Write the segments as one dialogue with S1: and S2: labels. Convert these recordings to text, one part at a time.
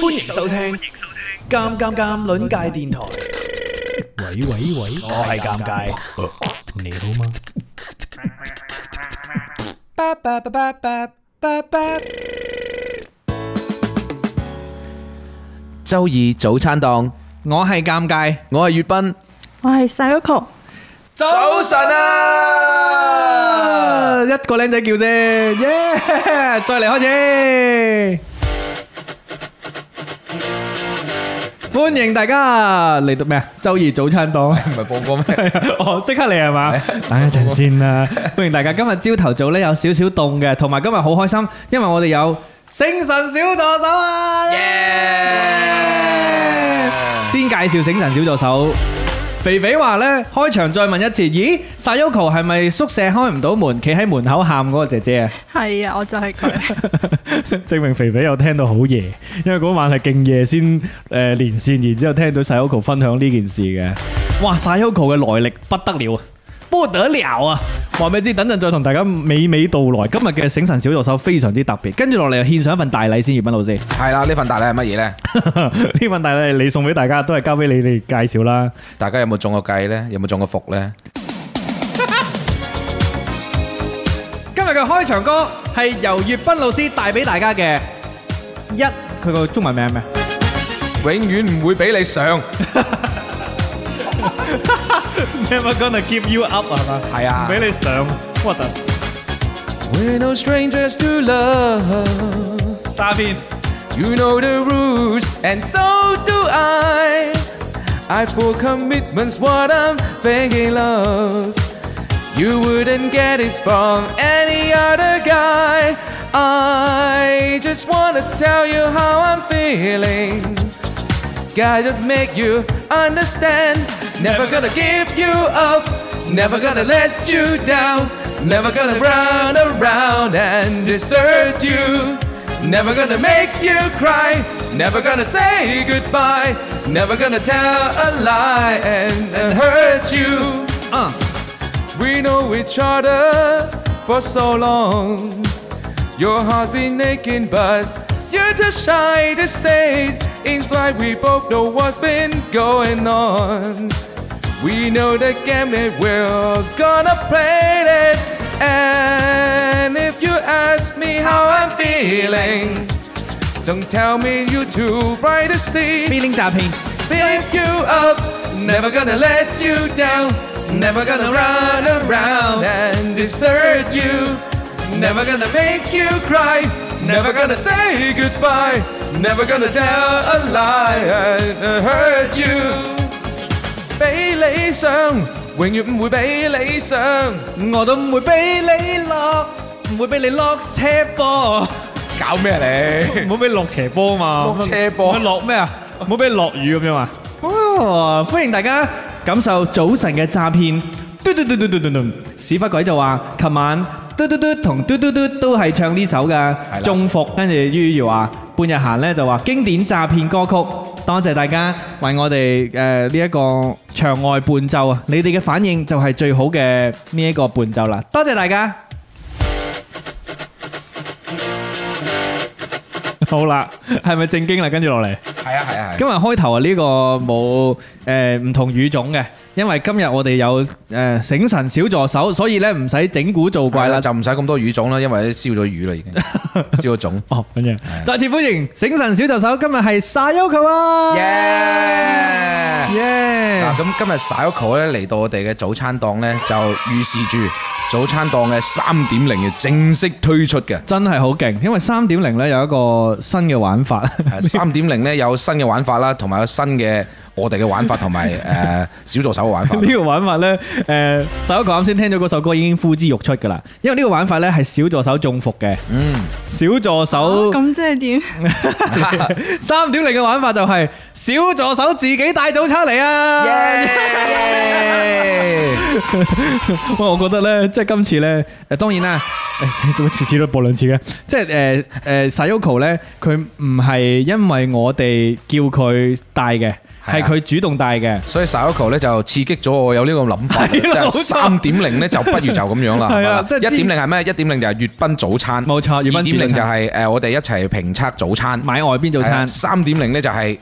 S1: 欢迎收听《尴尴尴》邻界电台。
S2: 喂喂喂，
S1: 我係尷尬，
S2: 你好嗎？
S1: 巴巴巴巴巴巴巴。
S3: 周二早餐檔，
S1: 我係尷尬，
S3: 我係月斌。
S4: 我係細一曲，
S3: 早晨啊！
S1: 一個靚仔叫啫，耶！ 再嚟開始。歡迎大家嚟到咩啊？周二早餐檔。
S3: 唔係播歌咩？
S1: 哦，即刻嚟 係嘛？等一陣先啦。歡迎大家，今日朝頭早咧有少少凍嘅，同埋今日好開心，因為我哋有星神小助手啊！先介紹醒神小助手。肥肥話呢，開場再問一次，咦，Sayoko 係咪宿舍開唔到門，企喺門口喊嗰個姐姐啊？
S4: 係啊，我就係 佢，
S1: 證明肥肥有聽到好夜，因為嗰晚係勁夜先誒、呃、連線，然之後聽到 Sayoko 分享呢件事嘅。哇！Sayoko 嘅來歷不得了啊，不得了啊！話俾你知，等陣再同大家娓娓道來。今日嘅醒神小助手非常之特別，跟住落嚟又獻上一份大禮先，葉斌老 師。
S3: 係啦，呢份大禮係乜嘢呢？
S1: 呢份大禮你送俾大家，都係交俾你哋介紹啦。
S3: 大家有冇中過計呢？有冇中過伏呢？
S1: 今日嘅開場歌係由粵斌老師帶俾大家嘅一，佢個中文名係 咩？
S3: 永遠唔會俾你上。
S1: Never gonna give you up 係嘛？
S3: 係啊
S1: 俾你上核突。
S3: We're no strangers to love.
S1: 打邊
S3: You know the rules, and so do I. I full commitments, what I'm thinking love. You wouldn't get it from any other guy. I just wanna tell you how I'm feeling. Gotta make you understand. Never gonna give you up. Never gonna let you down. Never gonna run around and desert you. Never gonna make you cry. Never gonna say goodbye. Never gonna tell a lie and, and hurt you. Uh. We know each other for so long. Your heart been aching, but you're too shy to say it. It's like we both know what's been going on. We know the game that we're gonna play it. And if you ask me how I'm feeling, don't tell me you too bright to see.
S1: feeling 詐騙。
S3: Pick you up, never gonna let you down, never gonna run around and desert you, never gonna make you cry, never gonna say goodbye, never gonna tell a lie and hurt you. 俾你上，永遠唔會俾你上，
S1: 我都唔會俾你落，唔會俾你落斜坡，
S3: 搞咩 你？
S1: 唔好俾你落斜坡嘛，
S3: 落斜坡
S1: 唔好落咩啊？唔好俾你落雨咁樣啊！哦，歡迎大家感受早晨嘅詐騙。嘟嘟嘟嘟嘟嘟嘟，屎忽鬼就話：琴晚嘟嘟嘟同嘟嘟嘟都係唱呢首噶，中伏。跟住於如話半日閒呢就話經典詐騙歌曲。多謝大家為我哋誒呢一個場外伴奏啊！你哋嘅反應就係最好嘅呢一個伴奏啦。多謝大家。 好啦，係咪正經啦？跟住落嚟。
S3: 係啊係啊
S1: 今日開頭啊，呢個冇誒唔同語種嘅，因為今日我哋有誒醒神小助手，所以咧唔使整蠱做怪啦。
S3: 就唔使咁多語種啦，因為燒咗魚啦已經，燒咗種。
S1: 哦，咁樣。再次歡迎醒神小助手，今日係 Sayoko 啊！
S3: 耶！
S1: 耶！
S3: 嗱，咁今日 Sayoko 咧嚟到我哋嘅早餐檔咧，就預示住早餐檔嘅三點零嘅正式推出 嘅。
S1: 真係好勁，因為三點零咧有一個新嘅玩法，
S3: 三點零咧有新嘅玩法啦，同埋有新嘅我哋嘅玩法，同埋誒小助手嘅玩法。
S1: 呢個玩法咧，誒 Sayoko 啱先聽咗嗰首歌已經呼之欲出㗎啦，因為呢個玩法咧係小助手中伏嘅，
S3: 嗯，
S1: 小助手
S4: 咁即係 點？
S1: 三點零嘅玩法就係小助手自己帶早餐嚟啊！
S3: 耶！
S1: 喂，我覺得咧，即係今次咧，誒當然啦，誒做乜次次都播兩次嘅？即係誒誒 Sayoko 咧，佢唔係因為我哋叫佢帶嘅，係佢主動帶嘅。
S3: 所以 Sayoko 咧就刺激咗我有呢個諗法，即
S1: 係啦
S3: 係
S1: 冇錯
S3: 三點零咧就不如就咁 樣啦，
S1: 係
S3: 係
S1: 啊
S3: 嘛
S1: 即係
S3: 一點零係咩？一點零就係粵賓早餐，
S1: 冇錯粵賓
S3: 二點零
S1: 早餐
S3: 就係誒我哋一齊評測早餐，
S1: 買外邊早餐，
S3: 三點零咧就係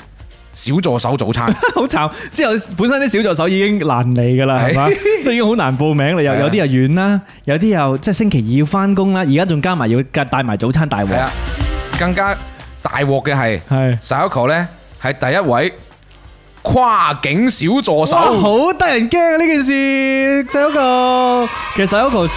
S3: 小助手早餐，
S1: 好慘！之後本身啲小助手已經難嚟㗎啦，
S3: 係
S1: 係嘛？即係已經好難報名啦，又
S3: 係啊
S1: 有啲又遠啦，有啲又即係星期二要翻工啦，而家仲加埋要帶埋早餐大
S3: 係
S1: 鑊，
S3: 啊，更加大鑊嘅係
S1: 係
S3: Sayoko 咧係第一位跨境小助
S1: 哇
S3: 手。
S1: 好得人驚啊！呢件事，Sayoko 其實 Sayoko 誒，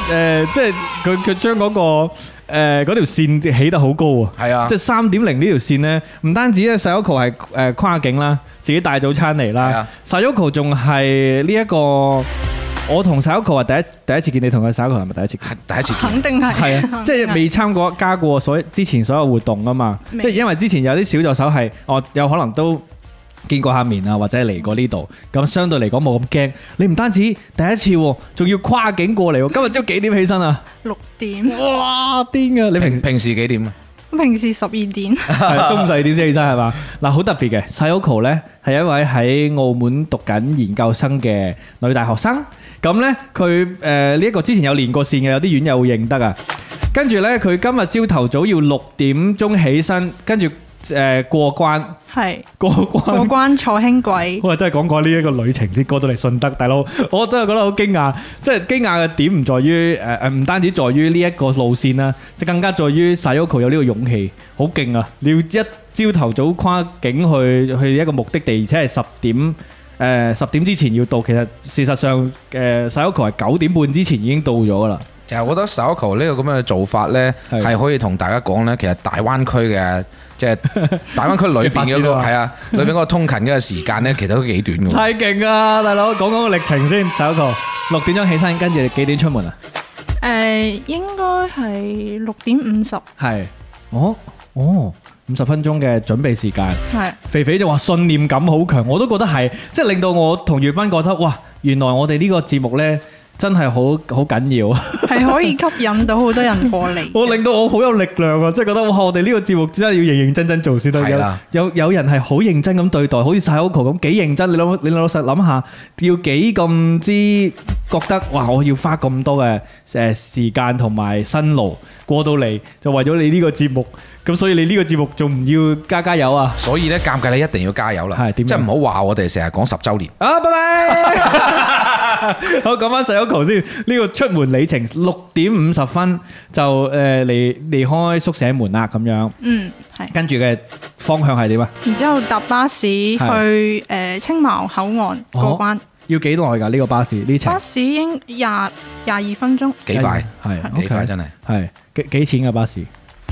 S1: 即係佢佢將嗰個誒嗰條線起得好高啊！
S3: 係啊
S1: 即係三點零呢條線咧，唔單止咧 Sayoko 係誒跨境啦，自己帶早餐嚟
S3: 係
S1: 啦
S3: 啊
S1: ，Sayoko 仲係呢一個，我同 Sayoko 係第一第一次見你同佢 Sayoko 係咪第一次見？
S3: 係第一次見，
S4: 肯定係，
S1: 係啊，即係未參過加過所之前所有活動啊嘛，即
S4: 未
S1: 係因為之前有啲小助手係我有可能都。見過下面啊，或者係嚟過呢度，咁相對嚟講冇咁驚。你唔單止第一次喎，仲要跨境過嚟喎。今日朝幾點起身啊？
S4: 六點，
S1: 哇，癲 啊！你平
S3: 平平時幾點啊？
S4: 平時十二點，
S1: 係中午十二點先起身係嘛？嗱，好特別嘅，Sayoko 咧係一位喺澳門讀緊研究生嘅女大學生。咁咧佢誒呢一個之前有連過線嘅，有啲院友會認得啊。跟住咧佢今日朝頭早要六點鐘起身，跟住誒過關
S4: 係
S1: 過關
S4: 過。關坐輕 軌，
S1: 我真係講過呢一個旅程先過到嚟順德，大佬，我真係覺得好驚訝。即係驚訝嘅點唔在於誒誒，唔單止在於呢一個路線啦，即係更加在於 Sayoko 有呢個勇氣，好勁啊！你要一朝頭早跨境去去一個目的地，而且係十點。誒十點之前要到，其實事實上誒 Sayoko 係九點半之前已經到咗㗎啦。
S3: 其實我覺得 Sayoko 呢個咁嘅做法呢，
S1: 係
S3: 係可以同大家講呢。其實大灣區嘅即 係大灣區裏邊嗰
S1: 嘅
S3: 個
S1: 發展啊
S3: 係啊，裏邊嗰個通勤嘅時 間呢，其實都幾短嘅喎。
S1: 太勁啊，大佬！講講個歷程先，Sayoko 六點鐘起身，跟住幾點出門啊？
S4: 誒應該係六點五十，
S1: 係，哦哦，五十分鐘嘅準備時間。
S4: 係
S1: 肥肥就話信念感好強，我都覺得係，即係令到我同粵斌覺得，哇！原來我哋呢個節目呢，真係好好緊 要，啊
S4: 係可以吸引到好多人過嚟，
S1: 我令到我好有力量啊！即係覺得哇，我哋呢個節目真係要認認真真做先得。
S3: 係啦
S1: 有有有人係好認真咁對待，好似 Sayoko 咁幾認真。你老你老實諗下，要幾咁之覺得哇！我要花咁多嘅誒時間同埋辛勞過到嚟，就為咗你呢個節目。咁所以你呢個節目仲唔要加加油啊！
S3: 所以呢，尷尬你一定要加油啦
S1: 係，
S3: 即
S1: 點樣
S3: 係唔好話我哋成日講十週年。
S1: 啊，拜 拜！好，講翻 Sayoko 先，呢個出門里程六點五十分就誒離離開宿舍門啦，咁樣
S4: 嗯係，
S1: 跟住嘅方向係點啊？
S4: 然之後搭巴士去誒青茅口岸過
S1: 哦
S4: 關，
S1: 要幾耐㗎？呢個巴士呢程
S4: 巴士應廿廿二分鐘，
S3: 幾快，
S1: 係
S3: 幾快真係
S1: 係幾幾錢嘅巴士？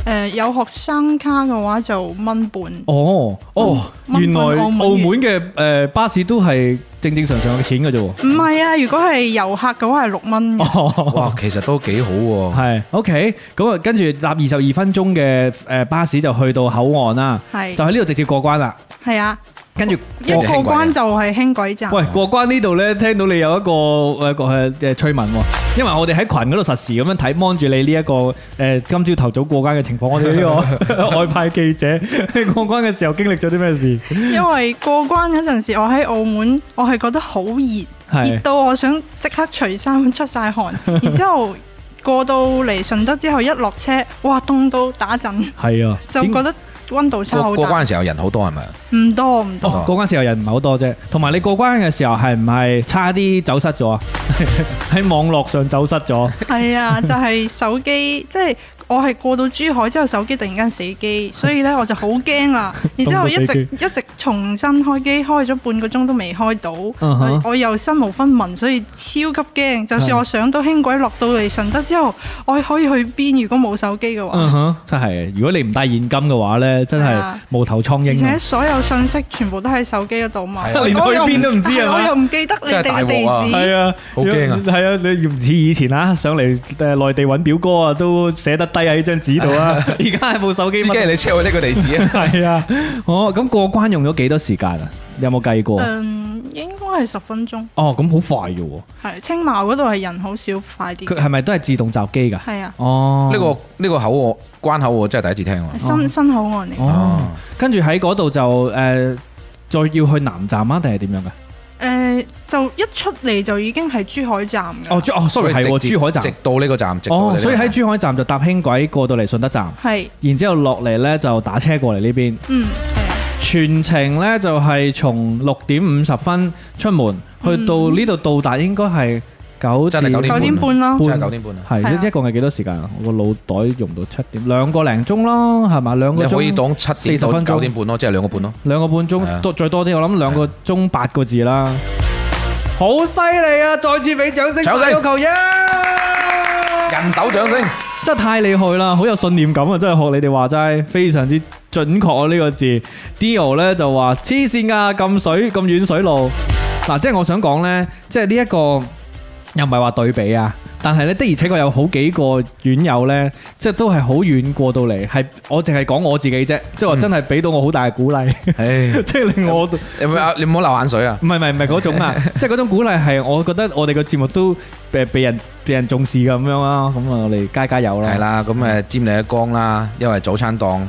S4: 誒有學生卡嘅話就蚊半。
S1: 哦哦，
S4: 蚊
S1: 原來
S4: 蚊
S1: 澳
S4: 澳門
S1: 門嘅誒巴士都係正正常常嘅錢嘅啫喎。
S4: 唔係啊，如果係遊客嘅話係六蚊嘅，
S1: 哦
S3: 哇，其實都幾好喎。
S1: 係，OK，咁啊，跟住搭二十二分鐘嘅誒巴士就去到口岸啦，
S4: 係
S1: ờ, 就喺呢度直接過關啦。
S4: 係啊，
S1: 跟住
S4: 一
S1: 過
S4: 過關就係輕軌站，
S1: 喂過關呢度咧，聽到你有一個誒誒誒趣聞喎，因為我哋喺群嗰度實時咁樣睇 mon 住你呢、一個誒、呃今朝頭早過關嘅情況，我哋 呢個外派記者 過關嘅時候經歷咗啲咩事？
S4: 因為過關嗰陣時我喺澳門，我係覺得好熱，熱
S1: 係
S4: 到我想即刻除衫出晒汗，然之後過到嚟順德之後一落車，哇凍到打震，
S1: 係啊，
S4: 就覺得温度差
S3: 過
S4: 好
S3: 過
S4: 大，
S3: 關嘅時候人好多係咪？
S4: 唔多唔多，
S1: 哦過關時候人唔係好多啫，同埋你過關嘅時候係唔係差啲走失咗啊？ 喺網絡上走失咗，
S4: 係啊，就係手機即係。我係過到珠海之後，手機突然間死機，所以呢我就好驚 啦。然之後一
S1: 凍到死
S4: 直一直重新開機，開咗半個鐘都未開到
S1: 嗯哼
S4: 我我又身無分文，所以超級驚。就
S1: 啊
S4: 算我上到輕軌落到嚟順德之後，我可以去邊？如果冇手機嘅話，
S1: 嗯哼，真係。如果你唔帶現金嘅話咧，真
S4: 係
S1: 係
S4: 啊
S1: 無頭蒼
S4: 而
S1: 蠅啊
S4: 且！所有信息全部都喺手機嗰度嘛，
S3: 係啊
S4: 我
S1: 連
S4: 我又
S1: 去邊都唔知啊係嘛
S4: 我又唔記得你哋
S3: 真
S4: 嘅
S3: 係大鑊啊
S4: 地
S1: 係
S4: 址，
S1: 啊，
S3: 好驚啊
S1: 係啊，你唔似以前啊，上嚟誒內地揾表哥啊，都寫得低喺張紙度 啊。而家係部手機
S3: 司
S1: 乜？
S3: 機，你車我呢個地址啊
S1: 係啊。哦，咁過關用咗幾多時間啊？有冇計過？
S4: 嗯，應該係十分鐘。
S1: 哦，咁好快嘅喎。
S4: 係青茅嗰度係人好少，快
S1: 佢
S4: 啲。
S1: 係咪都係自動閘機㗎？
S4: 係啊，
S1: 哦，
S3: 呢個呢個口我關口我真係第一次聽喎。
S4: 新新口岸嚟嘅。
S1: 哦
S3: 哦，
S1: 跟住喺嗰度就誒再要去南站啊，定係點樣嘅？
S4: 诶、就一出嚟就已經係珠海站㗎。
S1: 哦，珠哦，sorry 係
S3: 所以
S1: 喎，
S3: 直接
S1: 珠海
S3: 直
S1: 站。
S3: 到呢個站，直到呢
S1: 哦，
S3: 個
S1: 所以喺
S3: 站
S1: 珠海站就搭輕軌過到嚟順德站，
S4: 係，
S1: 然之後落嚟呢就打車過嚟呢邊，
S4: 嗯，係啊，
S1: 全程呢就係從六點五十分出門，
S4: 嗯
S1: 去到呢度到達應該係九
S3: 真係九點
S4: 九
S3: 半
S4: 點啊半咯。
S3: 真係九點半啊！
S4: 係啊
S1: 係，一共係幾多時間啊？我個腦袋用到七點，兩個零鐘咯，係嘛？兩個
S3: 你可以
S1: 鐘，
S3: 當七點
S1: 40
S3: 到
S1: 分鐘
S3: 九點半咯，即係兩個半咯。
S1: 兩個半
S3: 係啊啊
S1: 鐘，多再多啲，我諗兩個鐘八個字啦。好犀利啊！再次俾掌聲，
S3: 掌聲
S1: 要求耶！
S3: 人手掌聲，
S1: 真係太厲害啦，好有信念感啊！真係學你哋話齋，非常之準確啊！呢個字，Dio 呢就話黐線㗎，咁水咁遠水路。嗱，即係我想講呢，即係呢一個又唔係話對比啊，但係呢的而且確有好幾個院友呢，即係都係好遠過到嚟，係我淨係講我自己啫，即係話真係俾到我好大嘅鼓勵，
S3: 唉，
S1: 即係令我。
S3: 你唔好你唔好流眼水啊！
S1: 唔係唔係唔係嗰種啊，即係嗰種鼓勵係，我覺得我哋個節目都誒被人被人重視嘅咁樣啦，咁啊我哋加加油啦。
S3: 係啦，咁誒沾你一光啦，因為早餐檔，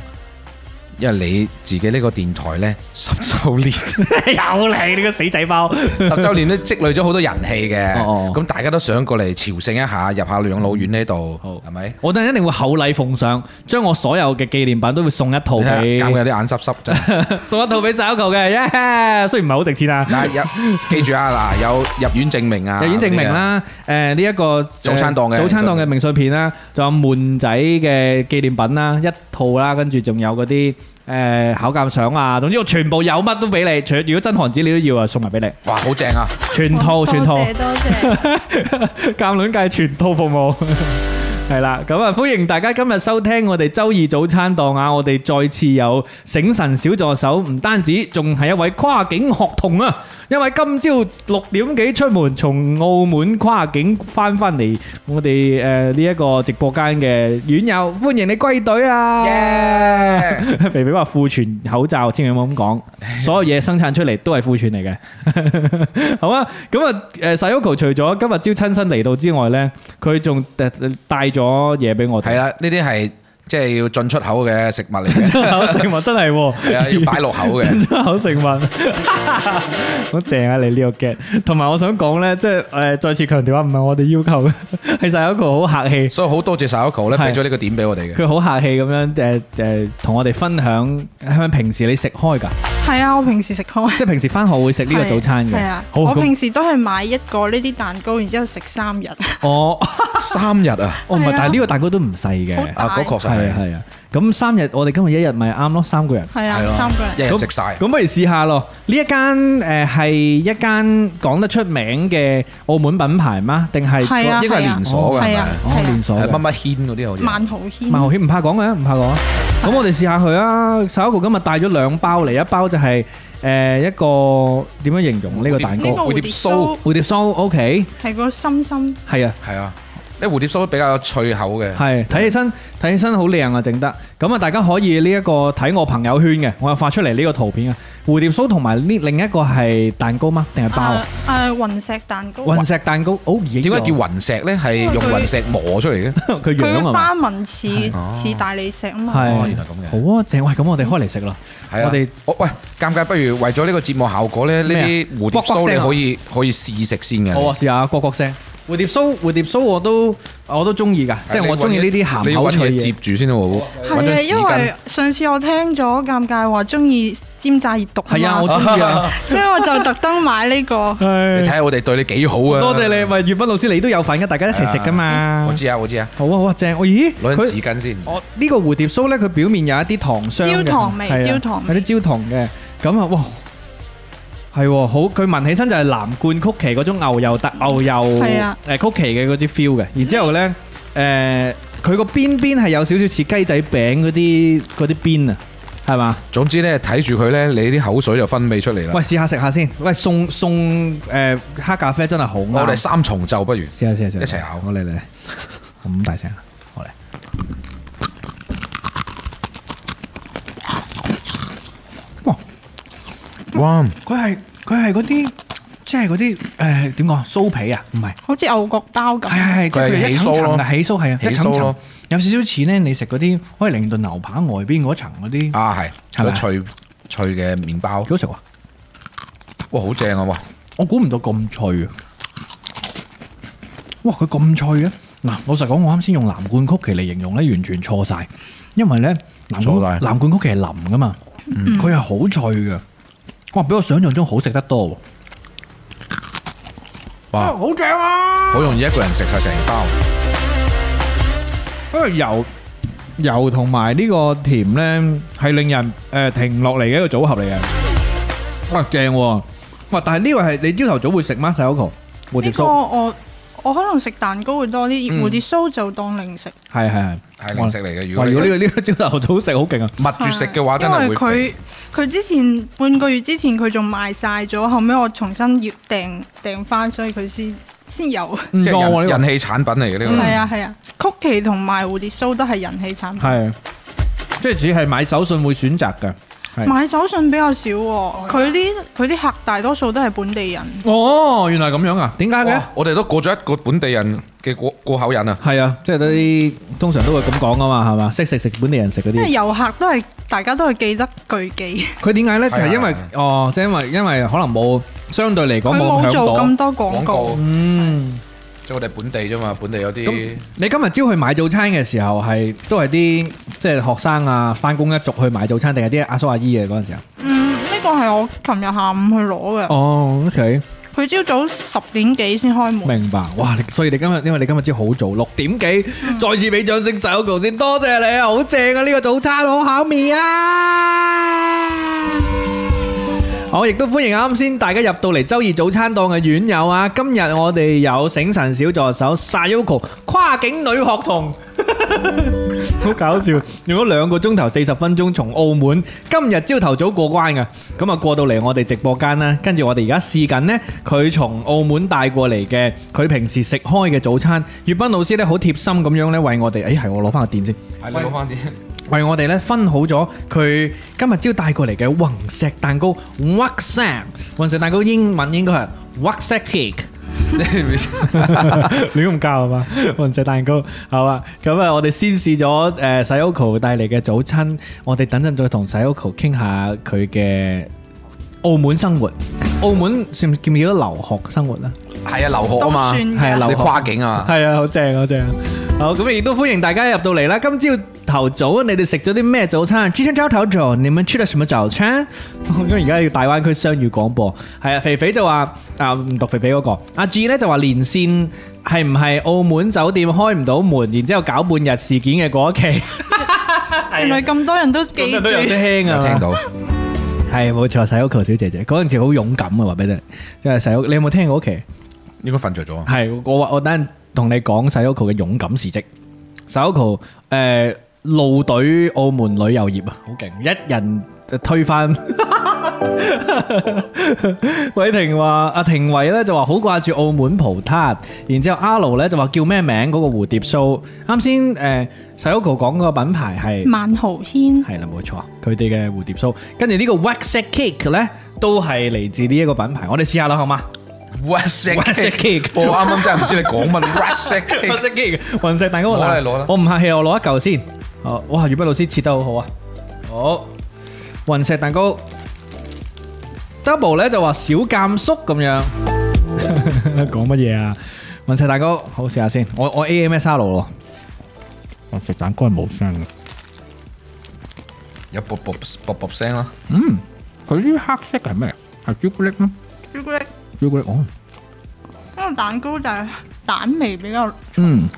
S3: 因為你自己呢 個電台咧十 週年，十
S1: 有你你個死仔包。
S3: 週年咧積累咗好多人氣嘅，
S1: 哦哦
S3: 咁大家都想過嚟朝聖一下，入下養老院呢度
S1: 好，
S3: 係咪？
S1: 我哋一定會厚禮奉上，將我所有嘅紀念品都會送一套
S3: 你睇
S1: 俾
S3: 下，搞到有啲眼濕濕真係。
S1: 送一套俾手球嘅，耶、 雖然唔係好值錢啊，
S3: 嗱，入記住啊，嗱，有入院證明啊，
S1: 入院證明啦，誒呢一個呃
S3: 早餐檔嘅
S1: 早餐檔嘅明信片啦，仲有悶仔嘅紀念品啦，一套啦，跟住仲有嗰啲誒考鑑相啊，總之我全部有乜都俾你，除如果真韓紙你都要啊，送埋俾你，
S3: 嗰啲啊，哇，好正啊！
S1: 全套全套
S4: 多。謝多謝。
S1: 鉴卵界全套服務 系啦，咁啊，歡迎大家今日收聽我哋周二早餐檔啊！我哋再次有醒神小助手，唔單止，仲係一位跨境學童啊！因為今朝六點幾出門，從澳門跨境翻翻嚟我哋诶呢一個直播間嘅院友，歡迎你歸隊啊！
S3: 耶！
S1: 肥肥話庫存口罩，千祈唔好咁 講，所有嘢生產出嚟都係庫存嚟嘅。 好啊，咁啊，誒 Sayoko 除咗今日朝親身嚟到之外呢，佢仲帶帶咗嘢俾我
S3: 係
S1: 睇。
S3: 啦，呢啲係即係要進出口嘅食物嚟嘅，
S1: 出 口食物真係喎，
S3: 係啊， 要擺落口嘅。
S1: 出口食物， 好正啊！你呢個 get，同埋我想講呢，即係誒再次強調啊，唔係我哋要求嘅， 係 Sayoko 好客氣。
S3: 所以好多謝 Sayoko 咧，
S1: 係
S3: 俾咗呢個點俾我 哋嘅。
S1: 佢好客氣咁樣誒誒，同、我哋分享係咪平時你食開㗎？
S4: 係啊，我平時食開。
S1: 即係平時翻學會食呢個早餐嘅。
S4: 係啊，
S1: 好
S4: 我
S1: 咁
S4: 平時都係買一個呢啲蛋糕，然之後食三日，
S1: 我。
S3: 三日啊，
S1: 哦，唔
S4: 係
S1: 係
S4: 啊，
S1: 但係呢個蛋糕都唔細嘅，
S4: 好
S1: 係
S3: 啊，嗰確實
S1: 啊
S3: 係，
S1: 係啊。咁三日，我哋今日一日咪啱咯，三個人。
S4: 係啊
S3: 係，
S4: 三個
S3: 咯，一
S4: 人。
S3: 人食晒。
S1: 咁不如試下咯。呢一間誒係一間講得出名嘅澳門品牌嗎？定係
S4: 係啊
S3: 應該係連鎖㗎，係
S4: 係啊
S3: 咪？
S1: 哦連鎖
S3: 係
S1: 嘅
S3: 乜乜軒嗰啲好似。
S4: 萬豪軒
S1: 萬豪軒唔怕講嘅，唔怕講。咁我哋試下佢啊。首哥今日帶咗兩包嚟，一包就係誒一個點樣形容呢個蛋
S4: 呢個
S1: 糕？
S4: 蝴蝶酥
S1: 蝴蝶酥，OK，
S4: 係個心心，
S1: 係啊。
S3: 係啊，呢蝴蝶酥比較脆口嘅。
S1: 係睇起身睇起身好靚啊，整得咁啊！大家可以呢、一個睇我朋友圈嘅，我又發出嚟呢個圖片啊。蝴蝶酥同埋呢另一個係蛋糕嗎？定係包啊
S4: 誒？誒雲石蛋糕，
S1: 雲石蛋糕，哦，點
S3: 點解叫雲石咧？係用雲石磨出嚟嘅。
S1: 佢
S4: 佢
S1: 樣
S4: 嘅
S1: 啊嘛？
S4: 花紋似
S3: 哦
S4: 似大理石啊嘛，
S1: 係
S3: 哦，原來咁嘅。
S1: 好啊，正喂，咁我哋開嚟食啦。
S3: 係啊，
S1: 我哋
S3: 我喂，尷尬，不如為咗呢個節目效果咧，呢
S1: 咩啊
S3: 啲蝴蝶
S1: 呱呱
S3: 酥
S1: 聲
S3: 你
S1: 啊
S3: 可以可以試食先嘅。
S1: 好啊，試下角角聲。蝴蝶酥，蝴蝶酥我都我都中意噶，即係我中意呢啲
S3: 你
S1: 鹹
S3: 要
S1: 口
S3: 揾
S1: 脆
S3: 嘢
S1: 嘢
S3: 接。住先好，揾張
S4: 係啊，因
S3: 紙
S4: 為上次我聽咗尷尬話中意煎炸熱毒
S1: 係啊，
S4: 嘛
S1: 我中 意啊。
S4: 所以我就特登買呢個。
S3: 巾。你睇
S1: 唉
S3: 下我哋對你幾好啊！
S1: 多謝你，喂，粵斌老師，你都有份嘅，大家一齊食噶嘛
S3: 我。知啊，我知啊，
S1: 好啊，好啊，正。我咦，
S3: 攞張
S1: 佢
S3: 紙巾先。
S1: 我哦呢個蝴蝶酥咧，佢表面有一啲糖霜嘅
S4: 焦糖味
S1: 係啊
S4: 焦糖味
S1: 有啲焦糖嘅，咁啊，哇，係喎，好，佢聞起身就係藍罐曲奇嗰種牛油特牛油
S4: 嗯係
S1: 誒
S4: 啊
S1: 曲奇嘅嗰啲 feel 嘅，然之後咧誒，佢個邊邊係有少少似雞仔餅嗰啲嗰啲邊啊，係嘛？
S3: 總之咧，睇住佢咧，你啲口水就分泌出嚟啦
S1: 喂，。試下食下先，喂，送送誒黑咖啡真係好啱，
S3: 我哋三重奏不如
S1: 試下試下試下
S3: 一齊咬
S1: 我嚟嚟，嚟咁大聲啊，我嚟。
S3: 哇！
S1: 佢係佢係嗰啲，即係嗰啲誒點講酥皮啊？唔係，
S4: 好似牛角包咁，
S1: 係係係，即
S3: 佢係
S1: 係佢一層
S3: 起酥
S1: 層
S3: 咯
S1: 嘅起酥係啊，
S3: 起酥
S1: 一層層
S3: 咯
S1: 有少少似咧，你食嗰啲可以令到牛扒外邊嗰層嗰啲
S3: 啊係，
S1: 係咪
S3: 嗰脆脆嘅麵包
S1: 幾好食喎，
S3: 哇，好正啊！哇，
S1: 我估唔到咁脆啊！哇，佢咁脆嘅嗱，老實講，我啱先用藍罐曲奇嚟形容咧，完全錯晒。因為咧藍
S3: 錯
S1: 罐
S3: 晒
S1: 藍罐曲奇係腍噶嘛，佢係好脆嘅。哇，比我想象中好食得多喎。
S3: 哇，
S1: 好正啊！
S3: 好容易一個人食晒成包。
S1: 因為油油同埋呢個甜咧，係令人誒、呃停唔落嚟嘅一個組合嚟嘅。哇，正喎、哇，但係呢個係你朝頭早會食嗎？細 Coco 蝴蝶
S4: 呢個
S1: 酥
S4: 我我可能食蛋糕會多啲，
S1: 嗯
S4: 蝴蝶酥就當零食。
S1: 係係
S3: 係零食嚟嘅，如
S1: 哇！
S3: 果
S1: 如果呢個
S3: 你
S1: 呢 個朝頭早食好勁啊！
S3: 密住食嘅話，真係
S4: 因
S3: 會
S4: 為
S3: 肥
S4: 佢佢之前半個月之前佢仲賣晒咗，後尾我重新要訂訂翻，所以佢先先有。
S1: 唔
S3: 即
S1: 錯
S3: 係
S1: 喎
S3: 人
S1: 呢
S3: 人氣產品嚟嘅呢
S4: 係啊係啊，曲奇同埋蝴蝶酥都係人氣產
S1: 個，
S4: 品。
S1: 係即係只係買手信會選擇嘅。係
S4: 買手信比較少喎，佢啲佢啲客大多數都係本地人。
S1: 哦，原來咁樣啊？點解
S3: 個。
S1: 嘅
S3: 哇！？我哋都過咗一個本地人嘅過過口癮啊！
S1: 係啊，即係嗰啲通常都會咁講噶嘛，係嘛？識食食本地人食嗰
S4: 因
S1: 啲
S4: 為。遊客都係大家都係記得巨記，
S1: 佢點解咧？就
S3: 係啊
S1: 係因為
S3: 係啊
S1: 哦，即係因為因為可能冇相對嚟講
S4: 佢
S1: 冇咁
S4: 冇
S1: 響
S4: 做
S1: 度
S4: 咁。多廣告。
S3: 廣告
S1: 嗯，
S3: 即係我哋本地啫嘛，本地有
S1: 咁
S3: 啲
S1: 你今日朝去買早餐嘅時候係都係啲即係學生啊，翻工一族去買早餐，定係啲阿叔阿姨嘅嗰陣時啊？
S4: 嗯，呢個係我琴日下午去攞嘅，
S1: 哦，OK，
S4: 佢朝早十點幾先開門。
S1: 明白。哇，你所以你今日因為你今日朝好早六點幾，再次俾掌聲細個先，多謝你啊，好正啊！呢個早餐好考面啊！好，亦都歡迎啱先大家入到嚟周二早餐檔嘅院友啊！今日我哋有醒神小助手 Sayoko 跨境女學童，好搞笑，用咗兩個鐘頭四十分鐘從澳門今日朝頭早過關嘅，咁啊過到嚟我哋直播間啦，跟住我哋而家試緊呢，佢從澳門帶過嚟嘅佢平時食開嘅早餐，粵斌老師呢好貼心咁樣呢為我哋，哎誒係我攞翻個電先。
S3: 係你攞 翻啲
S1: 為我哋咧分好咗佢今日朝帶過嚟嘅雲石蛋糕 w a x a 雲石蛋糕英文應該係 w a x a cake。亂咁教係啊嘛？雲石蛋糕係嘛？咁啊，我哋先試咗呃誒 Sayoko 帶嚟嘅早餐，我哋等陣再同 Sayoko 傾下佢嘅澳門生活。澳門算唔叫唔叫得留學生活啊？
S3: 係啊，留學啊嘛
S4: 都，算
S1: 係啊
S4: 嘅
S1: 留
S3: 你
S1: 學
S3: 跨境啊嘛，
S1: 係啊，好正好正。好，咁亦都歡迎大家入到嚟啦。今朝頭早你哋食咗啲咩早餐？今天朝頭早你們吃了什麼早餐？ 因為而家要大灣區雙語廣播，係啊，肥肥就話啊唔讀肥肥嗰、個，阿志呢就話連線係唔係澳門酒店開唔到門，然之後搞半日事件嘅嗰一期，
S4: 原來咁多人都記
S1: 咁
S4: 住
S1: 都有啲輕
S3: 啊有
S1: 啊。
S3: 聽到
S1: 係冇錯，細屋球小姐姐嗰陣時好勇敢啊，話俾你聽，即係細屋，你有冇聽過嗰期？
S3: 應該瞓着咗啊。
S1: 係，我我等陣同你講 Sayoko 嘅勇敢事蹟。Sayoko 誒路隊澳門旅遊業啊，好勁，一人就推翻。偉霆話：阿廷偉咧就話好掛住澳門葡撻，然之後阿盧咧就話叫咩名嗰個蝴蝶酥。啱先誒 Sayoko 講嗰個品牌係。
S4: 萬豪軒
S1: 係啦，冇錯，佢哋嘅蝴蝶酥，跟住呢個 Wax Cake 咧，都係嚟自呢一個品牌，我哋試下啦，好嘛？
S3: Russet
S1: Russet cake
S3: cake，我啱啱真係唔知你 講乜 Russet cake。
S1: 黑色機雲石蛋糕
S3: 攞
S1: 嗱
S3: 嚟攞啦
S1: 我唔客氣，我攞一嚿先。哦，哇，粵斌老師切得好好啊！好，雲石蛋糕 double 咧就話小監叔咁 樣，講乜嘢啊？雲石蛋糕，好試下先。我我 AMSR 咯，
S5: 我食蛋糕係冇聲嘅，
S3: 有卜卜卜卜聲啦，
S1: 嗯
S5: 佢啲黑色係咩？係朱古力咩？
S4: 朱古力，
S5: 朱古力哦，
S4: 因為蛋糕就係蛋味比較，而
S5: 嗯，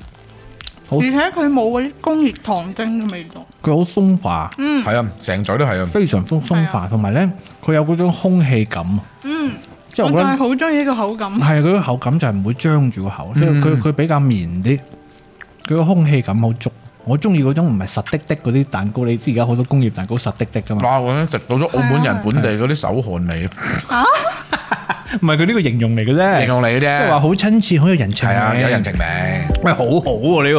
S5: 好
S4: 且佢冇嗰啲工業糖精嘅味道。
S5: 佢好鬆化，
S4: 嗯
S3: 係啊，成嘴都係啊。
S5: 非常鬆鬆化，同埋咧佢有嗰種空氣感啊，
S4: 嗯，
S5: 即係
S4: 我
S5: 我
S4: 就
S5: 覺得
S4: 係好中意呢個口感。
S5: 係佢個口感就係唔會張住個口，所以
S3: 嗯
S5: 佢佢比較綿啲，佢個空氣感好足。我中意嗰種唔係實滴滴嗰啲蛋糕，你知而家好多工業蛋糕實滴滴噶嘛？
S3: 哇！我咧食到咗澳門人本地嗰啲手汗味，
S5: 唔係佢呢個形容嚟嘅啫，
S3: 形容你嘅啫。
S5: 即係話好親切，好有人情味。
S3: 係啊，有人情味。
S1: 喂，好好喎呢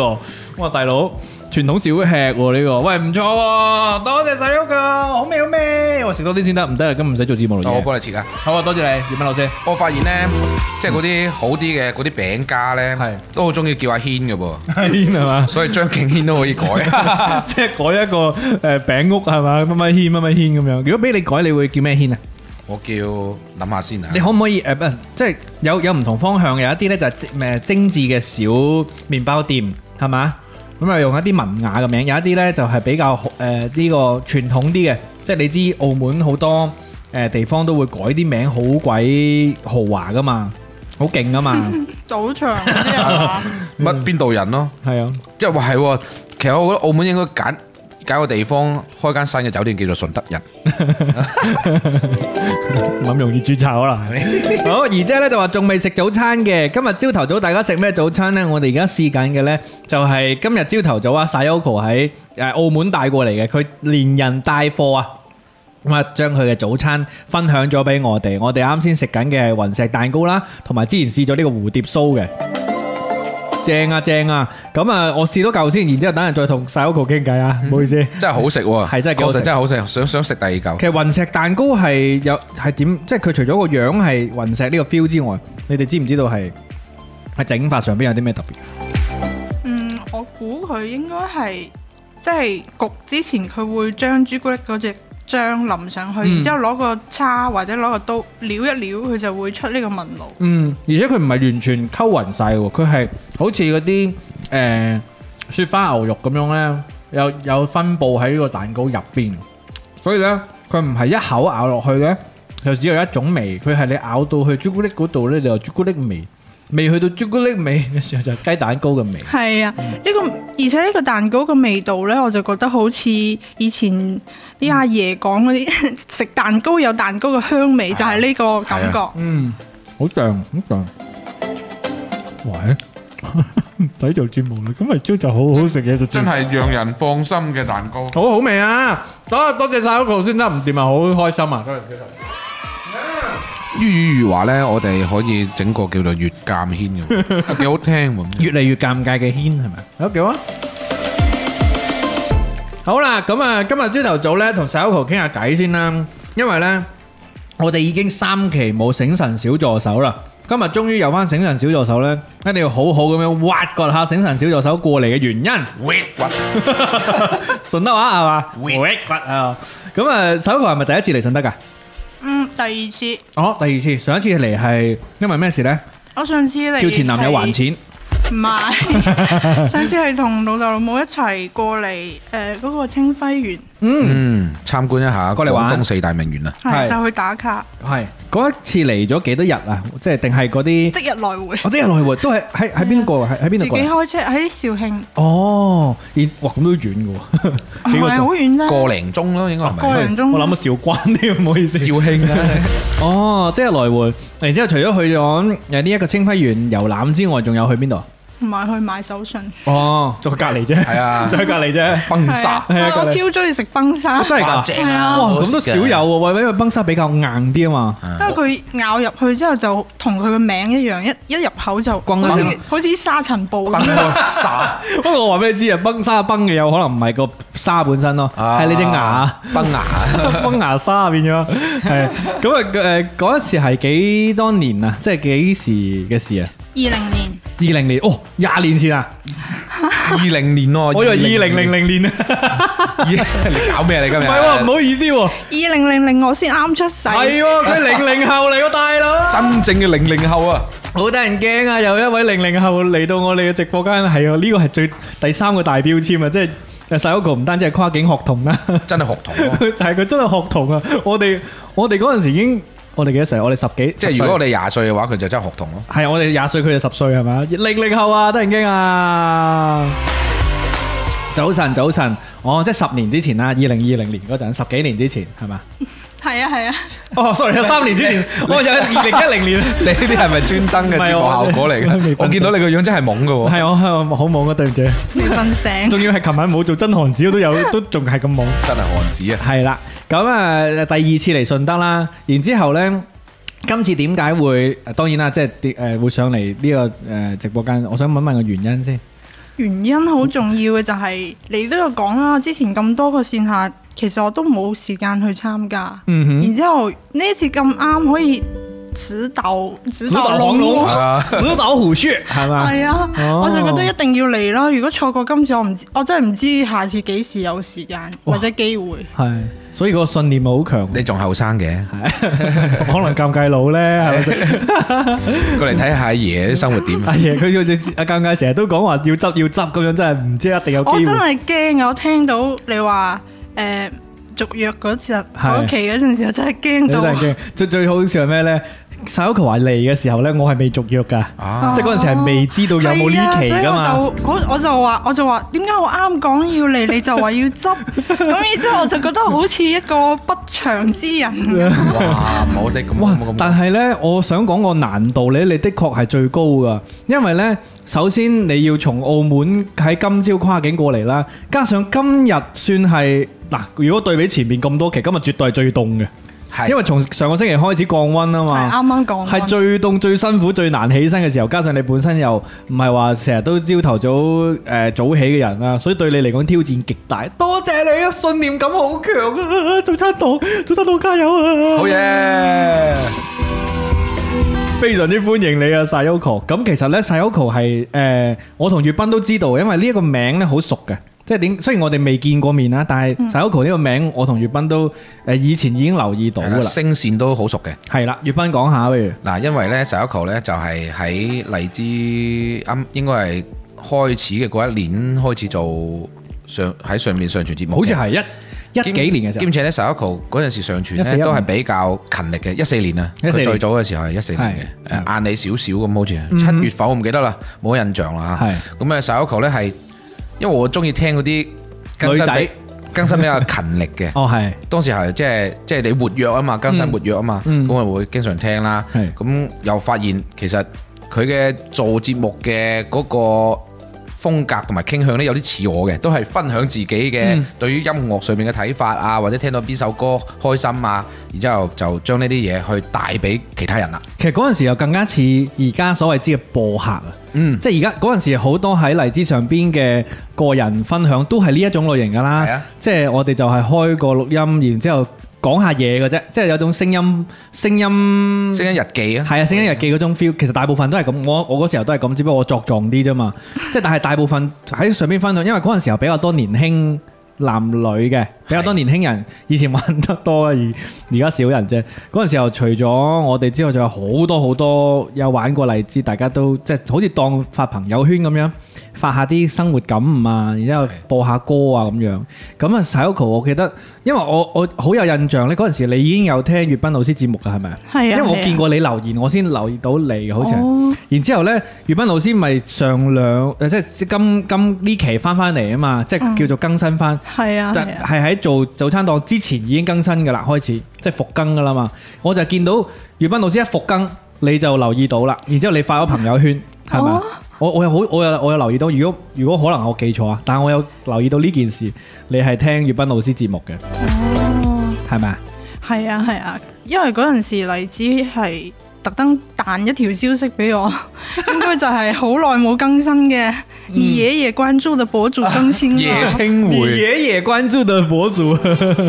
S1: 個，哇大佬傳統小吃喎呢個，喂唔錯喎，多謝細屋噶，好味好味，我食多啲先得，唔得啊，今日唔使做節目
S3: 我
S1: 啦。
S3: 幫你切啊！
S1: 好啊，多謝你，粵斌老 師。
S3: 我發現咧，即係嗰啲好啲嘅嗰啲餅家咧
S1: 係，
S3: 都好中意叫阿軒嘅噃，
S1: 係係 嘛？
S3: 所以張敬軒都可以改。
S1: 即係改一個誒餅屋係嘛？乜乜軒乜乜軒咁樣。如果俾你改，你會叫咩軒啊？
S3: 我叫諗下先啊。
S1: 你可唔可以誒？唔即係有有唔同方向，有一啲咧就係精誒精緻嘅小麵包店，係嘛？咁啊用一啲文雅嘅名，有一啲咧就係比較誒呃呢、個傳統啲嘅，即係你知澳門好多誒、呃地方都會改啲名好鬼豪華噶嘛，好勁噶嘛，
S4: 早場嗰啲啊係嘛？
S3: 乜邊度人咯？
S1: 係啊，
S3: 即係哇係喎，其實我覺得澳門應該揀揀個地方開間新嘅酒店叫做順德人。
S6: 諗容易註冊可能係。
S1: 好，姨姐咧就話仲未食早餐嘅，今日朝頭早大家食咩早餐呢？我哋而家試緊嘅呢，就係今日朝頭早啊，Sayoko 喺誒澳門帶過嚟嘅，佢連人帶貨啊，咁啊將佢嘅早餐分享咗俾我哋，我哋啱先食緊嘅係雲石蛋糕啦，同埋之前試咗呢個蝴蝶酥嘅。正啊正啊！咁啊，我試多嚿先，然之後等陣再同 Sayoko 傾偈啊，唔好意思。
S3: 真係好食喎，
S1: 係真係幾好
S3: 確
S1: 食
S3: 實真係好食，想想食第二嚿。
S1: 其實雲石蛋糕係有係點？即係佢除咗個樣係雲石呢個 feel 之外，你哋知唔知道係喺整法上邊有啲咩特別？
S4: 嗯，我估佢應該係即係焗之前，佢會將朱古力嗰只漿淋上去，
S1: 嗯
S4: 然之後攞個叉或者攞個刀撩一撩，佢就會出呢個紋路。
S1: 嗯，而且佢唔係完全溝勻晒喎，佢係好似嗰啲誒雪花牛肉咁樣呢，有有分佈喺呢個蛋糕入邊，所以呢，佢唔係一口咬落去呢，就只有一種味，佢係你咬到去朱古力嗰度呢，就有朱古力味，未去到朱古力味嘅時候就係雞蛋糕嘅味。
S4: 係啊，呢、個而且呢個蛋糕嘅味道呢，我就覺得好似以前啲阿爺講嗰啲 食蛋糕有蛋糕嘅香
S1: 啊
S4: 味，就係呢個感覺。
S1: 嗯，好正，好正。
S6: 喂，唔使做節目啦，咁咪朝就好好食嘢就
S7: 真
S6: 係
S7: 係讓人放心嘅蛋糕。
S1: 好好味啊！多多謝晒 Uncle 先得，唔掂啊，好開心啊！多謝
S3: 於語如話咧，我哋可以整個叫做月 鑑軒嘅喎，啊幾好聽喎。
S1: 越嚟越尷尬嘅軒係咪？好幾好啊！好啦，咁啊，今日朝頭早咧，同細 Uncle 傾下偈先啦，因為咧，我哋已經三期冇醒神小助手啦。今日終於有翻醒神小助手咧，一定要好好咁樣挖掘下醒神小助手過嚟嘅原因。 順德話係嘛？掘骨啊！咁啊，首個係咪第一次嚟順德㗎？
S4: 嗯，第二次
S1: 哦，第二次，上一次嚟係因為咩事呢？
S4: 我上次嚟
S1: 叫前男友還
S4: 係
S1: 錢。
S4: 唔係， 上次係同老豆老母一齊過嚟誒嗰個清輝園，
S1: 嗯，
S3: 嗯，參觀一下
S1: 過嚟
S3: 廣
S1: 玩
S3: 東四大名園啊！
S1: 係
S4: 係就去打卡，
S1: 係嗰一次嚟咗幾多日啊？即係定係嗰啲？
S4: 即日來回，
S1: 我即係來回都係喺喺邊個？啊喺喺邊
S4: 自
S1: 度
S4: 己
S1: 過嚟？
S4: 開車喺肇慶，
S1: 哦，咦，哇，咁都遠嘅喎，
S4: 唔
S1: 幾個
S4: 係
S1: 鐘
S4: 好遠啫，
S3: 個零鐘咯，應該係
S4: 個
S3: 咪？
S4: 零鐘。
S1: 我諗咗韶關添，唔好意思。
S3: 肇慶啊，
S1: 哦，即係來回。然之後除咗去咗呃誒呢一個清暉園遊覽之外，仲有去邊度啊？
S4: 同埋去買手信，
S1: 哦，就去隔離啫，
S3: 係啊
S1: 就去隔離啫。
S3: 崩
S4: 係啊
S3: 沙，
S1: 係啊
S4: 我
S1: 隔離
S4: 超中意食崩沙，
S1: 真係
S3: 哇
S1: 㗎！
S3: 正
S4: 係
S3: 啊！
S4: 啊
S1: 哇，
S3: 好好
S1: 咁都
S3: 食
S1: 少
S3: 嘅
S1: 有喎，因為崩沙比較硬啲啊嘛。
S4: 因為佢咬入去之後就同佢個名一樣，一一入口就
S1: 轟一
S4: 好
S1: 聲
S4: 似好似啲沙塵暴咁
S3: 崩
S4: 樣。
S3: 沙，
S1: 不過我話俾你知啊，崩沙崩嘅有可能唔係個沙本身咯，
S3: À.
S1: 係你隻 牙，
S3: 崩牙。
S1: 崩牙沙變咗。係咁啊誒，嗰一次係幾多年啊？即係幾時嘅事啊？
S4: 二零年
S1: 二零年哦，廿年前啊，
S3: 二零年 喎，
S1: 我以為二零零
S3: 零，
S1: 零年啊，
S3: 你搞咩啊你今日？
S1: 唔係喎，唔好意思喎，
S4: 二零零零我先啱出世，
S1: 係喎，佢零零後嚟喎，大佬，
S3: 真正嘅零零後啊！
S1: 好得人驚啊！有一位零零後嚟到我哋嘅直播間，係啊，呢個係最第三個大標籤啊，即係細 Uncle 唔單止係跨境學童啦。
S3: 真係學童咯。
S1: 佢 就係佢真係學童啊！我哋我哋嗰陣時已經，我哋幾多歲？啊我哋十幾，
S3: 即係如果我哋廿歲嘅話，佢就真係學 童咯。
S1: 係我哋廿歲，佢哋十歲係嘛？零零後啊，得人驚啊！早晨，早晨，哦，即係十年之前啦，二零二零年嗰陣，十幾年之前係嘛？
S4: 係啊係啊，
S1: 哦，sorry，有三年 之前，我有二零一零年，
S3: 你呢啲係咪專登嘅
S1: 唔係
S3: 節目
S1: 我
S3: 效
S1: 我
S3: 果嚟
S1: 未
S3: 嘅？
S1: 分
S3: 我見到你個樣真係懵嘅 喎，
S1: 係我係好懵啊，對唔住，
S4: 未瞓醒。
S1: 仲要係琴晚冇做真寒子，我都有都仲係咁懵。
S3: 真係漢子啊！
S1: 係啦，咁啊第二次嚟順德啦，然之後呢，今次點解會？呃當然啦，即係誒會上嚟呢個誒直播間，我想問問個原因先。
S4: 原因好重要嘅就係你都有講啦，之前咁多個線下，其實我都冇時間去參加。
S1: 嗯
S4: 然之後呢一次咁啱可以指豆指
S1: 指
S4: 豆
S1: 導行
S4: 窿
S1: 龍
S4: 窩。
S8: 啊，
S1: 指導胡鬚係嘛？
S4: 係啊，
S1: 哦
S4: 我就覺得一定要嚟啦！如果錯過今次，我唔知，我真係唔知下次幾時有時間
S8: 哇
S4: 或者機會。
S8: 係。
S1: 所以個信念好強，
S3: 你仲後生嘅，
S1: 可能尷尬佬咧，係咪先？
S3: 過嚟睇下阿爺啲生活點
S1: 阿
S3: 啊！
S1: 爺佢就阿尷尬成日都講話要執要執咁樣，真係唔知一定有機
S4: 我真
S1: 會。
S4: 係驚啊！我聽到你話誒續約嗰陣嗰期嗰陣時，我真係
S1: 你
S4: 驚
S1: 真係
S4: 到。
S1: 驚。最最好笑係咩咧？s o 球話嚟嘅時候咧，我係未續約㗎，
S3: 啊，
S1: 即係嗰陣時係未知道有冇
S4: 係啊
S1: 呢期
S4: 所以
S1: 㗎嘛。
S4: 我就我我就話我就話點解我啱講要嚟，你就話要 執，咁然之後我就覺得好似一個不祥之人。
S1: 嗯
S3: 哇，冇得咁，
S1: 哇
S3: 冇！咁，
S1: 但係呢，我想講個難度咧，你的確係最高噶，因為呢，首先你要從澳門喺今朝跨境過嚟啦，加上今日算係嗱，如果對比前面咁多期，今日絕對係最凍嘅，
S3: 係
S1: 因為從上個星期開始降温啊
S4: 係
S1: 嘛。
S4: 啱啱講
S1: 係
S4: 過
S1: 最凍、最辛苦、最難起身嘅時候，加上你本身又唔係話成日都朝頭早誒、呃早起嘅人啦，所以對你嚟講挑戰極大。多謝你啊，信念感好強啊！早餐檔，早餐檔加油啊！
S3: 好嘢。
S1: 非常之歡迎你啊，Sayoko。咁其實呢 Sayoko 係誒，我同月斌都知道，因為呢一個名呢好熟嘅，即係點？雖然我哋未見過面啦，但係 Sayoko 呢個名，我同月斌都誒以前已經留意到
S3: 係
S1: 噶
S3: 啦，
S1: 啦。
S3: 聲線都好熟嘅。
S1: 係啦，月斌講下不如。
S3: 嗱，因為咧 s a y o k o 咧就係喺荔枝啱應該係開始嘅嗰一年開始做上喺上面上傳節目嘅，
S1: 好似係一一
S3: 兼
S1: 幾年嘅時
S3: 兼且咧 s a y o k o 嗰陣時上傳
S1: 14
S3: 咧都係比較勤力嘅，一四年啊，
S1: 14
S3: 佢
S1: 年
S3: 最早嘅時候係一四年嘅，誒晏你少少咁好似，七月份我唔記得啦，冇印象啦
S1: 係
S3: 嚇。咁啊 s a y o k o 咧係因為我中意聽嗰啲更新
S1: 女仔
S3: 比更新比較勤力 嘅。
S1: 候。哦，係。
S3: 當時係即係即係你活躍啊嘛，更新活躍啊嘛，
S1: 嗯
S3: 咁我會經常聽啦。
S1: 係
S3: 咁又發現其實佢嘅做節目嘅嗰個風格同埋傾向呢，有啲似我嘅，都係分享自己嘅
S1: 嗯
S3: 對於音樂上面嘅睇法啊，或者聽到邊首歌開心啊，然之後就將呢啲嘢去帶俾其他人啦。
S1: 其實嗰陣時又更加似而家所謂之嘅播客啊，
S3: 嗯，
S1: 即係而家嗰陣時好多喺荔枝上邊嘅個人分享都係呢一種類型㗎啦。
S3: 係啊
S1: 即係我哋就係開個錄音，然之後講下嘢嘅啫，即係有種聲音聲音。
S3: 聲音日記啊，
S1: 係啊，聲音日記嗰種 feel，其實大部分都係咁。我我嗰時候都係咁，只不過我作狀啲啫嘛。 即係但係大部分喺上邊分享，因為嗰陣時候比較多年輕男女嘅，比較多年輕人。以前玩得多，而而家少人啫。嗰陣時候除咗我哋之外，仲有好多好多有玩過荔枝，大家都即係好似當發朋友圈咁樣。發下啲生活感悟啊，然之後播下歌啊咁樣。咁啊 s y o k o 我記得，因為我我好有印象咧，嗰陣時你已經有聽粵斌老師節目㗎，係咪啊？
S4: 係啊，
S1: 因為我
S4: 係啊
S1: 見過你留言，我先留意到你嘅，好似係。
S4: 哦
S1: 然之後呢，粵斌老師咪上兩呃誒，即係即係今今呢期翻翻嚟啊嘛，即係
S4: 嗯
S1: 叫做更新翻。
S4: 係啊，
S1: 但
S4: 係啊
S1: 係喺做早餐檔之前已經更新㗎啦，開始即係復更㗎啦嘛。我就見到粵斌老師一復更，你就留意到啦。然之後你發咗朋友圈，係咪啊
S4: 哦？
S1: 我我又好，我有我有留意到。如果如果可能我記錯啊，但係我有留意到呢件事，你係聽粵斌老師節目嘅，
S4: 哦
S1: 係咪啊？
S4: 係啊係啊，因為嗰陣時荔枝係特登彈一條消息俾 我，應該就係好耐冇更新嘅
S1: 嗯
S4: 你爺夜關注嘅博主 更新啊啦。
S3: 夜清
S1: 你
S3: 會
S1: 爺爺關注的博主， 嗰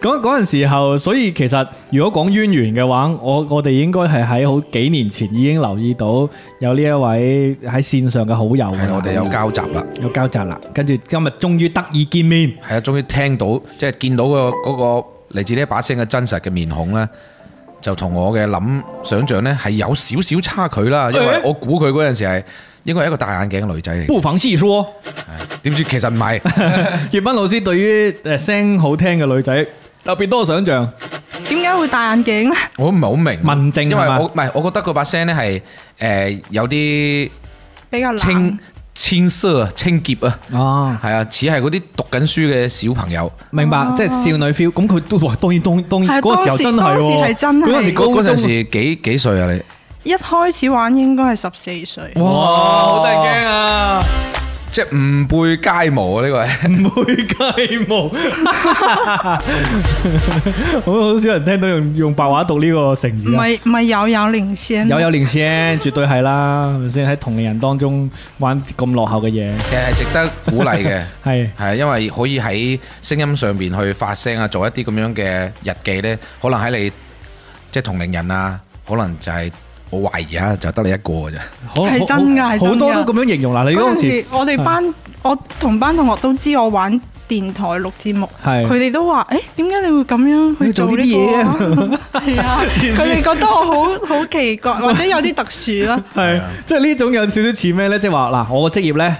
S1: 嗰陣時候，所以其實如果講淵源嘅話，我我哋應該係喺好幾年前已經留意到有呢一位喺線上嘅好友㗎啦，
S3: 係啦我哋有交集啦。
S1: 有交集啦，跟住今日終於得以見面，
S3: 係啊，終於聽到即係見到個嗰個嚟自呢一把聲嘅真實嘅面孔呢，就同我嘅諗想像呢係有少少差距啦。因為
S1: 誒
S3: 我估佢嗰陣時係應該係一個戴眼鏡嘅女仔嚟，
S1: 不妨細說。
S3: 點知其實唔係。
S1: 葉斌老師對於誒聲呃好聽嘅女仔特別多想像，
S4: 點解會戴眼鏡呢？
S3: 我都唔係好明
S1: 文靜
S3: 因為
S1: 係嘛
S3: 我唔係，我覺得佢把聲呢係誒有啲
S4: 比較
S3: 清
S4: 冷。
S3: 清澈啊、清潔啊，
S1: 哦，
S3: 係啊，似係嗰啲讀緊書嘅小朋友。
S1: 明白，即係少女 feel。咁佢都哇，當然當當然
S4: 係
S1: 嗰個時候真係
S4: 當時當時
S1: 喎，
S4: 係真係
S1: 嗰陣時高
S3: 嗰
S1: 中
S3: 嗰陣時幾幾歲啊你？
S4: 一開始玩應該係十四歲，
S1: 哇，好得人驚啊！
S3: 即係誤背街模啊！呢個係。
S1: 唔會雞毛， 好好少人聽到用用白話讀呢個成
S4: 唔
S1: 語啊。
S4: 係唔係有有領先，
S1: 有有連線，絕對係啦，係咪先？喺同齡人當中玩咁落後嘅嘢，
S3: 其實係值得鼓勵嘅，
S1: 係
S3: 係因為可以喺聲音上邊去發聲啊，做一啲咁樣嘅日記呢，可能喺你即係同齡人啊，可能就係我懷疑啊，就得你一個嘅啫。
S1: 好
S4: 係
S1: 好
S4: 真㗎係
S1: 好
S4: 真㗎
S1: 多都咁樣形容啦。你
S4: 嗰
S1: 嗰陣時
S4: 陣
S1: 嗯
S4: 時，我哋班我同班同學都知我玩電台錄節目，
S1: 係
S4: 佢哋都話：，誒點解你會咁樣去做呢個啊？ 係啊，佢哋覺得我好好奇怪，或者有啲特殊啦。
S1: 係即係呢種有少少似咩咧？即係話嗱，我個職業咧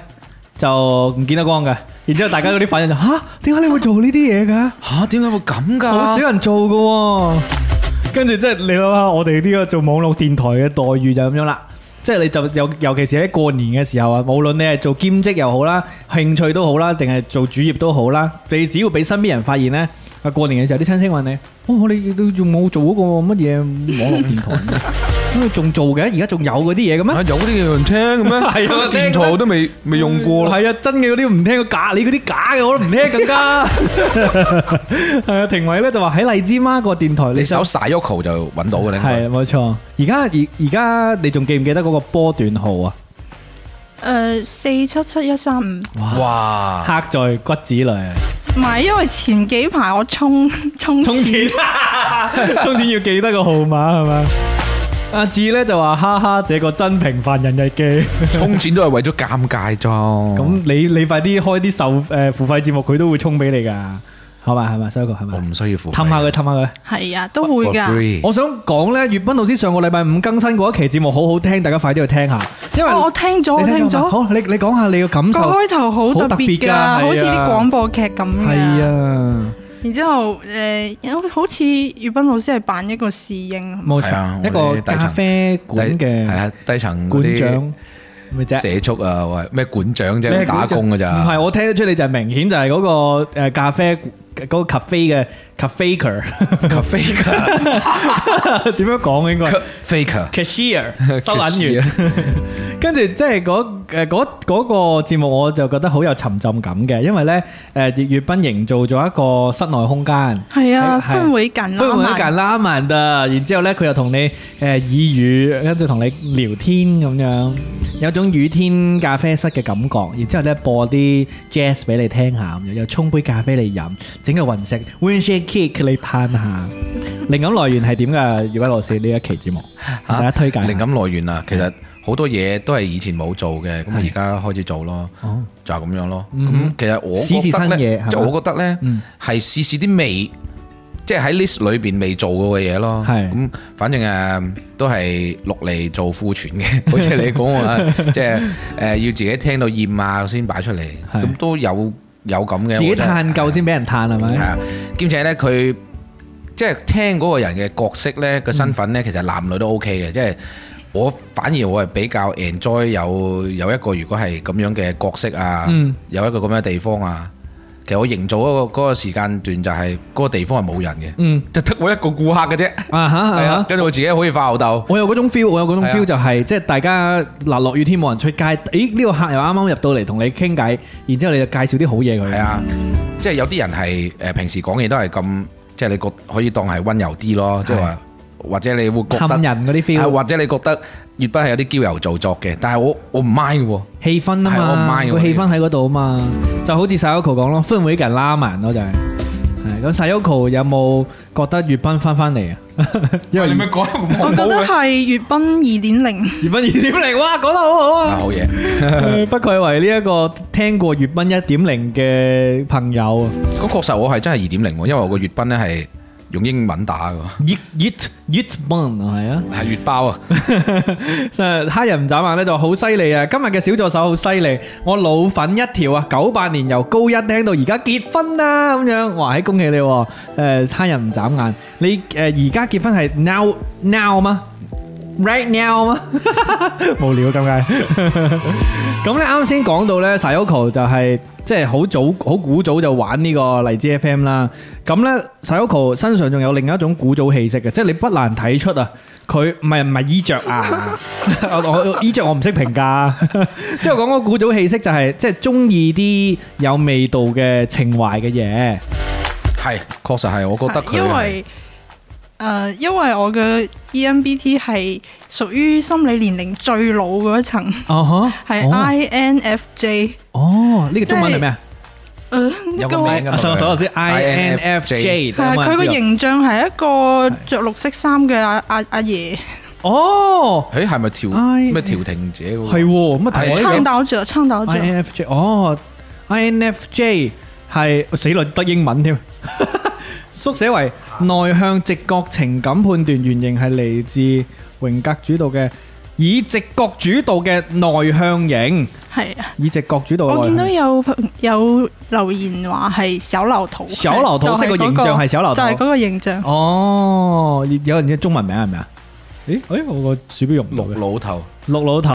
S1: 就唔見得光嘅，然之後大家嗰啲反應就吓，點解你會做呢啲嘢㗎？
S3: 吓，點解會咁㗎？
S1: 好少人做嘅喎。跟住即係你諗下，我哋呢個做網絡電台嘅待遇就咁樣啦。即係你就尤尤其是喺過年嘅時候啊，無論你係做兼職又好啦，興趣都好啦，定係做主業都好啦，你只要俾身邊人發現呢，啊過年嘅時候啲親戚問你：，哦，你你仲冇做嗰個乜嘢網絡電台？ 咁仲做嘅，而家仲有嗰啲嘢嘅咩？
S3: 啊有啲嘢有人聽嘅 咩？
S1: 係啊
S3: 電台我都未未用過啦。
S1: 係啊，真嘅嗰啲唔聽，假你嗰啲假嘅我都唔聽更 加。係啊，庭偉咧就話喺荔枝媽個電台，
S3: 你
S1: 就
S3: 搜 Sayoko 就揾到嘅啦。應該
S1: 係冇錯。而家而而家你仲記唔記得嗰個波段號啊？
S4: 誒呃四七七一三五，唔
S3: 哇！
S1: 刻在骨子裏，
S4: 係因為前幾排我充 充
S1: 充錢， 充錢要記得個號碼係嘛？阿志咧就話：哈哈，這個真平凡人日記。
S3: 充錢都係為咗尷尬咋。咁
S1: 咁你你快啲開啲售誒付費節目，佢都會充俾你㗎，係嘛係嘛，收一個係
S3: 我
S1: 嘛？
S3: 唔需要付費。
S1: 氹下佢，氹下佢。
S4: 係啊，都會
S3: For
S4: 㗎。
S3: free
S1: 我想講呢，粵斌老師上個禮拜五更新嗰一期節目好好聽，大家快啲去聽下。因為
S4: 哦我聽咗，我
S1: 你
S4: 聽
S1: 咗嘛
S4: 咗，
S1: 好，你你講下你嘅感
S4: 個
S1: 受。
S4: 開頭好特別
S1: 好特別㗎係啊
S4: 㗎，好似啲廣播劇咁㗎。
S1: 係啊，
S4: 然之後誒，有好似粵賓老師係扮一個侍應，
S1: 冇
S3: 係啊
S1: 錯，
S3: 我
S1: 一
S3: 哋
S1: 個
S3: 啲底層
S1: 咖啡館
S3: 係
S1: 嘅
S3: 啊，低層嗰
S1: 館
S3: 啲
S1: 長，咪啫。
S3: 社畜啊，喂咩館長
S1: 咩
S3: 啫，打工㗎咋。
S1: 唔係，我聽得出你就係明顯就係嗰個誒咖啡嗰個 cafe 嘅 cafaker，
S3: Faker
S1: 點樣講應該？
S3: Faker
S1: cashier 收銀 員，跟住即係嗰誒嗰嗰個節目，我就覺得好有沉浸感嘅，因為咧誒葉粵斌營造咗一個室內空間。
S4: 係
S1: 係
S4: 啊，
S1: 係
S4: 氛圍感啦，
S1: 都會
S4: 慢
S1: 揀拉文嘅，然之後咧佢又同你誒耳語，跟住同你聊天咁樣，有種雨天咖啡室嘅感覺。然之後咧播啲 jazz 俾你聽下，咁樣又沖杯咖啡你飲，整個雲石 windshake kick 你嘆下。靈感來源係點㗎？葉斌老師呢一期節目，同大家推介下。
S3: 靈感來源啊，其實好多嘢都係以前冇做嘅，咁而家開始做咯，
S1: 哦
S3: 就係咁樣咯。
S1: 嗯
S3: 咁其實我覺
S1: 試試
S3: 得
S1: 新嘢
S3: 咧
S1: 係嘛，
S3: 即係我覺得咧
S1: 嗯，
S3: 係試試啲未，即係喺 list 裏邊未做過嘅嘢咯。
S1: 係
S3: 咁，反正誒都係落嚟做庫存嘅， 好似 你講話，即係誒要自己聽到厭啊先擺出嚟，
S1: 係
S3: 咁都有有咁嘅。
S1: 自己
S3: 我覺得
S1: 嘆夠先俾人嘆係
S3: 係
S1: 咪？
S3: 啊，兼且咧佢即係聽嗰個人嘅角色咧個身份咧，其實男女都 OK 嘅，即係。我反而我係比較 enjoy 有有一個如果係咁樣嘅角色啊，
S1: 嗯
S3: 有一個咁樣嘅地方啊，其實我營造嗰、個嗰、個時間段就係、嗰個地方係冇人嘅，
S1: 嗯
S3: 就得我一個顧客嘅啫，
S1: 啊哈
S3: 係
S1: 係
S3: 啊
S1: 啊，！
S3: 跟住我自己可以發吽豆，
S1: 我有嗰種 feel，我有嗰種
S3: 係啊
S1: feel 就係即係大家嗱落雨天冇人出街，咦呢個客又啱啱入到嚟同你傾偈，然之後你就介紹啲好嘢佢。
S3: 係，啊，即係有啲人係誒平時講嘢都係咁，即係你覺可以當係温柔啲咯，即係話或者你會覺得
S1: 氹人嗰啲
S3: 啊
S1: feel，
S3: 或者你覺得粵斌係有啲嬌柔造作嘅，但係我我唔 mind 喎，
S1: 氣氛啊
S3: 係我唔
S1: 嘛，
S3: mind 嘅
S1: 個
S3: 我
S1: 氣氛喺嗰度啊嘛，就好似 Sayoko 講咯，氛圍感拉滿咯就係。係咁，Sayoko 有冇覺得粵斌翻翻嚟啊？ 因為
S9: 你咪
S1: 粵
S9: 講得咁
S1: 啊
S4: 我
S9: 恐怖
S4: 覺得
S9: 嘅，
S4: 係粵賓二點零，
S1: 斌二點零，哇講得好好
S3: 啊
S1: 啊！
S3: 好嘢，
S1: 不愧為呢一個聽過粵斌一點零嘅朋友啊！
S3: 咁確實我係真係二點零喎，因為我個粵斌咧係用英文打嘅，
S1: 熱熱熱蚊啊，係啊！
S3: 係粵包啊，
S1: 真係黑人唔眨眼咧就好犀利啊！今日嘅小助手好犀利，我老粉一條啊！九八年由高一聽到而家結婚啦咁樣，哇！喺恭喜你喎！誒黑人唔眨眼，你誒而家結婚係 now now 嗎？Right now 嗎？無聊咁解。咁咧啱先講到咧 Sayoko 就係即係好 早好古早就玩呢個荔枝 FM 啦。咁咧 Sayoko 身上仲有另一種古早氣息嘅，即係你不難睇出啊。佢唔係唔係衣着啊， 我我衣着我唔識評價。 即係我講嗰個古早氣息就係即係中意啲有味道嘅情懷嘅嘢。
S3: 係確實係，我覺得
S1: 啊
S3: 佢
S4: 因
S3: 係
S4: 為誒，因為我嘅 E EMBT 係屬於心理年齡最老嗰一層，
S1: 哦哈，
S4: 係 INFJ，
S1: 哦，呢個中文係咩啊？
S4: 呃
S3: 有個
S4: 個
S3: 名㗎嘛
S1: 啊，等我
S3: 佢
S1: 數下先，INFJ
S4: 係
S1: 等我
S4: 佢個
S1: 知道啊
S4: 形象係一個着綠色衫嘅阿阿阿爺，
S2: 哦，
S3: 誒係咪調
S1: 唉
S3: 咩調停者嗰個
S2: 係喎，
S1: 啊
S2: 乜
S3: 係
S1: 哎
S2: 睇
S4: 倡導者，倡導者，
S1: INFJ 哦，INFJ 係哦死啦得英文 添，縮寫為內向直覺情感判斷，原型係嚟自榮格主導嘅以直覺主導嘅內向型，
S4: 係啊。
S1: 以直覺主導
S4: 我
S1: 嘅
S4: 見
S1: 內
S4: 到
S1: 向。
S4: 有有留言話係小流頭，
S1: 小流頭
S4: 就係
S1: 即係個形象係小流頭
S4: 就係嗰個形象。
S1: 哦，有人嘅中文名係咪啊？咦，誒，我個鼠標用唔到嘅
S3: 綠老頭？
S1: 六老頭，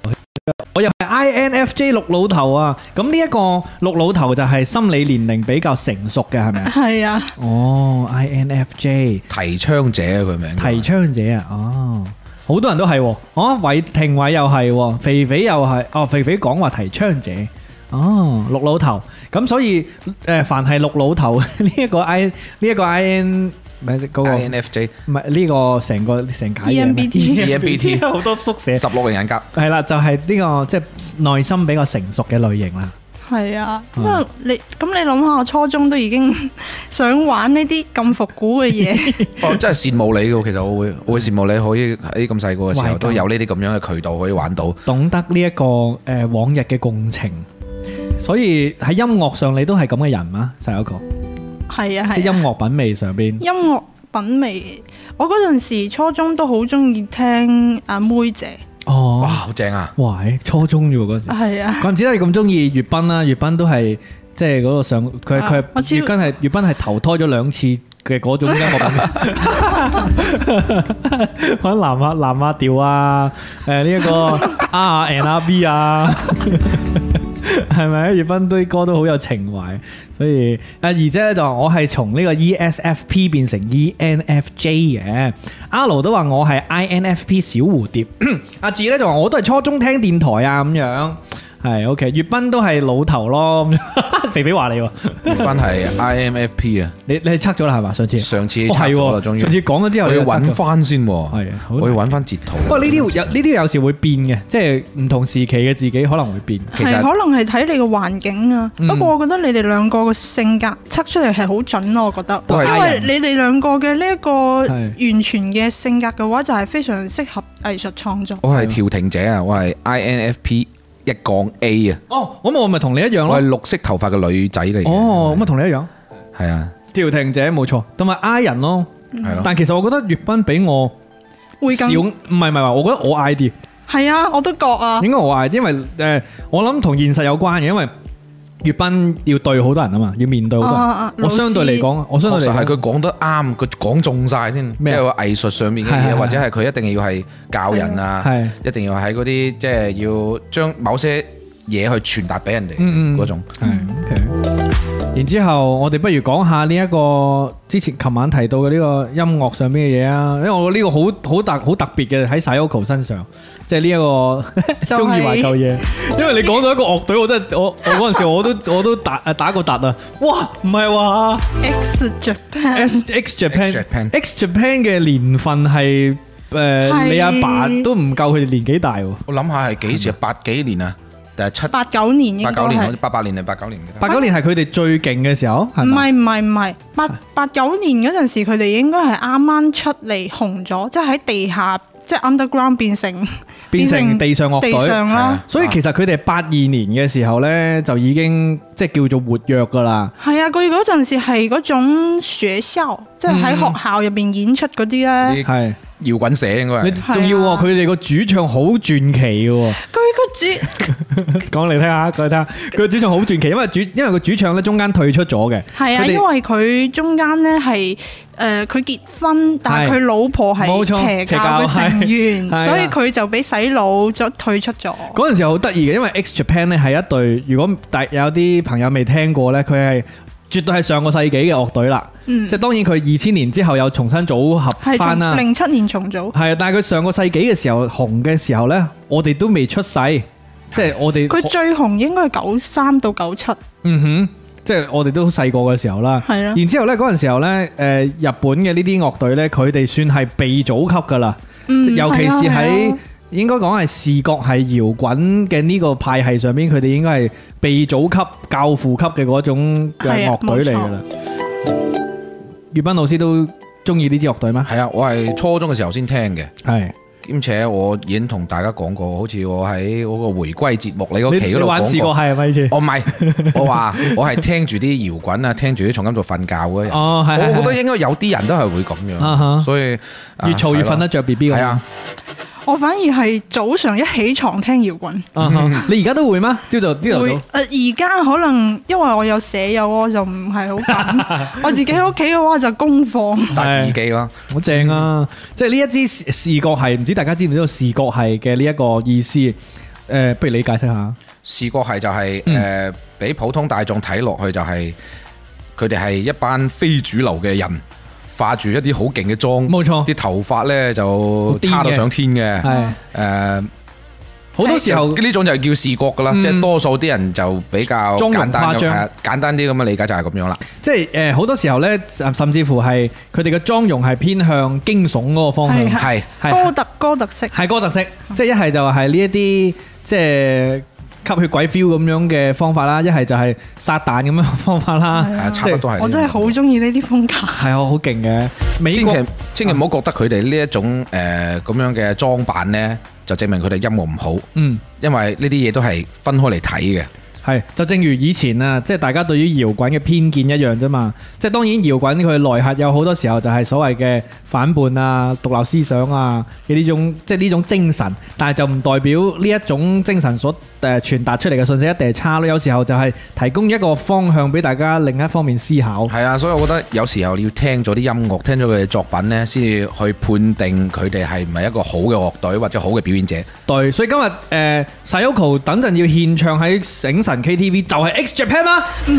S1: 我又係 INFJ 六老頭啊！咁呢一個六老頭就係心理年齡比較成熟嘅，係咪啊？
S4: 係啊，
S1: 哦，INFJ
S3: 提倡者啊佢名叫
S1: 提倡者啊，哦，好多人都係喎，哦，偉廷偉又係喎，肥肥又係，哦，肥肥講話提倡者。哦，六老頭，咁所以誒、呃凡係六老頭 呢一個 I 呢一個 IN 唔係嗰個唔
S3: INFJ
S1: 係呢個成個成解嘢咩
S4: EMBT
S3: EMBT
S1: 好多縮寫
S3: 十六型人格。
S1: 係啦，就係呢個即係內心比較成熟嘅類型啦。
S4: 係啊，
S1: 嗯
S4: 因為你咁你諗下，我初中都已經 想玩呢啲咁復古嘅嘢，
S3: 我哦真係羨慕你嘅，其實我會我會羨慕你可以喺咁細個嘅時
S1: 嗯懷
S3: 候
S1: 舊哦
S3: 都有呢啲咁樣嘅渠道可以玩到。
S1: 懂得呢、一個誒、呃往日嘅共情，所以喺音樂上你都係咁嘅人嘛，細一個，
S4: 係啊
S1: 即係
S4: 係啊。
S1: 音樂品味上邊。
S4: 音樂品味，我嗰陣時初中都好中意聽阿妹姐，
S1: 哦，
S3: 哇，
S1: 哇，
S3: 好 正啊！
S1: 喂，初中啫喎嗰陣時，
S4: 係啊，
S1: 怪唔知得你咁中意粵賓啦，粵賓都係即係嗰個上佢
S4: 啊
S1: 佢
S4: 我知
S1: 粵賓係粵賓係投胎咗兩次嘅嗰種音 樂品味，玩南亞南亞調啊，誒呢一個 R and R B 啊。 係咪？粵賓啲歌都好有情懷，所以啊，而且咧就我係從呢個 E ESFP 變成 E ENFJ 嘅。阿盧都話我係 INFP 小蝴蝶， 阿志咧就話我都係初中聽電台啊咁樣。係 OK，粵賓都係老頭咯。咁樣 肥肥話你喎，
S3: 粵斌係 IMFP 啊，
S1: 你你係測咗啦係嘛？上次
S3: 上次
S1: 哦
S3: 拆
S1: 係
S3: 咗啦，
S1: 喎
S3: 終於
S1: 上次講咗之後
S3: 我
S1: 你就
S3: 要
S1: 測咗
S3: 揾翻先喎，
S1: 係啊好
S3: 我要揾翻截圖。
S1: 不過呢啲有呢啲有時會變嘅，即係唔同時期嘅自己可能會變。
S3: 其實
S4: 係可能係睇你個環境啊。不過我覺得你哋兩個個性格測出嚟係好準咯，我覺得
S1: 都係，
S4: 因為你哋兩個嘅呢一個
S1: 係
S4: 完全嘅性格嘅話，就係非常適合藝術創作。
S3: 我係調停者啊，我係 INFP 一降 A 啊，
S1: 哦，咁我咪同你一樣
S3: 我
S1: 咯。
S3: 係綠色頭髮嘅女仔嚟嘅。
S1: 哦，咁咪同你一樣。
S3: 係啊，
S1: 調停者冇錯，同埋 I 人咯。
S3: 係咯。
S1: 但其實我覺得粵斌比我
S4: 會
S1: 少，
S4: 更
S1: 唔係唔係話，我覺得我嗌啲，
S4: 係啊，我都覺啊，
S1: 應該我嗌，因為誒、呃我諗同現實有關嘅，因為粵斌要對好多人啊嘛，要面對好多人。
S4: 啊啊啊
S1: 我相對嚟講，我相
S3: 確
S1: 對
S3: 實係
S1: 嚟講，
S3: 佢講得啱，佢講中晒先，即
S1: 咩啊
S3: 係話藝術上面嘅
S1: 係係
S3: 嘢，
S1: 係
S3: 或者係佢一定要係教人啊，
S1: 係
S3: 一定要喺嗰啲即係要將某些嘢去傳達俾人
S1: 嗯
S3: 哋
S1: 嗯
S3: 嗰種。
S1: 係 OK。然之後，我哋不如講下呢一個之前琴晚提到嘅呢個音樂上邊嘅嘢啊，因為我呢個好好特好特別嘅喺 Sayoko 身上，即係呢一個
S4: 就係
S1: 中意懷舊 嘢。因為你講到一個樂隊，我真係我我嗰陣時我都我都打打過突啊！哇，唔係話。
S4: X Japan
S1: S X Japan
S3: Japan
S1: X Japan 嘅年份係誒
S4: 係
S1: 你阿爸都唔夠佢哋年紀大喎，
S3: 我諗下係幾時啊？八幾年啊？定係七
S4: 八九年應
S3: 八
S4: 該
S3: 九年？好似
S4: 係。
S3: 八八年定八九年嘅？
S1: 八九年係佢哋最勁嘅時候，係
S4: 唔
S1: 咪？
S4: 係唔係唔係，八八九年嗰陣時，佢哋應該係啱啱出嚟紅咗，即係喺地下，即係 underground 變成
S1: 變成地上樂
S4: 地上
S1: 隊。
S4: 啦。
S3: 啊
S1: 所以其實佢哋八二年嘅時候呢，就已經即係叫做活躍噶啦。
S4: 係啊，佢嗰陣時係嗰種學校，即係喺學校入邊演出嗰啲咧。
S3: 啲
S1: 係
S3: 搖滾社應該
S1: 你
S3: 係。
S1: 仲要
S4: 係啊
S1: 喎，佢哋個主唱好傳奇嘅喎。
S4: 佢個主
S1: 講嚟聽下，講嚟聽 下，佢個主唱好傳奇，因為主因為個主唱呢中間退出咗嘅。
S4: 係啊，
S1: 佢哋
S4: 因為佢中間咧係誒佢結婚，但係
S1: 係
S4: 佢老婆
S1: 冇
S4: 係
S1: 錯
S4: 邪
S1: 邪
S4: 教
S1: 教
S4: 嘅成員
S1: 係係，啊
S4: 所以佢就俾洗腦咗退出咗。
S1: 嗰陣時好得意嘅，因為 X Japan 咧係一隊，如果大有啲朋友未聽過呢，佢係絕對係上個世紀嘅樂隊啦。
S4: 嗯
S1: 即係當然佢二千年之後又重新組合
S4: 係
S1: 翻啦
S4: 從。零七年重組，
S1: 係啊，但係佢上個世紀嘅時候紅嘅時候呢，我哋都未出世，即係我哋
S4: 佢最紅應該係九三到九七，
S1: 嗯哼，即係我哋都好細個嘅時候啦。
S4: 係啊啦
S1: 然之後呢，嗰陣時候呢，誒、日本嘅呢啲樂隊呢，佢哋算係鼻祖級噶啦，
S4: 嗯
S1: 尤其是
S4: 係啊係
S1: 喺
S4: 啊
S1: 應該講係視覺係搖滾嘅呢個派系上邊，佢哋應該係鼻祖級、教父級嘅嗰種嘅
S4: 係啊
S1: 樂隊嚟㗎啦。粵斌老師都中意呢支樂隊咩？
S3: 係啊，我係初中嘅時候先聽嘅，
S1: 係
S3: 兼且我已經同大家講過，好似我喺嗰個回歸節目你嗰
S1: 你
S3: 期
S1: 你
S3: 嗰度
S1: 玩視
S3: 講
S1: 覺
S3: 過。哦
S1: 係咪先？
S3: 我唔係，我話我係聽住啲搖滾啊，聽住啲重金屬瞓覺嗰啲人。
S1: 哦，係係
S3: 我覺得
S1: 係
S3: 應該有啲人都係會咁
S1: 啊哈
S3: 樣，所以啊
S1: 越嘈越瞓得着 B B
S3: 係
S1: 咁。
S3: 咯係啊，
S4: 我反而係早上一起床聽搖滾，
S1: 啊哈，你而家都會嗎？朝早朝頭
S4: 會
S1: 早
S4: 誒。而家可能因為我有舍友，我就唔係好敢。我自己喺屋企嘅話就公放，
S3: 啊戴住耳機咯。
S1: 好正啊！即係呢一支視視覺系，唔知大家知唔知道視覺系嘅呢一個意思？誒、不如你解釋下。
S3: 視覺係就係、誒，
S1: 嗯
S3: 俾、普通大眾睇落去就係佢哋係一班非主流嘅人，化住一啲好勁嘅妝，
S1: 冇錯
S3: 啲頭髮呢
S1: 癲
S3: 就
S1: 嘅
S3: 差到上天嘅，誒
S1: 係好多時候
S3: 就呢種就叫視覺㗎啦，
S1: 嗯
S3: 即係多數啲人就比較
S1: 妝容
S3: 簡單
S1: 誇
S3: 咁，
S1: 張
S3: 係啊簡單啲咁嘅理解就係咁樣啦。
S1: 即係誒，好、多時候咧，甚甚至乎係佢哋嘅妝容係偏向驚悚嗰個方向，
S4: 係
S3: 係
S4: 歌
S1: 係
S4: 特歌特色。
S1: 係嗰個特色。即係一係就係呢一啲即係吸血鬼 feel 咁樣嘅方法啦，一係就係撒旦咁樣嘅方法啦。
S4: 係
S3: 啊
S4: 啊
S3: 差唔多係呢種。
S4: 我真係好中意呢啲風 格。
S1: 係啊，好勁嘅美
S3: 千
S1: 國
S3: 祈千祈唔好覺得佢哋呢一種誒咁樣嘅裝扮呢，就證明佢哋音樂唔好，
S1: 嗯。
S3: 因為呢啲嘢都係分開嚟睇嘅。
S1: 係，就正如以前啊，即係大家對於搖滾嘅偏見一樣啫嘛。即係當然搖滾佢內核有好多時候就係所謂嘅反叛啊、獨立思想啊嘅呢種，即係呢種精神。但係就唔代表呢一種精神所誒傳達出嚟嘅信息一定係差咯。有時候就係提供一個方向俾大家另一方面思考。
S3: 係啊，所以我覺得有時候你要聽咗啲音樂，聽咗佢嘅作品呢，先至去判定佢哋係唔係一個好嘅樂隊或者好嘅表演者。
S1: 對，所以今日誒、呃 Sayoko 等陣要獻唱喺醒神 KTV 就係 X Japan 啦，好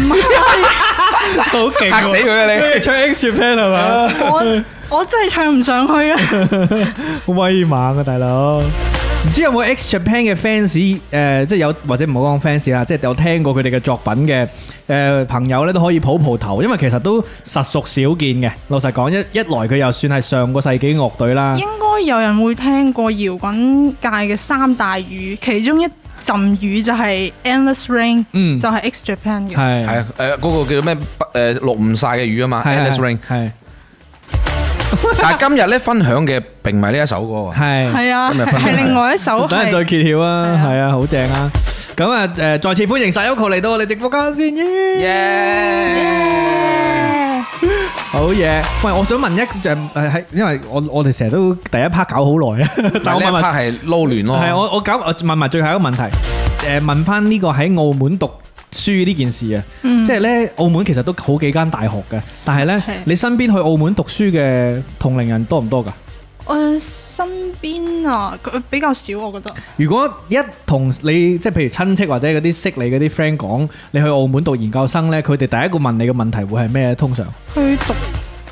S1: 勁喎啊
S3: 嚇死佢啊你
S1: 唱 X Japan 係嘛？
S4: 我我真係唱唔上去啊！
S1: 好威猛啊，大佬！唔知有冇 X Japan 嘅 fans ờ, 誒、即係有或者唔好講 fans à, 啦，即係有聽過佢哋嘅作品嘅誒、朋友咧，都可以抱抱頭，因為其實都實屬少見嘅。老實講，一一來佢又算係上個世紀樂隊啦，
S4: 應該有人會聽過搖滾界嘅三大語，其中一陣語就係 Endless Rain，
S1: 嗯
S4: 就係 X Japan 嘅。
S1: 係
S3: 係啊，誒嗰個叫咩？誒錄唔晒嘅魚啊嘛 a l i c e Ring。
S1: 係
S3: 但係今日呢，分享嘅並唔係呢一首歌喎。
S1: 係
S4: 係啊，
S3: 今日分享
S4: 係另外一首
S1: 等陣再
S4: 係
S1: 揭曉啊，
S4: 係啊
S1: 係啊，好正啊！咁啊誒，再次歡迎 Sayoko 嚟到我哋直播間先。好嘢！喂，我想問一就係喺，因為我我哋成日都第一 part 搞好耐啊，但
S3: 但
S1: 我
S3: 呢一
S1: 問問
S3: part 係撈亂咯。
S1: 係我我搞我問埋最後一個問題，誒問翻呢個喺澳門讀書呢件事啊，即係呢，澳門其實都好幾間大學嘅，但係呢，
S4: 嗯係
S1: 你身邊去澳門讀書嘅同齡人多唔多㗎？
S4: 我身邊啊，佢比較少，我覺得。
S1: 如果一同你即係譬如親戚或者嗰啲識你嗰啲 friend 講你去澳門讀研究生呢，佢哋第一個問你嘅問題會係咩？通常
S4: 去讀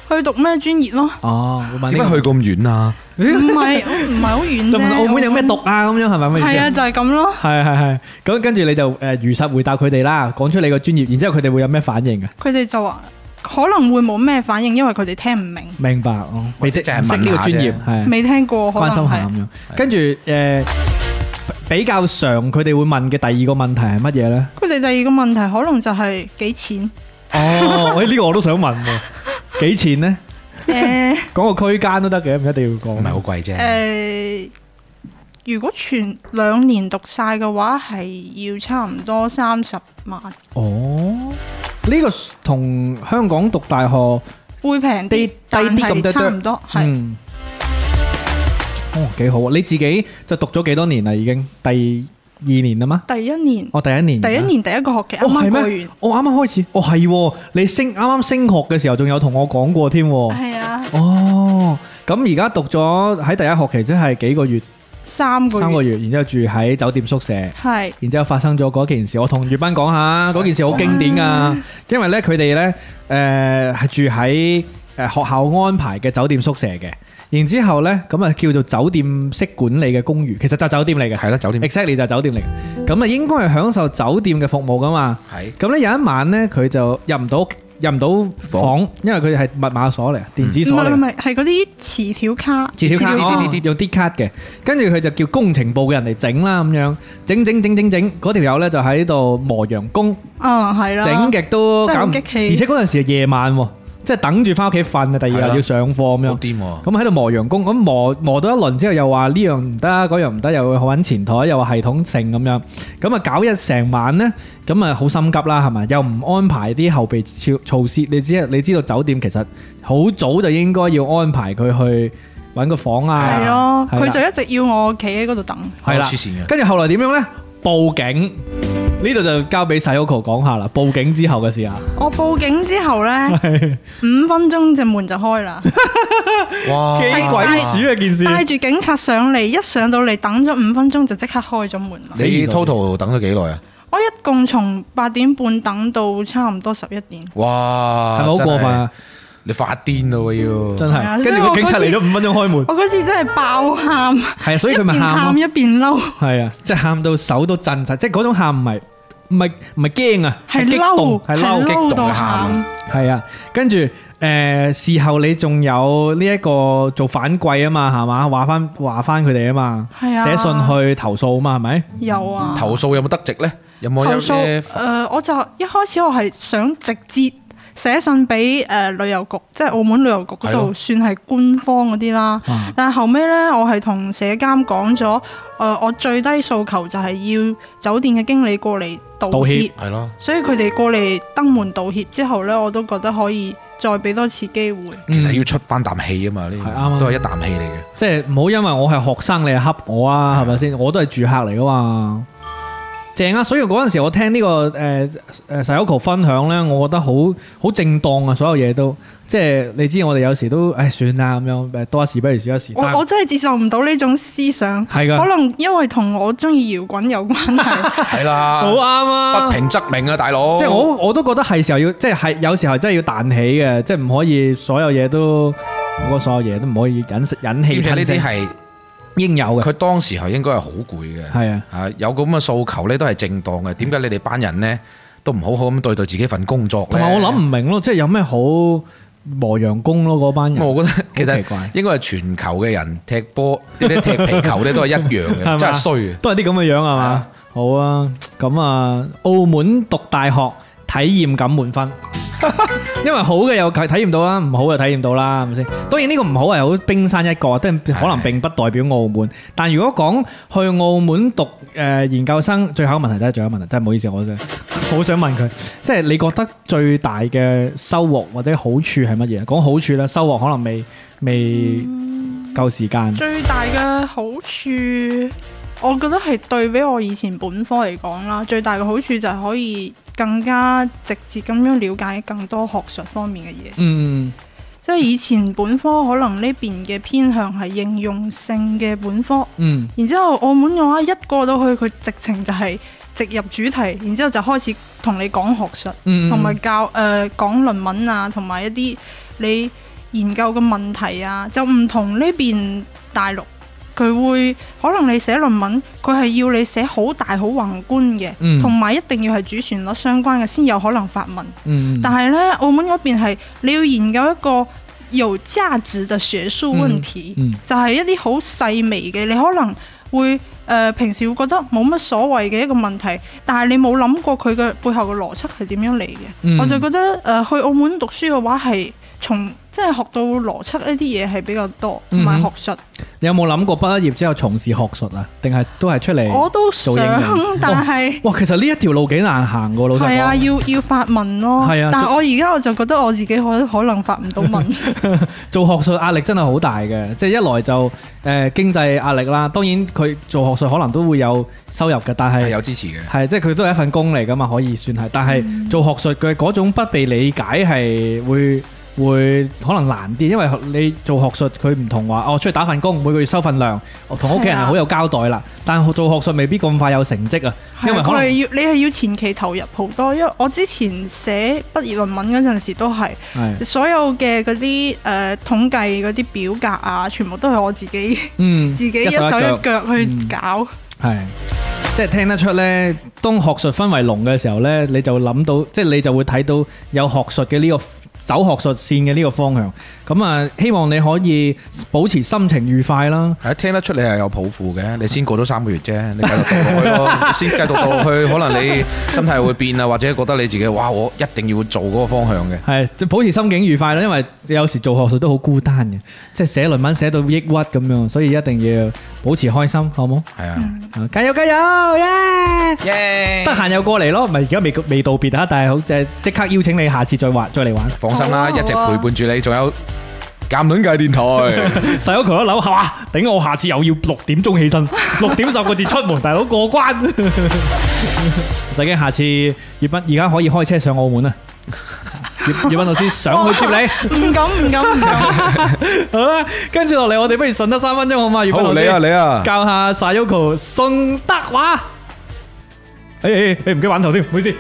S4: 去讀咩專業咯？
S1: 哦，會問
S3: 點
S1: 你
S3: 解去咁遠啊？
S4: 唔係唔係好遠啫。
S1: 就問澳門有咩讀啊？咁樣係咪咩意思
S4: 嗯係
S1: 啊
S4: 啊，？就係咁咯。
S1: 係係係，咁跟住你就誒如實回答佢哋啦，講出你個專業，然之後佢哋會有咩反應啊？
S4: 佢哋就話可能會冇咩反應，因為佢哋聽唔明，
S1: 明白哦，
S3: 或
S1: 未
S3: 者
S1: 識
S3: 就係
S1: 唔識
S3: 問
S1: 呢個
S3: 下
S1: 專業
S3: 啫
S1: 係
S4: 未聽過，可能
S1: 關心下
S4: 係
S1: 咁樣。跟住誒比較常佢哋會問嘅第二個問題係乜嘢咧？
S4: 佢哋第二個問題可能就係幾 錢？
S1: 哦，喂，呢個我都想問喎，幾錢咧？
S4: 誒
S1: 講個區間都得嘅，唔一定要講。
S3: 唔係好貴啫。
S4: 誒，如果全兩年讀晒嘅話，係要差唔多三十萬，
S1: 哦，呢個同香港讀大學
S4: 會平
S1: 低
S4: 啲，
S1: 低
S4: 但
S1: 啲咁
S4: 係
S1: 多
S4: 差唔多係
S1: 嗯。哦，幾好啊！你自己就讀咗幾多年啦？已經第二年啦嗎？
S4: 第一年，
S1: 我第一年，
S4: 第一年第一個學期啱
S1: 哦，
S4: 啱過
S1: 係
S4: 完
S1: 咩？。我啱啱開始，哦係喎，你升啱啱升學嘅時候，仲有同我講過添喎。
S4: 係啊，
S1: 哦，咁而家讀咗喺第一學期，即係幾個月，
S4: 三個月，
S1: 三個月，然之後住喺酒店宿舍。
S4: 係
S1: 然之後發生咗嗰件事，我同月斌講下，嗰件事好經典噶，因為呢，佢哋呢，誒、係住喺誒學校安排嘅酒店宿舍嘅，然之後呢，咁啊叫做酒店式管理嘅公寓，其實就酒店嚟嘅
S3: 係啦，酒店
S1: ，exactly 就係酒店嚟嘅，咁啊應該係享受酒店嘅服務噶嘛。
S3: 係
S1: 咁咧有一晚咧，佢就入唔到屋入唔到房，因為佢哋係密碼鎖嚟，啊電子
S4: 唔
S1: 鎖
S4: 係
S1: 嚟
S4: 唔。係，係嗰啲磁嗯條卡，
S1: 字條卡
S4: 磁
S1: 哦用啲卡嘅，跟住佢就叫工程部嘅人嚟整啦，咁樣整整整整整，嗰條友咧就喺度磨洋工，
S4: 嗯係啦，
S1: 哦整極都搞唔，而
S4: 真係好激氣
S1: 且嗰陣時係夜晚喎，即係等住翻屋企瞓啊，第二
S3: 係啦
S1: 日要上課咁樣。
S3: 好癲喎。
S1: 咁喺度磨洋工，咁磨磨到一輪之後又話呢樣唔得，嗰樣唔得，又去揾前台，又話系統性咁樣，咁啊搞一成晚呢，咁啊好心急啦，係咪？又唔安排啲後備措措施，你知你知道酒店其實好早就應該要安排佢去揾個房啊，
S4: 係咯，
S1: 係啦
S4: 佢就一直要我企喺嗰度等。
S1: 係啦，
S3: 黐線嘅。
S1: 跟住後來點樣呢？報警呢度就交俾 Sayoko 講下啦，報警之後嘅 事啊，
S4: 我報警之後呢，五分鐘隻門就 開啦，
S3: 哇。
S1: 幾鬼鼠啊件事，
S4: 帶住警察上嚟，一上到嚟等咗五分鐘就即刻開咗門啦。
S3: 你 total 等咗幾耐啊？
S4: 我
S3: 哇，
S4: 一共從八點半等到差唔多十一點。
S1: 係咪好過分啊？
S3: 真係，你發癲咯喎，要。
S1: 真
S4: 係啊
S1: 係，跟住個
S4: 所以
S1: 警
S4: 我
S1: 察
S4: 嗰次
S1: 嚟咗五分鐘開門。
S4: 我嗰次真係爆喊，
S1: 係啊，所以
S4: 一
S1: 佢咪
S4: 邊
S1: 喊
S4: 喊
S1: 咯，
S4: 一邊嬲，
S1: 係啊，即係喊到手都震晒，即係嗰種喊唔係唔係唔係驚啊，
S4: 係
S1: 激動，
S4: 嬲，
S1: 係
S4: 係
S1: 嬲，
S3: 激動
S4: 嬲到
S3: 嘅喊
S4: 喊。
S1: 係啊，跟住誒事後你仲有呢一個做反饋啊嘛，係嘛？話翻話翻佢哋啊嘛，
S4: 係啊
S1: 寫信去投訴啊嘛，係咪？
S4: 有啊，
S3: 投訴有冇得值呢？有冇
S4: 投
S3: 有
S4: 訴
S3: 咩-
S4: 誒、我就一開始我係想直接寫信俾誒、呃旅遊局，即係澳門旅遊局嗰
S3: 係咯
S4: 度算係官方嗰啲啦。
S1: 啊
S4: 但係後尾呢，我係同社監講咗，誒、我最低訴求就係要酒店嘅經理過嚟道歉，
S1: 道歉
S4: 所以佢哋過嚟登門道歉之後呢，我都覺得可以再俾多次機會。
S1: Ừ.
S3: 係咯，其實要出返啖氣啊嘛，呢個。
S1: 係啱啊。
S3: 都係一啖氣嚟嘅。
S1: 即係唔好因為我係學生，你係恰我啊，係咪先？我都係住客嚟噶嘛，正啊！所以嗰陣時我聽呢、個呃誒誒 s a y o k o 分享呢，我覺得好好正當啊，所有嘢都即係你知我哋有時都唉算啦咁樣，誒多一事不如少一事。
S4: 我
S1: 但
S4: 我真係接受唔到呢種思想，
S1: 係
S4: 可
S1: 㗎，
S4: 能因為同我中意搖滾有關係。
S3: 係啦。
S1: 好啱啊！
S3: 不平則鳴啊，大佬。
S1: 即係我我都覺得係時候要，即係係有時候真係要彈起嘅，即係唔可以所有嘢都，我覺得所有嘢都唔可以引引氣吞聲，應有嘅。
S3: 兼且呢啲係，佢當時係應該係好攰嘅。
S1: 係啊，
S3: 啊，有咁嘅訴求呢，都係正當嘅。點解你哋班人呢，都唔好好咁對待自己份工作呢？
S1: 同埋我諗唔明咯，即係有咩好磨洋工咯？嗰班人
S3: 咁我覺得其實
S1: 好奇怪。
S3: 應該係全球嘅人踢波，呢啲踢皮球呢，都係一樣 嘅，
S1: 係嘛？
S3: 真係衰嘅。
S1: 都係啲咁嘅樣係嘛
S3: 啊？
S1: 好啊，咁啊，澳門讀大學體驗感滿分， 因為好嘅又體驗到啦，唔好嘅體驗到啦，係咪先？當然呢個唔好係好冰山一角，即係可能並不代表澳門。但如果講去澳門讀誒、呃研究生，最後一個問題真係最後一個問題，真係唔好意思，我真係 好想問佢，即係你覺得最大嘅收穫或者好處係乜嘢？講好處啦，收穫可能未未夠時間。
S4: 最大嘅好處，我覺得係對比我以前本科嚟講啦，最大嘅好處就係可以更加直接咁樣了解更多學術方面嘅嘢。
S1: 嗯。
S4: 即係以前本科可能呢邊嘅偏向係應用性嘅本科，
S1: 嗯
S4: 然之後澳門嘅話啊一過到去佢直情就係直入主題，然之後就開始同你講學術。
S1: 嗯，
S4: 同埋教誒、呃、講論文啊，同埋一啲你研究嘅問題啊，就唔同呢邊大陸，佢會可能你寫論文，佢係要你寫好大好宏觀嘅
S1: 嗯，
S4: 同埋、一定要係主旋律相關嘅先有可能發文。
S1: 嗯，
S4: 但係呢，澳門嗰邊係你要研究一個有價值嘅學術問題，
S1: 嗯嗯
S4: 就係一啲好細微嘅，你可能會誒、呃平時會覺得冇乜所謂嘅一個問題，但係你冇諗過佢嘅背後嘅邏輯係點樣嚟嘅。
S1: 嗯
S4: 我就覺得誒、呃去澳門讀書嘅話係從即係學到邏輯呢啲嘢係比較多，同埋
S1: 嗯
S4: 學術、
S1: 你有冇諗過畢咗業之後從事學術啊？定係都係出嚟？
S4: 我都
S1: 做
S4: 想
S1: 應用，
S4: 但係。
S1: 哇，其實呢一條路幾難行 噶，老實
S4: 係啊，
S1: 講。
S4: 要要發文咯。
S1: 係啊
S4: 但
S1: 做
S4: 係我而家我就覺得我自己可 可能發唔到文。
S1: 做學術壓力真係好大嘅，即係一來就誒經濟壓力啦，當然佢做學術可能都會有收入嘅，但係
S3: 係有支持嘅。
S1: 係即係佢都係一份工嚟噶嘛，可以算係。但
S4: 嗯
S1: 係做學術嘅嗰種不被理解係會。會可能難啲，因為你做學術佢唔同話，哦出去打份工，每個月收份糧，我同屋企人
S4: 係
S1: 係
S4: 啊
S1: 好有交代啦。但係做學術未必咁快有成績啊， 因為
S4: 係
S1: 可
S4: 佢
S1: 能
S4: 係要你係要前期投入好多，因為我之前寫畢業論文嗰陣時都係
S1: 係
S4: 所有嘅嗰啲誒統計嗰啲表格啊，全部都係我自己
S1: 嗯
S4: 自己一
S1: 一
S4: 手
S1: 腳
S4: 一腳去搞。
S1: 係即係聽得出咧，當學術氛圍濃嘅時候咧，你就諗到，即係你就會睇到有學術嘅呢、個走學術線嘅呢個方向。咁啊，希望你可以保持心情愉快啦。
S3: 係聽得出你係有抱負嘅，你先過咗三個月啫，你繼續讀落去 咯，你先繼續讀落去，可能你心態會變啊，或者覺得你自己哇，我一定要做嗰個方向嘅。
S1: 係，即係保持心境愉快啦，因為有時做學術都好孤單嘅，即係寫論文寫到抑鬱咁樣，所以一定要保持開心，好冇？
S3: 係啊，
S1: 啊加油加油，耶！
S3: 耶
S1: 得閒又過嚟咯，唔係而家未未道別啊，但係好即係即刻邀請你下次再玩再嚟玩。
S3: 放心
S4: 好
S3: 啦，
S4: 啊
S3: 一直
S4: 好啊
S3: 陪伴住你，仲有鑑論界 電台。
S1: 細佬佢一諗，哇！頂我下次又要六點鐘起 身，六點十個字出門，大佬過關。就驚下次葉斌而家可以開車上澳門啊！葉葉斌老師上去接 你，
S4: 唔敢唔敢唔敢，
S1: 好啦，跟住落嚟我哋不如順德三分鐘好嘛？葉斌老
S3: 好，
S1: 師，
S3: 你啊，你啊，
S1: 教下 Sayoko 順德話。哎誒誒誒，唔記得玩頭添，唔好意思。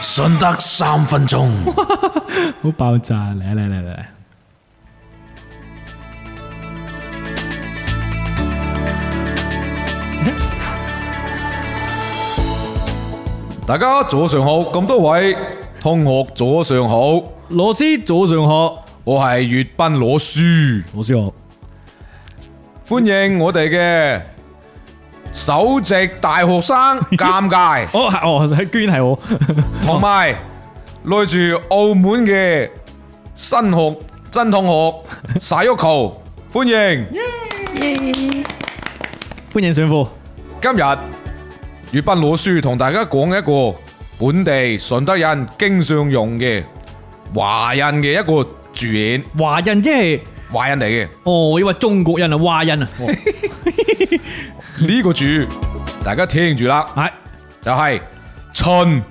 S3: 順德三分鐘。
S1: 好爆炸！嚟啊嚟啊嚟啊嚟啊！
S3: 大家早上好，咁多位同學早上好，
S1: 老師早上好，
S3: 我係粵斌攞書，
S1: 老師好。
S3: 歡迎我哋嘅首席大學生尷 尬，
S1: 哦係哦，係居然係 我。
S3: 同埋來自澳門嘅新學真同學 Sayoko，歡迎。
S4: 耶
S1: 歡迎上課。
S3: 今日粵斌老書同大家講一個本地順德人經常用嘅華人嘅一個住言，
S1: 華人即係。
S3: 華人嚟嘅。
S1: 哦，我以為中國人啊，華人啊，
S3: 呢個字，大家聽住啦，
S1: 係
S3: 就係春。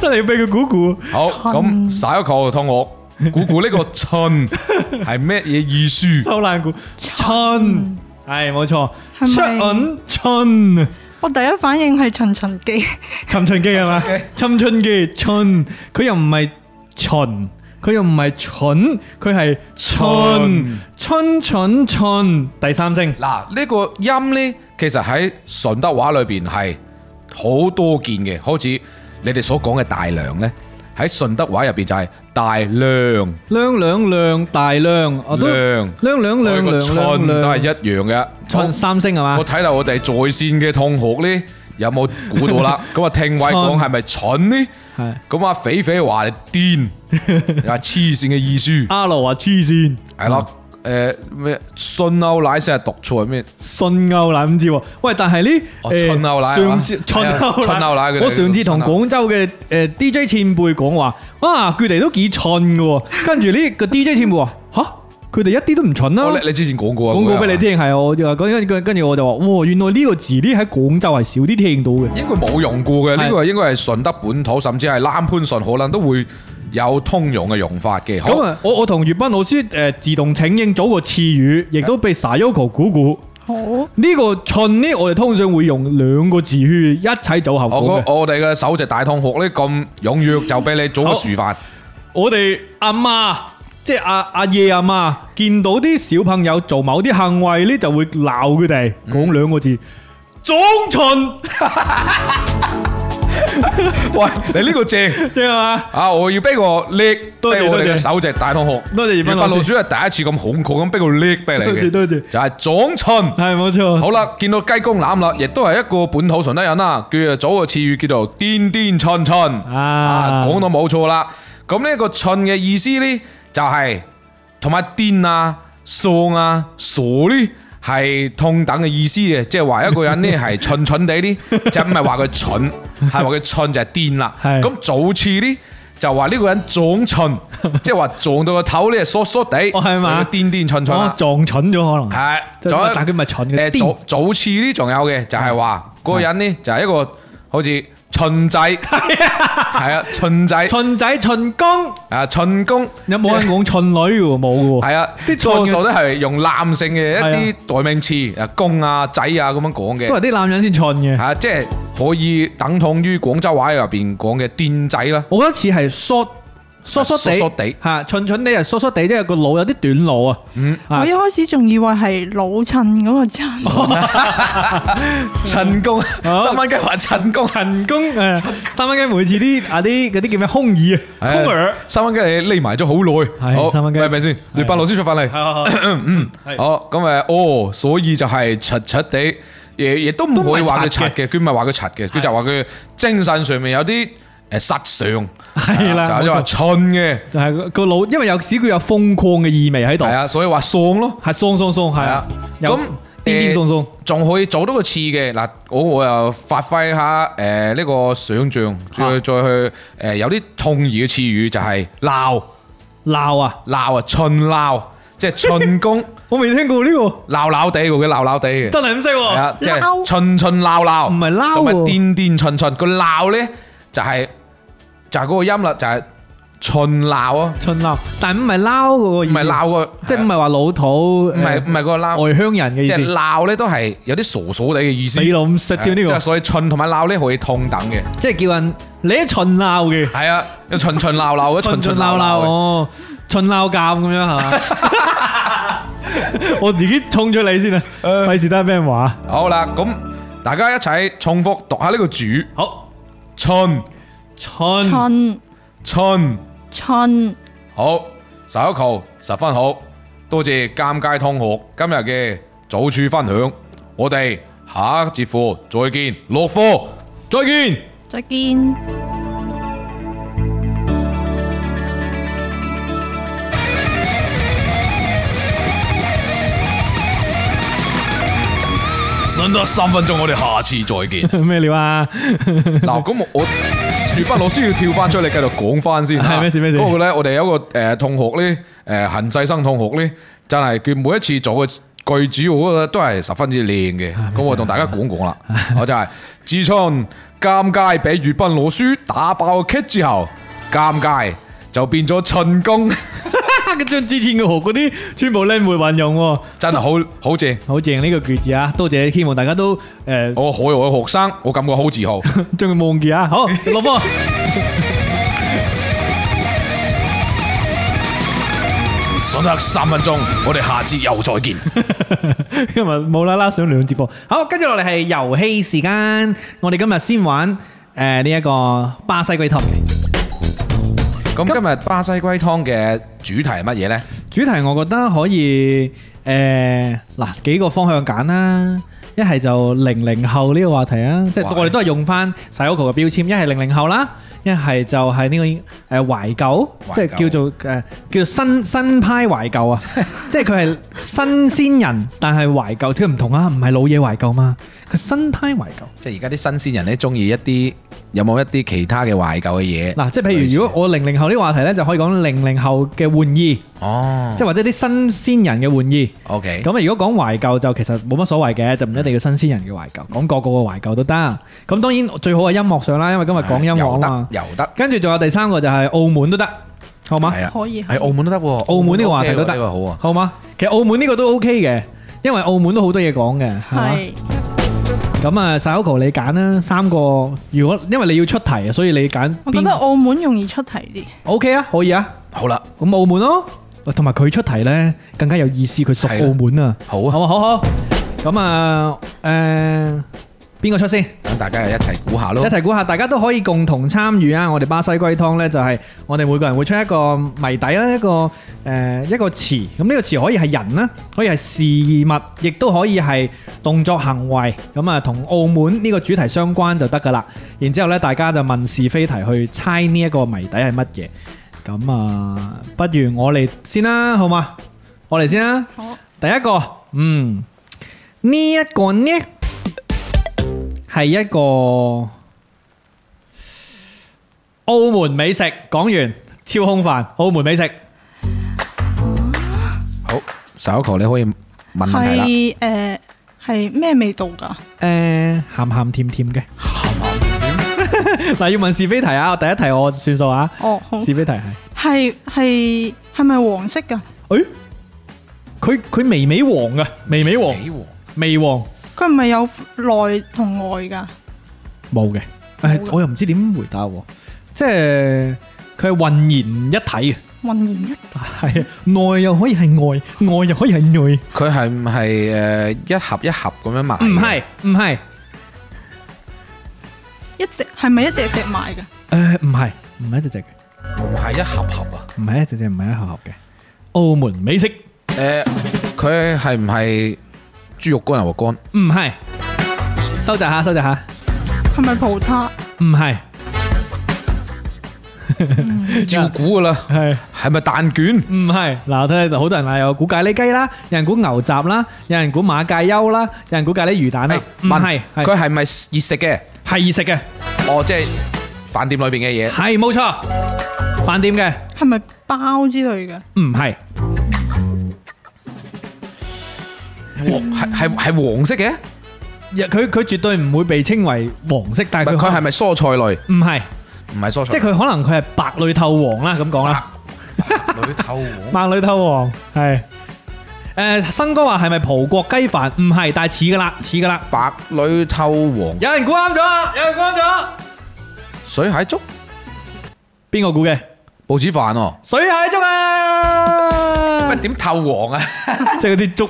S1: 真係要俾佢估估。
S3: 好，咁耍一球同我估估呢個春係咩嘢意思？
S1: 好難估，春係冇錯，
S4: 係咪
S1: 春春
S4: 我第一反應係秦秦記，
S1: 尋春記係嘛？尋春記春，佢又唔係秦，佢又唔係蠢，佢係春春蠢春第三聲。
S3: 嗱，呢個音呢，其實喺順德話裏邊係好多見嘅，好似你哋所講嘅大梁呢，喺順德話入邊就係大梁。
S1: 亮亮亮大亮，我都
S3: 亮
S1: 亮亮亮
S3: 所以個
S1: 亮
S3: 春都係
S1: 亮
S3: 一樣嘅。
S1: 春
S3: 好
S1: 三聲係嘛
S3: 我？睇到我哋在線嘅同學呢，有冇估到啦？咁啊，聽位講係咪蠢呢？
S1: 係
S3: 咁啊，肥肥話你 癲，又係黐線嘅意思，
S1: 阿羅話黐線。
S3: 係啦。誒咩？信牛奶先係讀錯係咩？
S1: 信牛奶唔知喎，喂，但係呢，呃
S3: 哦春牛奶係嘛
S1: 上次
S3: 係
S1: 春
S3: 啊
S1: 牛
S3: 春牛奶佢哋
S1: 我上次同
S3: 叫春
S1: 廣州嘅誒 DJ 前輩講話，啊，佢哋都幾蠢嘅喎，跟住呢個 DJ 前輩話，吓，佢哋一啲都唔蠢啦
S3: 我，你你之前講過啊，
S1: 講過
S3: 嗰
S1: 俾
S3: 個
S1: 你
S3: 係嘛，
S1: 聽係我就話，跟跟跟住我就話，哇，原來呢個字呢喺廣州係少啲聽到嘅，
S3: 應該冇用過嘅。
S1: 係
S3: 呢個應該係順德本土，甚至係南潘順可能都會有通用嘅用法嘅。好
S1: 咁啊，我我同粵斌老師誒自動請應咗個詞語，亦都被 Sayoko 估估。
S4: 好
S1: 呢個蠢呢，我哋通常會用兩個字去一齊組合
S3: 我
S1: 講嘅
S3: 覺我哋嘅首席大同學呢，咁踴躍，就俾你做個 示範。
S1: 我哋阿媽，即系阿阿爷阿媽，見到啲小朋友做某啲行為呢，就會鬧佢哋，講兩個字，總蠢，
S3: 喂，你呢個正
S1: 正係嘛？
S3: 啊！我要俾個叻
S1: 多謝
S3: 俾我
S1: 多
S3: 哋
S1: 謝
S3: 嘅首席大同學。
S1: 多謝葉斌
S3: 粵斌
S1: 老
S3: 老
S1: 師，
S3: 鼠係第一次咁恐怖咁俾個叻俾你
S1: 多謝
S3: 嘅，
S1: 多謝，
S3: 就係撞春。
S1: 係冇錯，
S3: 好啦，見到雞公欖啦，亦都係一個本土順德人啦，叫做早個詞語叫做癲癲春春，啊，講到冇錯啦。咁呢個春嘅意思呢，就係同埋癲啊、傻啊、傻呢係同等嘅意思嘅，即係話一個人呢係蠢蠢地呢， 就唔係話佢蠢，係話佢蠢就係癲啦。
S1: 係
S3: 咁早次呢，就話呢個人撞 蠢，即係話撞到個頭呢，疏疏地，
S1: 哦係嘛
S3: 所以佢癲癲蠢蠢啦
S1: 我。撞蠢咗可能，
S3: 係，
S1: 即係
S3: 仲有
S1: 但佢咪蠢嘅，
S3: 誒
S1: 癲
S3: 早早次呢仲有嘅就係話嗰個人呢就係一個好似 蠢仔，係啊蠢仔
S1: 蠢仔蠢公，
S3: 啊蠢公，
S1: 有冇人講蠢女嘅喎？冇嘅喎，
S3: 係啊
S1: 啲蠢
S3: 多
S1: 嘅
S3: 數都係用男性嘅一啲代名詞啊公啊仔啊咁樣講
S1: 都
S3: 嘅，
S1: 係啲男人先蠢嘅。
S3: 啊即係可以等同於廣州話入邊講嘅癲仔啦，
S1: 我覺得似係 short
S2: 疏疏地，
S3: 疏疏地。
S2: 嚇，蠢蠢地啊，疏疏地，即係個腦有啲短路啊。啊
S4: 我一開始仲以為係老襯嗰個襯，
S3: 陳工，
S1: 啊
S3: 三蚊雞 話陳工，
S1: 人工誒呃三蚊雞每次啲啊啲嗰啲叫咩空耳啊，空耳。
S3: 三蚊雞你匿埋咗好耐，
S1: 係
S3: 好
S1: 三蚊雞
S3: 係咪先？你八路先出翻嚟。
S1: 係
S3: 好咁誒，哦，所以就係柒柒地，亦亦都唔可以話佢柒嘅，佢唔係話佢柒嘅，佢就話佢精神上面有啲誒失常，
S1: 係啦
S3: 就係
S1: 冇錯
S3: 話蠢嘅，
S1: 就係個腦，因為有時佢有瘋狂嘅意味喺度，
S3: 係
S1: 係
S3: 啊，所以話喪咯。
S1: 鬆鬆鬆，係啊，
S3: 係啊
S1: 有
S3: 咁
S1: 癲癲
S3: 誒
S1: 鬆鬆，
S3: 仲可以做到個次嘅嗱，我我又發揮下誒呢個想像，再再去誒有啲痛兒嘅詞語就係鬧
S1: 鬧啊！
S3: 鬧啊，蠢鬧，即係蠢工
S1: 我未聽過呢個，
S3: 鬧鬧地喎，佢鬧鬧地嘅。
S1: 真係唔識
S3: 係
S1: 喎。
S3: 啊，即係
S4: 撈
S3: 蠢蠢鬧鬧，
S1: 唔係撈
S3: 同埋
S1: 喎
S3: 癲癲蠢蠢。個鬧咧就係就係嗰個音啦，就係蠢鬧啊，
S1: 春鬧，但唔係撈嗰個
S3: 唔
S1: 意思，
S3: 係鬧個，
S1: 即係唔係話老土，
S3: 唔係
S1: 誒
S3: 唔係個鬧，
S1: 外鄉人嘅
S3: 即係
S1: 意思。
S3: 鬧咧都係有啲傻傻地嘅意思。
S1: 死佬咁識嘅
S3: 係啊即係
S1: 呢
S3: 所以蠢同埋鬧咧可以同等嘅，
S1: 個，即係叫人你一巡鬧嘅，
S3: 係啊， 有蠢蠢鬧鬧嘅，蠢
S1: 巡
S3: 蠢
S1: 巡鬧
S3: 鬧
S1: 鬧
S3: 鬧嘅。
S1: 哦，巡鬧鑑咁 樣係嘛？我自己衝咗你先啊，費事得俾人話。
S3: 好啦，咁大家一齊重複讀下呢個主
S1: 好，
S3: 蠢
S1: 春
S4: 襯
S3: 蠢。
S4: 襯
S3: 好，十一球十分好，多謝尷尬同學今日嘅早處分享，我哋下一節課再見，落課。
S1: 再見。
S4: 再見。
S3: 剩多三分鐘，我哋下次再 見。
S1: 咩料啊？
S3: 嗱，咁我我余斌老師要跳翻出嚟繼續講翻 先
S1: 係咩事咩事
S3: 不過咧，我哋有一個呃誒同學咧，誒痕呃世生同學咧，真係佢每一次做嘅句子，我覺得都係十分之靚 嘅。咁我同大家講講 啦，我就係自從尷尬俾余斌老師打爆 K 之後，尷尬就變咗進攻，
S1: 佢將之前嘅河嗰啲全部拎回運用喎，
S3: 真係好好正。
S1: 好正呢個句子啊！多謝，希望大家都 誒
S3: 我海外嘅學生，我感覺好 自豪。
S1: 將佢忘記啊！好，落波。
S3: 剩得三分鐘，我哋下次又再見。
S1: 今日冇啦啦上兩節課，好，跟住落嚟係遊戲時間。我哋今日先玩誒呢一個巴西龜湯嘅
S3: 咁今日巴西龜湯嘅主題係乜嘢呢？
S1: 主題，我覺得可以誒嗱幾個方向揀啦。一係就零零後呢個話題啊，即係
S3: 哇
S1: 我哋都係用翻 Sayoko 嘅標籤，一係零零後啦，一係就係呢個誒懷舊，
S3: 舊
S1: 即係叫做誒叫做新新派懷舊啊，即係佢係新鮮人，但係懷舊，佢唔同啊，唔係老嘢懷舊嘛，佢新派懷舊。
S3: 即係而家啲新鮮人咧，中意一啲有冇一啲其他嘅懷舊嘅嘢？
S1: 嗱，即係譬如如果我零零後呢個話題咧，就可以講零零後嘅玩意，
S3: 哦，
S1: 即係或者啲新鮮人嘅玩意。
S3: OK，
S1: 咁啊，如果講懷舊就其實冇乜所謂嘅，就唔一定要新鮮人嘅懷舊，
S3: 嗯
S1: 講個個嘅懷舊都得。咁當然最好係音樂上啦，因為今日講音樂啊嘛。
S3: 又得又得，
S1: 跟住仲有第三個就係澳門都得，好嘛？
S3: 係啊，
S4: 可以
S3: 喺澳門都得喎，
S1: 澳門呢個話題
S3: OK 喎
S1: 都得
S3: 呢個好啊。
S1: 好嘛？其實澳門呢個都 OK 嘅，因為澳門都好多嘢講嘅，係嘛？
S4: 係
S1: 咁啊，Sayoko 你揀啦，三個。如果因為你要出題啊，所以你揀
S4: 我覺得
S1: 邊
S4: 澳門容易出題啲。
S1: OK 啊，可以啊。
S3: 好啦，
S1: 咁澳門咯，哦同埋佢出題呢更加有意思，佢熟
S3: 係啦
S1: 澳門啊，
S3: 好啊
S1: 好啊，好好，咁啊，誒邊個出先？
S3: 等大家又一齊估下
S1: 一
S3: 咯。
S1: 齊估下，大家都可以共同參與啊！我哋巴西龜湯呢，就係我哋每個人會出一個謎底啦，一個誒、呃一個詞，咁呢個詞可以係人啦，可以係事物，亦都可以係動作行為，咁啊同澳門呢個主題相關就得噶啦。然之後呢，大家就問是非題去猜呢一個謎底係乜嘢。咁啊，不如我嚟先啦，好嘛？我嚟先啦。
S4: 好，
S1: 第一個，嗯，呢一個呢係一個澳門美食，講完超空飯，澳門美食
S3: 好 s a o 你可以問問題啦。
S4: 係誒係咩味道㗎？
S1: 誒鹹鹹甜甜嘅， 嗱要問是非題啊，第一題我算數啊，
S4: 哦，好
S1: 是非題係，
S4: 係係係咪黃色㗎？
S1: 誒，佢佢微微黃嘅，微微黃，
S3: 幾黃
S1: 微黃
S4: 佢唔係有內同外㗎？
S1: 冇嘅，誒
S4: 冇嘅
S1: 我又唔知點回答喎，即係佢佢係混然一體嘅，
S4: 渾然一
S1: 係啊內又可以係外，外又可以係內。
S3: 佢係唔係呃誒一盒一盒咁樣賣？
S1: 唔係，唔係，
S4: 一隻係咪一隻隻賣嘅？
S1: 誒唔係唔係一隻隻嘅，
S3: 唔係一盒盒啊！
S1: 唔係一隻隻，唔係一盒盒嘅。澳門美式
S3: 誒，呃佢係唔係豬肉乾、牛肉乾？
S1: 唔係，收集下收集下，
S4: 係咪葡撻？
S1: 唔係
S3: 照估噶啦，
S1: 係。
S3: 係咪蛋卷？
S1: 唔係，嗱，睇下好多人啊，有估咖喱雞啦，有人估牛雜啦，有人估馬介休啦，有人估咖喱魚蛋啦，唔
S3: 哎問
S1: 係，係
S3: 佢係咪熱食嘅？
S1: 係易食嘅，
S3: 哦，即係飯店裏邊嘅嘢。
S1: 係冇錯，飯店嘅，
S4: 係咪包之類嘅？
S1: 唔係
S3: 黃係係係黃色嘅，
S1: 佢佢絕對唔會被稱為黃色，但係
S3: 唔係
S1: 佢
S3: 佢
S1: 可
S3: 係咪蔬菜類？
S1: 唔係，
S3: 唔係蔬
S1: 即係
S3: 菜，
S1: 佢可能佢係白裏透黃啦，咁講啦，
S3: 佢裏透黃。
S1: 白裏透黃係。誒，生哥話係咪葡國雞飯？唔係，但係似噶啦，似噶啦。
S3: 白裏透黃，
S1: 有人估啱咗啊！有人估啱咗，
S3: 水蟹粥、
S1: 邊個估嘅？
S3: 報紙飯哦。
S1: 水蟹粥啊！
S3: 喂，點 透黃啊？
S1: 即係嗰啲粥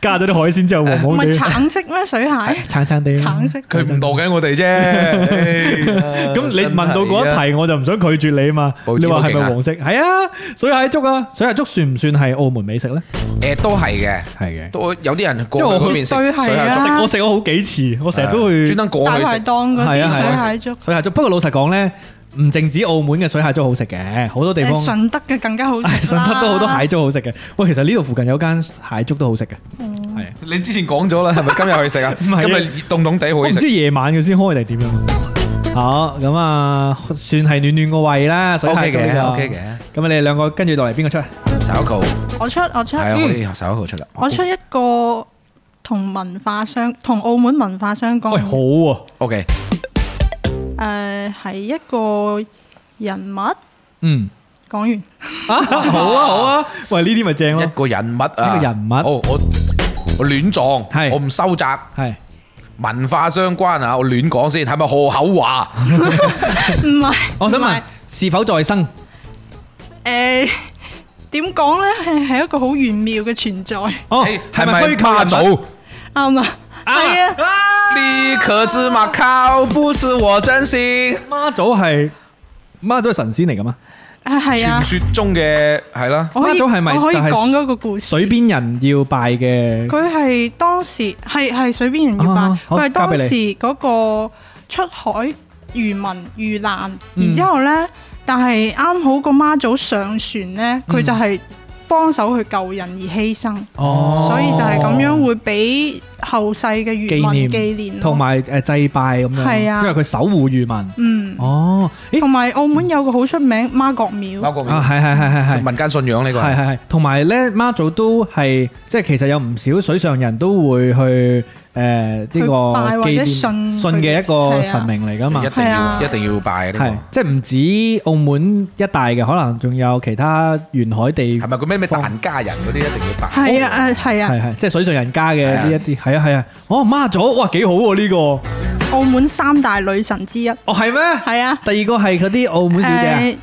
S1: 加咗啲海鮮之後黃
S4: 唔
S1: 黃
S4: 係
S1: 地，
S4: 橙色 咩？水蟹
S1: 橙橙地。
S4: 橙色。
S3: 佢唔導緊我 哋啫。唉
S1: 咁你問到
S3: 真係啊
S1: 嗰一題，我就唔想拒絕你嘛。
S3: 報紙
S1: 你話係
S3: 好勁啊
S1: 咪黃色？係啊，水蟹粥啊，水蟹粥算唔算係澳門美食咧？
S3: 誒都係嘅，
S1: 係嘅，
S3: 都有啲人過
S1: 因為
S3: 去
S1: 我
S3: 嗰邊食
S4: 絕對係
S3: 水蟹粥
S4: 啊，
S1: 我食咗好幾次，我成日都去
S3: 啊專登過
S4: 大
S3: 去
S4: 排
S3: 食。
S4: 檔嗰
S1: 係啊係啊
S4: 啲水蟹粥，
S1: 水蟹粥。不過老實講咧，唔淨止澳門嘅水蟹粥好食嘅，好多地方
S4: 誒順德嘅更加好
S1: 唉
S4: 食
S1: 順德都好多蟹粥好食嘅。喂，其實呢度附近有間蟹粥都好食嘅，係啊
S3: 你之前講咗啦，係咪今日 去食啊？
S1: 係啊
S3: 今日凍凍地好
S1: 我唔
S3: 食
S1: 知。夜晚佢先開定係點樣。好咁啊，算係暖暖個胃啦，水
S3: O
S1: 蟹
S3: K
S1: 粥呢
S3: 嘅
S1: 個
S3: ，O K 嘅，
S1: 咁你哋兩個跟住落嚟邊個出啊？
S3: 手一個
S4: 我出我出，
S3: 係啊，
S4: 嗯
S3: 可以手一個出啦。
S4: 我出一個同文化相同澳門文化相關
S1: 喂，好喎、
S3: O K，
S4: 誒係一個人物。
S1: 嗯，
S4: 講完
S1: 啊，好 啊，好啊，喂，呢啲咪正
S3: 一
S1: 咯，
S3: 個人物啊，
S1: 一個人物
S3: 哦，我我亂撞，
S1: 係
S3: 我唔收集
S1: 係
S3: 文化相關啊，我亂講先，係咪何口話？
S4: 唔係，
S1: 我想
S4: 唔係
S1: 問是否再生？
S4: 誒點講咧？係係一個好玄妙嘅存在，
S1: 哦
S3: 嘿係咪媽
S1: 人物
S3: 祖？
S4: 啱嘛？係啊，
S3: 你可知馬靠不是我真心？
S1: 媽祖係媽祖係神仙嚟噶嘛？
S4: 啊係啊
S3: 傳，說中嘅係啦，
S4: 我可
S1: 媽
S4: 以
S1: 祖啊係咪
S4: 我可以
S1: 就係
S4: 講嗰個故事。
S1: 水邊人要拜嘅，
S4: 佢係當時係係水邊人要
S1: 啊
S4: 辦，
S1: 好
S4: 佢係
S1: 交俾
S4: 當
S1: 你
S4: 時嗰個出海漁民遇難，
S1: 嗯
S4: 然之後呢，但係啱好個媽祖上船呢，
S1: 嗯
S4: 佢就係幫手去救人而犧牲，
S1: 哦
S4: 所以就係咁樣會俾後世嘅漁
S1: 紀
S4: 民
S1: 念
S4: 紀念咯
S1: 同埋誒祭拜咁樣，
S4: 係啊
S1: 因為佢守護漁民。
S4: 嗯，
S1: 哦，咦
S4: 同埋澳門有個好出名媽閣廟，
S3: 包括
S1: 啊，係係係係係。
S3: 民間信仰呢個
S1: 係
S3: 係
S1: 係係，同埋咧，媽祖都係即係其實有唔少水上人都會去誒呢個
S4: 去拜或者
S1: 紀念
S4: 信
S1: 信
S4: 佢
S1: 嘅一個
S4: 係啊
S1: 神明嚟㗎嘛
S3: 一。定
S4: 係啊
S3: 要一定要拜嘅
S1: 係
S3: 呢，
S1: 即係唔止澳門一帶嘅，可能仲有其他沿海地
S3: 個，係，咪個咩咩疍家人嗰啲一定要拜？
S4: 係啊誒係啊，
S1: 哦係係即係水上人家嘅
S3: 係啊
S1: 呢一啲，係啊係啊，哦媽祖，哇幾好喎呢個，哦
S4: 澳門三大女神之一，
S1: 係咩？
S4: 係啊。
S1: 第二個係嗰啲澳門小姐啊，
S4: 誒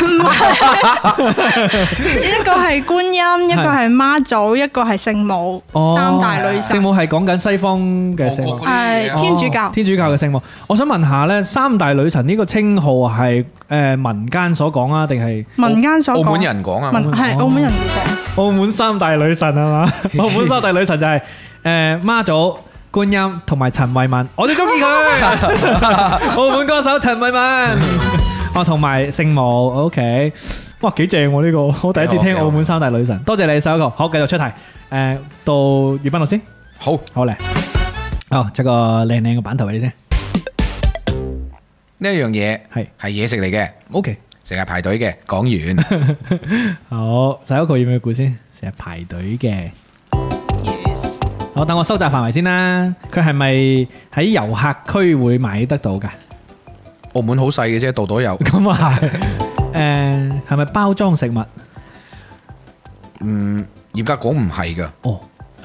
S4: 呃 唔係，一個係觀音，一個係媽祖，一個係聖母，
S1: 哦
S4: 三大女
S1: 聖
S4: 神。
S1: 母係講緊西方嘅聖
S3: 韓
S1: 母
S3: 國。嗰啲嘢
S4: 係
S3: 啊
S4: 天主
S1: 哦
S4: 教，
S1: 天主教嘅聖母，我想問下咧，三大女神呢個稱號係誒民間所講啊，定係
S4: 民間所講，
S3: 澳門人講啊，
S4: 民係
S1: 哦
S4: 澳門人會講，
S1: 澳門三大女神係嘛？澳門三大女神就係誒媽祖、觀音同埋陳慧敏，我最中意佢。澳門歌手陳慧敏，哦，同埋聖母，OK，哇，幾正喎呢個！我第一次聽澳門三大女神，多謝你首一個，好，繼續出題。誒，到宇斌老師，
S3: 好。
S1: 好嚟，好出個靚靚嘅版頭俾你先。
S3: 呢一樣嘢
S1: 係
S3: 係嘢食嚟嘅，
S1: OK，
S3: 成日排隊嘅。講完
S1: 好，首一個要唔要估先？成日排隊嘅。好，等我收集範圍先啦。佢係咪喺遊客區會買得到㗎？
S3: 澳門好細嘅啫，度度都有。
S1: 咁啊係，誒係咪包裝食物？
S3: 嗯，嚴格講唔係噶，
S1: 哦，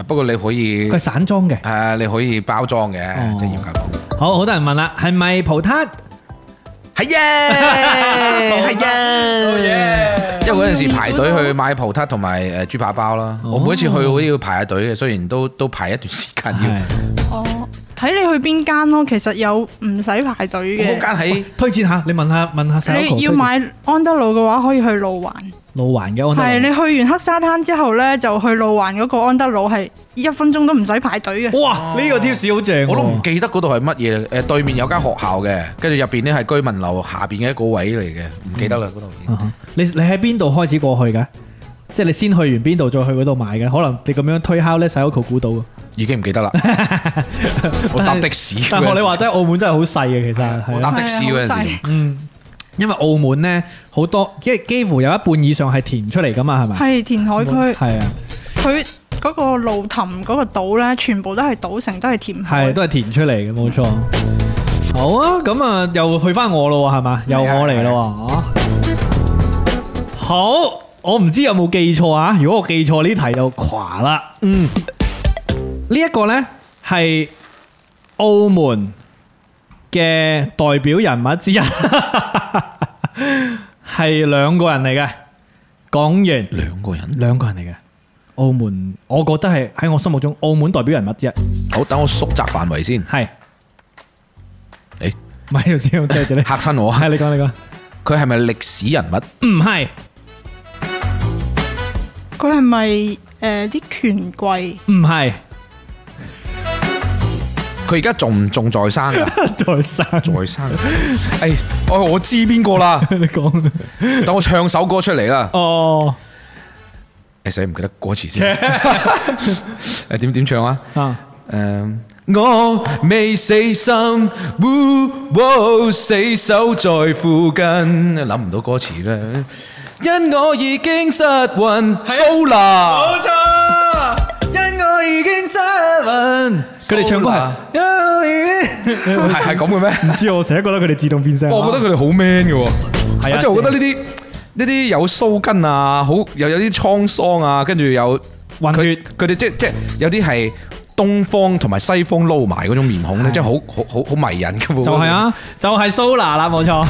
S3: 不過你可以啊
S1: 佢係散裝嘅。
S3: 誒，你可以包裝嘅
S1: 哦，
S3: 即係嚴格講。
S1: 好，好多人問啦，係咪葡撻？
S3: 係啊，係啊，因為嗰陣時排隊去買葡撻同埋誒豬扒包啦。
S1: 哦
S3: 我每一次去都要排下隊嘅，雖然都 都排一段時間要。
S4: 哦，睇你去邊間咯，其實有唔使排隊
S3: 嗰
S4: 嘅。
S3: 間喺
S1: 推薦下，你問下問下細佬
S4: 你要買安德魯嘅話，可以去路環。
S1: 路環嘅安德魯
S4: 係你去完黑沙灘之後呢，就去路環嗰個安德魯，係一分鐘都唔使排隊嘅。
S1: 哇！呢個 tips 好正喎，
S3: 我都唔記得嗰度係乜嘢。誒，對面有間學校嘅，跟住入邊咧係居民樓下邊嘅一個位嚟嘅，唔記得啦嗰度已經。
S1: 啊哈你你喺邊度開始過去嘅？即係你先去完邊度再去嗰度買嘅？可能你咁樣推敲咧，細佬估到嘅。
S3: 已經唔 記得啦。我搭的士嗰陣時，
S1: 但係學你話齋，澳門真係好細嘅，其實
S3: 我
S1: 係
S3: 搭
S1: 啊
S3: 的士嗰
S4: 係啊好
S3: 陣
S4: 細
S3: 時，
S1: 嗯，因為澳門咧好多，即係幾乎有一半以上係填出嚟噶嘛，係咪？
S4: 係填海區，
S1: 係啊，
S4: 佢嗰個路氹嗰個島呢，全部都係島城，都係填海
S1: 係。都係填出嚟嘅，冇錯。好啊，咁啊，又去翻我咯喎，係嘛？又我嚟咯喎，啊好，我唔知有冇記錯啊？如果我記錯呢題就垮啦。嗯，呢一個呢係澳門嘅代表人物之一， 係兩個人嚟嘅，講完。
S3: 兩個人。
S1: 兩個人嚟嘅。澳門，我覺得係喺我心目中澳門代表人物之一，
S3: 好，等我縮窄範圍 先。
S1: 係。
S3: 誒
S1: 咪喺度先，我繼續你。
S3: 嚇親我，
S1: 係你講，你講。
S3: 佢係咪歷史人物？
S1: 唔係，
S4: 佢係咪誒啲權貴？
S1: 唔 係，
S3: 佢而家仲唔仲在生 㗎？
S1: 再生。
S3: 在生。 哎，哦，我知邊個 啦，
S1: 你講。
S3: 等我唱首歌出嚟啦。
S1: 哦，
S3: 誒，死唔記得歌詞 先。誒，點點唱啊？
S1: 啊，
S3: 誒，我未死心，嗚，死守在附近。諗唔到歌詞咧，因我已經失魂，蘇娜。
S1: 因我已經失魂。佢哋唱歌係。因我已經
S3: 係係咁嘅咩？
S1: 唔知我成日覺得佢哋自動變聲。
S3: 我覺得佢哋好 man 嘅喎，
S1: 係啊
S3: 即係我覺得呢啲呢啲有鬚根啊，好又有啲滄桑啊，跟住有
S1: 混
S3: 佢
S1: 血
S3: 佢哋即即有啲係東方同埋西方撈埋嗰種面孔咧，即係好好好好迷人嘅喎。
S1: 就係，啊，就係蘇娜啦，冇錯。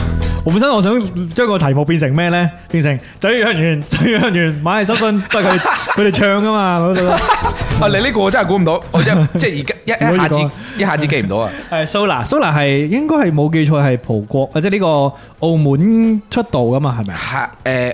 S1: 我本身我想將個題目變成咩咧？變成嘴香園，嘴香園，買嚟收信，都係佢哋佢哋唱噶嘛。嗰度
S3: 啊你呢個我真係估唔到，我真 係即係而家一一
S1: 唔
S3: 下
S1: 好意
S3: 子
S1: 思
S3: 一下子記唔到啊！
S1: 係蘇娜，蘇娜係應該係冇記錯係葡國或者呢個澳門出道噶嘛，係咪啊？
S3: 係誒，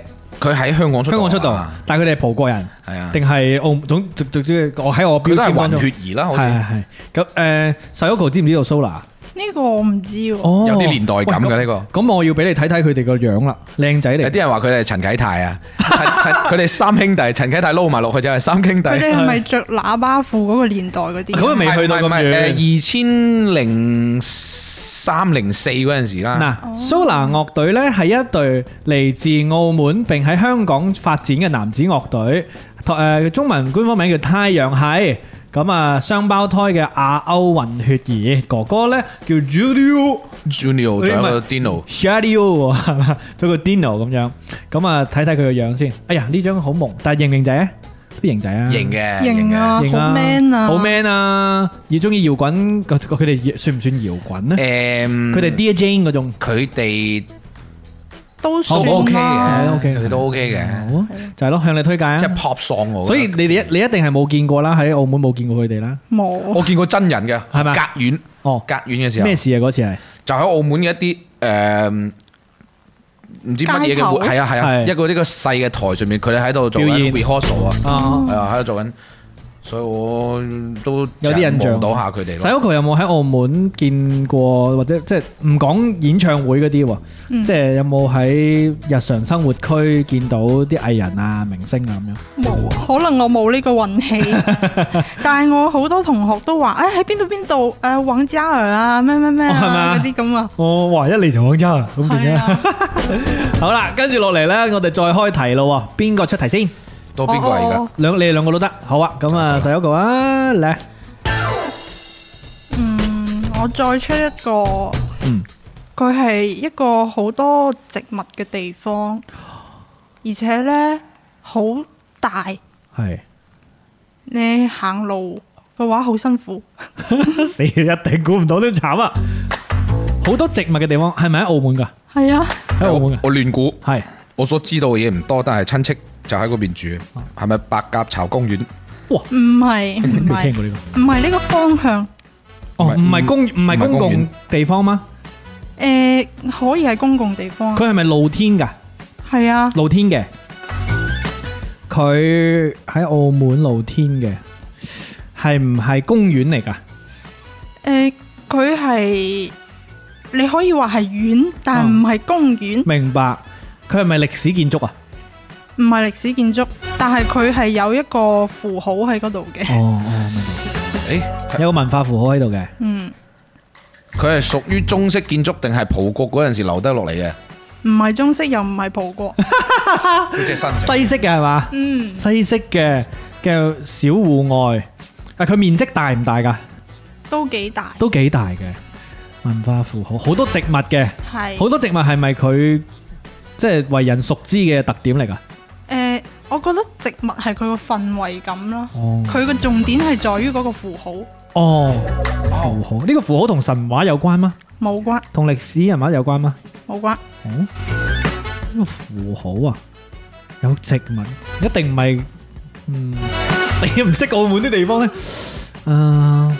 S3: 佢喺香港出
S1: 香港出道
S3: 啊，
S1: 但係佢哋係葡國人，
S3: 係啊，
S1: 定係澳總總總之，我喺我標
S3: 佢都係
S1: 籤當
S3: 混
S1: 中
S3: 血兒啦，好
S1: 係
S3: 似
S1: 係係。咁誒，Sayoko 知唔知道蘇娜？
S4: 呢個我唔知喎。
S1: 哦
S3: 有啲年代感嘅呢個。
S1: 個。咁我要俾你睇睇佢哋個樣啦，靚仔
S3: 有
S1: 嚟。
S3: 啲人話佢哋係陳啟泰啊，陳陳佢哋三兄弟，陳啟泰撈埋落去就係三兄弟。
S4: 佢哋係咪着喇叭褲嗰個年代嗰啲？
S1: 咁啊未去到咁遠。
S3: 二千零三零四嗰陣時啦，
S1: 嗱，蘇拿樂隊呢係一隊嚟自澳門並喺香港發展嘅男子樂隊，誒、中文官方名叫太陽系。咁啊，雙胞胎嘅亞歐混血兒哥哥呢，叫 Julio
S3: Junior 仲有個 Dino，
S1: s h a d i o 佢個 Dino 咁樣。咁啊，睇睇佢個樣先。哎呀，呢張好萌，但係型唔型仔啊？都型仔啊！
S3: 型嘅，
S4: 型啊，
S1: 型
S4: 好 man 啊，
S1: 好 man 啊！要中意搖滾，佢佢哋算唔算搖滾呢？
S3: 誒，嗯
S1: 佢哋 Dear Jane 嗰種。
S3: 佢哋
S4: 都
S3: 都
S4: 算
S3: 哦 OK
S4: 啦。
S3: 嘅
S1: OK
S3: 佢哋都 OK 嘅，
S4: 嗯
S1: 好啊，就係咯，向你推介啊！
S3: 即係啊 pop song 我覺得。
S1: 所以你哋一你一定係冇見過啦，喺澳門冇見過佢哋啦。
S4: 冇
S3: 我見過真人嘅，
S1: 係咪
S3: 隔遠
S1: 哦，
S3: 隔遠嘅時候
S1: 咩，事啊？嗰次係
S3: 就喺澳門嘅一啲誒。唔知乜嘢
S4: 街
S3: 嘅
S4: 頭
S3: 活，係啊係啊，
S1: 係
S3: 一個呢個細嘅台上面，佢哋喺度做
S1: 表
S3: 緊
S1: 演
S3: rehearsal 啊，
S4: 哦
S1: 啊，
S3: 係啊喺度做緊，所以我都
S1: 有啲印象
S3: 望到下佢哋
S1: 洗
S3: 咯。
S1: 屋佢有冇喺澳門見過，或者即係唔講演唱會嗰啲喎，
S4: 嗯
S1: 即係有冇喺日常生活區見到啲藝人啊、明星啊咁樣？
S4: 冇，可能我冇呢個運氣。但係我好多同學都話：，哎誒喺邊度邊度呃誒玩 j a 啊，咩咩咩
S1: 哦係咪
S4: 啊
S1: 啊
S4: 嗰啲咁啊。
S1: 哦，哇！一嚟就講真啊，咁
S4: 係啊，
S1: 好啦，跟住落嚟咧，我哋再開題咯喎，邊個出題先？
S3: 到邊個啊嚟㗎
S4: 哦？哦
S1: 兩你哋兩個都得，好啊。咁啊，洗屋個啊，嚟，
S4: 嗯，我再出一個，
S1: 嗯
S4: 佢係一個好多植物嘅地方，而且呢，好大，
S1: 係
S4: 你行路嘅話好辛苦。
S1: 死，一定估唔到都慘啊！好多植物嘅地方，係咪喺澳門㗎？
S4: 係啊，
S1: 喺澳門
S3: 我
S1: 㗎，
S3: 我亂估，
S1: 係
S3: 我所知道嘅嘢唔多，但係親戚就喺嗰邊住，係咪白鴿巢公園？
S4: 唔
S1: 未
S4: 係唔
S1: 聽
S4: 係
S1: 過呢
S4: 唔係呢個方向，
S1: 個。哦，
S3: 唔係
S1: 唔係公唔係公
S3: 唔係公
S1: 共
S3: 園
S1: 地方嗎？
S4: 誒呃可以係公共地方啊，
S1: 佢係咪露天㗎？
S4: 係啊，
S1: 露天嘅，佢喺澳門露天嘅，係唔係公園嚟㗎？
S4: 誒呃佢係你可以話係園，
S1: 啊
S4: 但唔係公園，
S1: 明白。佢係咪歷史建築啊？
S4: 唔係歷史建築，但係佢係有一個符號喺嗰度嘅，
S1: 哦哦，明白
S3: 誒，
S1: 有個文化符號喺度嘅。
S4: 嗯。
S3: 佢係屬於中式建築定係葡國嗰陣時留得落嚟嘅？
S4: 唔係中式又唔係葡國，
S3: 佢即係新式。
S1: 西式嘅係嘛？
S4: 嗯，
S1: 西式嘅嘅小戶外，啊佢面積大唔大㗎？
S4: 都幾大，
S1: 都幾大嘅文化符號，好多植物嘅，
S4: 係
S1: 好多植物係咪佢即係為人熟知嘅特點嚟㗎？
S4: 誒，我覺得植物係佢個氛圍感啦，
S1: 哦
S4: 佢個重點係在於嗰個符號，
S1: 哦，符號呢個符號同神話有關嗎？
S4: 冇關
S1: 同歷史人物有關嗎？
S4: 冇關，
S1: 哦，呢個符號啊，有植物，一定唔係，嗯， 死唔識澳門啲地方咧。誒，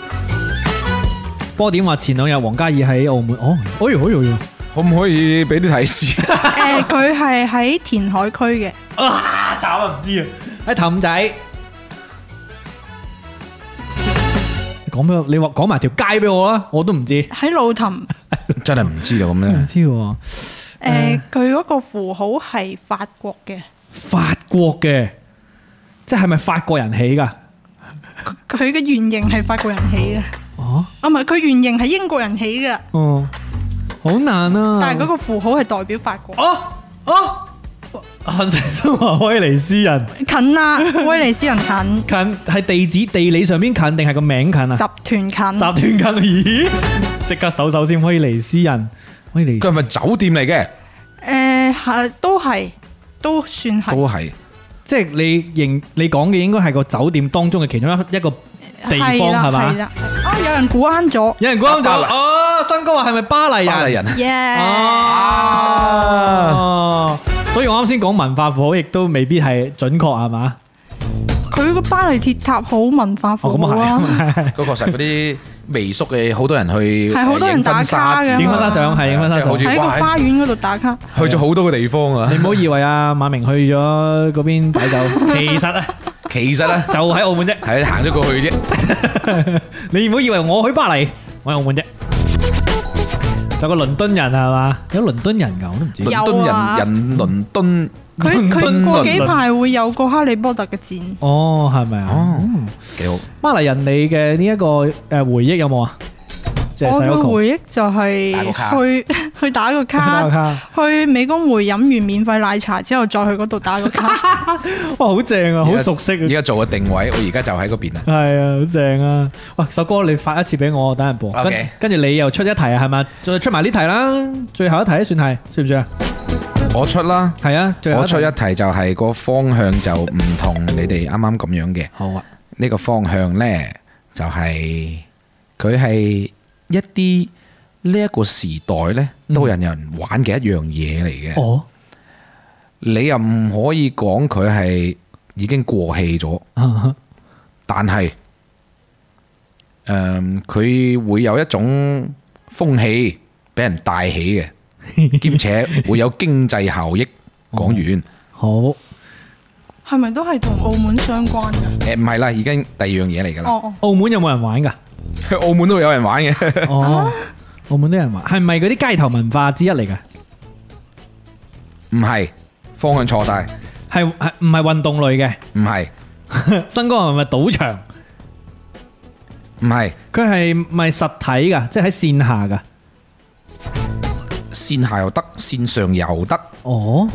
S1: 波點話前兩日黃嘉怡喺澳門，哦，哎呦哎呦哎呦，
S3: 可唔可以俾啲提 示？
S4: 誒，佢係喺填海區嘅，
S1: 啊，慘啊，唔知啊，喺氹仔。講俾我，你話講埋條街俾我啦，我都唔知，
S4: 喺路氹，
S3: 真係唔知道咁
S1: 唔
S3: 樣。
S1: 知喎。嗯
S4: 誒，佢嗰個符號係法國嘅，
S1: 法國嘅，即係咪法國人起噶？
S4: 佢嘅原型係法國人起嘅，
S1: 哦，
S4: 啊唔係，佢原型係英國人起嘅，
S1: 哦，好難啊！
S4: 但係嗰個符號係代表法國，
S1: 哦哦，恒成中華威尼斯人
S4: 近啦，威尼斯人近，
S1: 近係地址地理上邊近定係個名近啊？
S4: 集 團
S1: 集
S4: 近，
S1: 團近咦？即刻搜搜先，威尼斯人，威尼
S3: 佢係咪酒店嚟嘅？
S4: 誒係都係都算係。
S3: 都係。
S1: 即係你形你講嘅應該係個酒店當中嘅其中一一個地方
S4: 係啦
S1: 係
S4: 係
S1: 嘛？
S4: 啦啊，有人估啱咗，
S1: 有人講咗
S3: 巴黎
S1: 哦，新哥話係咪啊巴黎人？
S3: 巴黎人。
S1: 啊
S4: 耶！
S1: 哦，所以我啱先講文化符號，亦都未必係準確係嘛？
S4: 佢個巴黎鐵塔好文化
S1: 哦，
S4: 符
S1: 咁
S4: 號啊，
S1: 啊
S3: 嗰確實嗰啲微縮嘅好多人去
S4: 係好多人
S3: 影婚
S4: 打卡
S1: 係，
S4: 㗎
S3: 紗照
S1: 影婚紗相係影婚紗
S3: 即係好
S1: 相。
S3: 似
S4: 喺個
S3: 哇
S4: 花園嗰度打卡。
S3: 去咗好多個地方啊
S1: 你！唔好以為啊，馬明去咗嗰邊擺酒，其實啊
S3: 其實咧
S1: 就喺澳門啫。
S3: 係行咗過去啫，
S1: 你唔好以為我去巴黎，我喺澳門啫。就個倫敦人係嘛？有倫敦人㗎，我都唔知。
S4: 有
S3: 倫敦
S4: 啊
S3: 人人倫敦
S4: 佢佢
S1: 倫敦
S4: 過幾排會有個哈利波特嘅展，
S1: 哦，係咪啊
S3: 哦？幾好，
S1: 巴黎人你嘅呢一個誒回憶有冇啊？即係
S4: 我
S1: 細佬
S4: 嘅
S1: 窮
S4: 回憶就
S3: 打個卡
S4: 係去 去打個
S1: 打個
S4: 卡，
S1: 卡，
S4: 去美工匯飲完免費奶茶之後，再去嗰度打 個卡。
S1: 哇，好正啊，好
S3: Dạ.
S1: 熟悉啊
S3: 而。家做嘅定位，我而家就喺嗰邊啊！
S1: 係啊，好正啊！喂，首歌你發一次俾我，等人播。跟
S3: OK
S1: 跟住你又出一題啊，係咪？再出埋呢題啦，最後一題算係，算唔算啊？
S3: 我出啦，
S1: 係啊，最後
S3: 我
S1: 一題
S3: 出一題就係個方向就唔同你哋啱啱咁樣嘅。
S1: 好啊，
S3: 呢個方向呢，就係佢係一啲呢一個時代呢，都有人玩嘅一樣嘢嚟嘅。
S1: 哦
S3: 你又唔可以講佢係已經過氣咗，
S1: 啊
S3: 但係誒佢會有一種風氣俾人帶起嘅，兼且會有經濟效益。講完
S1: 好
S4: 係咪都係同澳門相關㗎？
S3: 誒唔係啦，已經第二樣嘢嚟㗎啦。
S4: 哦
S1: 澳門有冇人玩 㗎？
S3: 澳門都有人玩嘅，
S1: 哦，澳門都有人玩，係咪嗰啲街頭文化之一嚟㗎？
S3: 唔係方向錯晒，
S1: 係係唔係運動類嘅？
S3: 唔係
S1: 新哥係咪賭場？
S3: 唔係
S1: 佢係咪實體㗎？即係喺線下㗎？
S3: 線下又得，線上又得。
S1: 哦，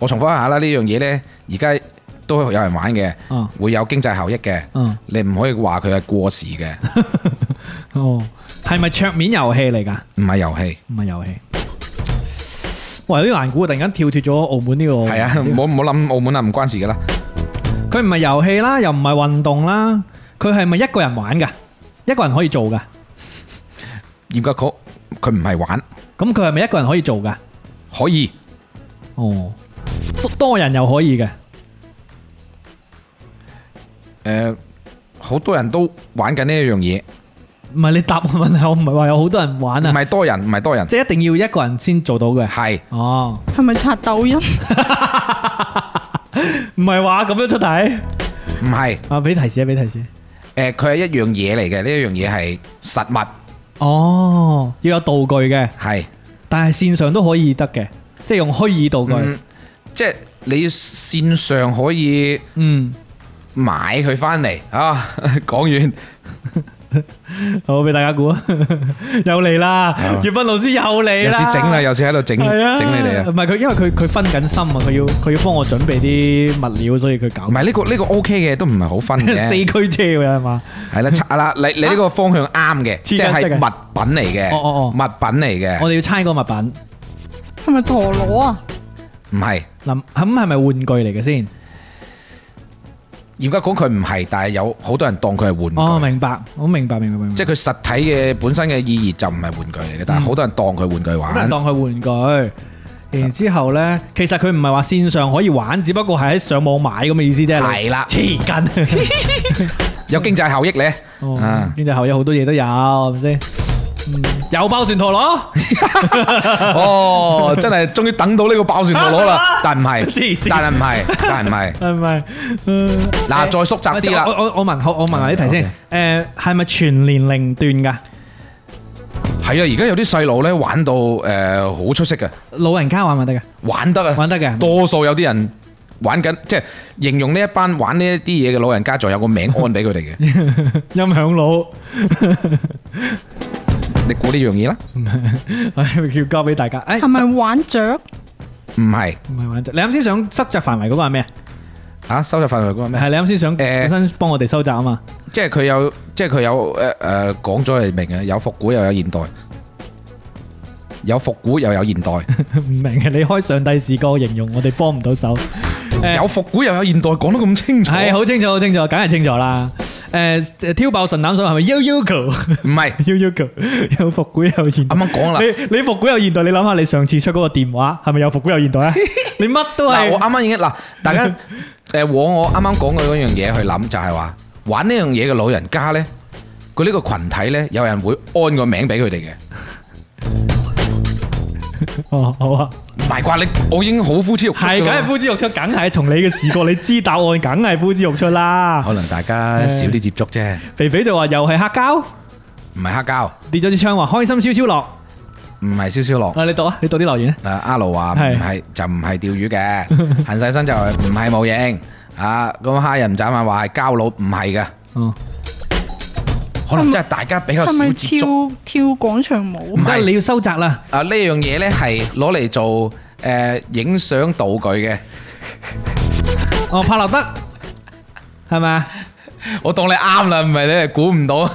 S3: 我重複一下啦，呢樣嘢呢，而家都有人玩嘅，
S1: 嗯
S3: 會有經濟效益嘅。
S1: 嗯，
S3: 你唔可以話佢係過時嘅，
S1: 哦，係咪桌面遊戲嚟㗎？
S3: 唔係 遊戲。
S1: 唔係遊戲。哇，有啲難估啊！突然間跳脱咗澳門呢、個。
S3: 係啊，唔
S1: 呢
S3: 好唔好諗澳門啊，唔關事噶啦。
S1: 個佢唔係遊戲啦，又唔係運動啦，佢係咪一個人玩㗎？一個人可以做㗎？
S3: 嚴格講佢唔係玩，
S1: 咁佢係咪一個人可以做噶？
S3: 可以
S1: 哦，多多人又可以嘅，
S3: 誒，呃好、多人都玩緊呢一樣嘢，
S1: 唔係你答我問題，我唔係話有好多人玩
S3: 唔
S1: 啊，
S3: 係多人，唔係多人，
S1: 即係一定要一個人先做到嘅。
S3: 係
S1: 哦，
S4: 係咪刷抖音？
S1: 唔係話咁樣出題
S3: 唔係？
S1: 啊？俾提示啊，俾提示。
S3: 誒，佢係一樣嘢嚟嘅，呢一樣嘢係實物，
S1: 哦，要有道具嘅，
S3: 係
S1: 但係線上都可以得嘅，即係用虛擬道具。
S3: 嗯，即係你線上可以
S1: 嗯，
S3: 買佢翻嚟啊！ 講完。
S1: 好，俾大家估啊， 又嚟啦，粵斌老師又嚟
S3: 有
S1: 啦，
S3: 時整啦，有時喺度整
S1: 係啊，
S3: 整你哋啊
S1: 唔！係佢，因為佢佢分緊心啊，佢要佢要幫我準備啲物料，所以佢搞
S3: 唔係呢個呢個 OK 嘅，都唔係好分
S1: 四
S3: 嘅，
S1: 驅車嘅係嘛？
S3: 係啦，拆啦，你你呢個方向啱嘅，即係
S1: 啊得嘅
S3: 物品嚟嘅，
S1: 哦哦哦
S3: 物品嚟
S1: 我
S3: 嘅，
S1: 哋要猜個物品，
S4: 係咪陀螺啊？
S3: 唔係
S1: 嗱咁係咪玩具嚟嘅先？
S3: 嚴格講佢唔係，但係有好多人當佢係
S1: 哦，
S3: 玩具，
S1: 明白，我明白，明白，明白。
S3: 即係佢實體嘅本身嘅意義就唔係玩具嚟嘅，但係好多人當佢玩具
S1: 好多人
S3: 玩，
S1: 嗯當佢玩具，然之後呢，其實佢唔係話線上可以玩，只不過係喺上網買咁嘅意思啫。
S3: 係啦
S1: 你 黐筋。
S3: 有經濟效益咧，
S1: 哦
S3: 啊，
S1: 經濟後有好多嘢都有，係咪先？嗯有包船陀螺，
S3: 哦，真係終於等到呢個爆旋陀螺啦，但唔
S1: 黐
S3: 係
S1: 線，
S3: 但係唔係，但係唔係，
S1: 係咪？嗯
S3: 嗱，再縮窄 啲
S1: 我
S3: 啦，
S1: 我我問好，我問下呢題先。誒，係咪全年齡段㗎？
S3: 係啊，而家有啲細路咧玩到誒好出色嘅。
S1: 老人家玩咪得嘅，
S3: 玩得啊，
S1: 玩得嘅
S3: 多數有啲人玩緊，即係形容呢一班玩呢一啲嘢嘅老人家，仲有個名安俾佢 哋嘅。
S1: 音響佬，
S3: 你估呢樣嘢啦？
S1: 要交俾大家。誒，
S4: 係咪玩雀？
S3: 唔係
S1: 唔係玩啫？你啱先想塞窄範圍嗰個係咩？
S3: 啊，收集範圍嗰個咩？
S1: 係你啱先想本身幫我哋收窄啊嘛。
S3: 即係佢有，即係佢有誒誒講咗你明嘅，有復古又有現代，有復古又有現代，
S1: 唔明嘅，你開上帝視角形容我哋幫唔到 手。 誒
S3: 有復古又有現代，講得咁清楚，
S1: 係
S3: 唔
S1: 好清楚，好清楚，梗係清楚啦。誒，挑爆神膽水係咪 Yuyuko？
S3: 係
S1: Yuyuko 有復古有現代。
S3: 啱啱講啦。
S1: 你你復古有現代，你諗下你上次出嗰個電話係咪有復古有 現代啊？你乜都
S3: 嗱，我
S1: 係
S3: 啱啱已經嗱，大家誒往我啱啱講嘅嗰樣嘢去諗，就係話玩呢樣嘢嘅老人家咧，佢呢個群體咧，有人會安個名俾佢哋嘅，
S1: 哦，好啊，
S3: 唔係啩？你我已經好膚淺肉
S1: 係梗係
S3: 膚，
S1: 呼之欲出，梗係從你嘅視角，你知答案，梗係呼之欲出啦
S3: 可。能大家少啲接觸啫，
S1: 肥肥就話又係黑膠，
S3: 唔係黑膠，
S1: 跌咗支槍話開心消消樂。
S3: 唔係燒燒樂。
S1: 啊，你讀啊，你讀啲留言啊。
S3: 誒阿盧話
S1: 係
S3: 唔係就唔係釣魚嘅，行晒身就係唔係模型啊！咁蝦人眨眼話係膠佬，唔係嘅，
S1: 哦，
S3: 可能真係大家比較
S4: 係
S3: 少
S4: 咪
S3: 接觸。
S4: 跳跳廣場舞
S1: 唔？得，
S3: 係
S1: 你要收窄啦。
S3: 啊呢樣嘢咧係攞嚟做誒影相道具嘅。
S1: 哦，帕勞德係咪啊？
S3: 我當你啱啦，唔係你係估唔到。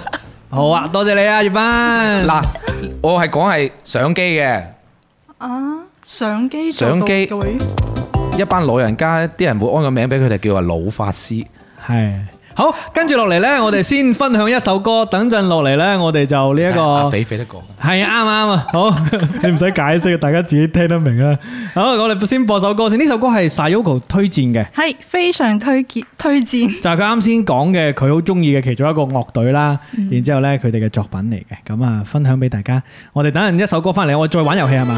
S1: 好啊，多謝你啊，葉斌。
S3: 嗯嗱，我係講係相機嘅，
S4: 啊，相機做
S3: 相
S4: 道
S3: 機
S4: 具
S3: 一班老人家啲人會安個名俾佢哋，叫話老法師。
S1: 係好，跟住落嚟呢，我哋先分享一首歌。等陣落嚟呢，我哋就呢一
S3: 阿
S1: 個。
S3: 肥肥得講，
S1: 係啊，啱啊啱啊，好， 你唔使解釋，啊大家自己聽得明啦。好，我哋先播首歌先，呢首歌係 Sayoko 推薦嘅，
S4: 係非常推薦推薦。
S1: 就係佢啱先講嘅，佢好中意嘅其中一個樂隊啦。
S3: 嗯
S1: 然之後咧，佢哋嘅作品嚟嘅，咁啊，分享俾大家。我哋等陣一首歌翻嚟，我再玩遊戲係嘛？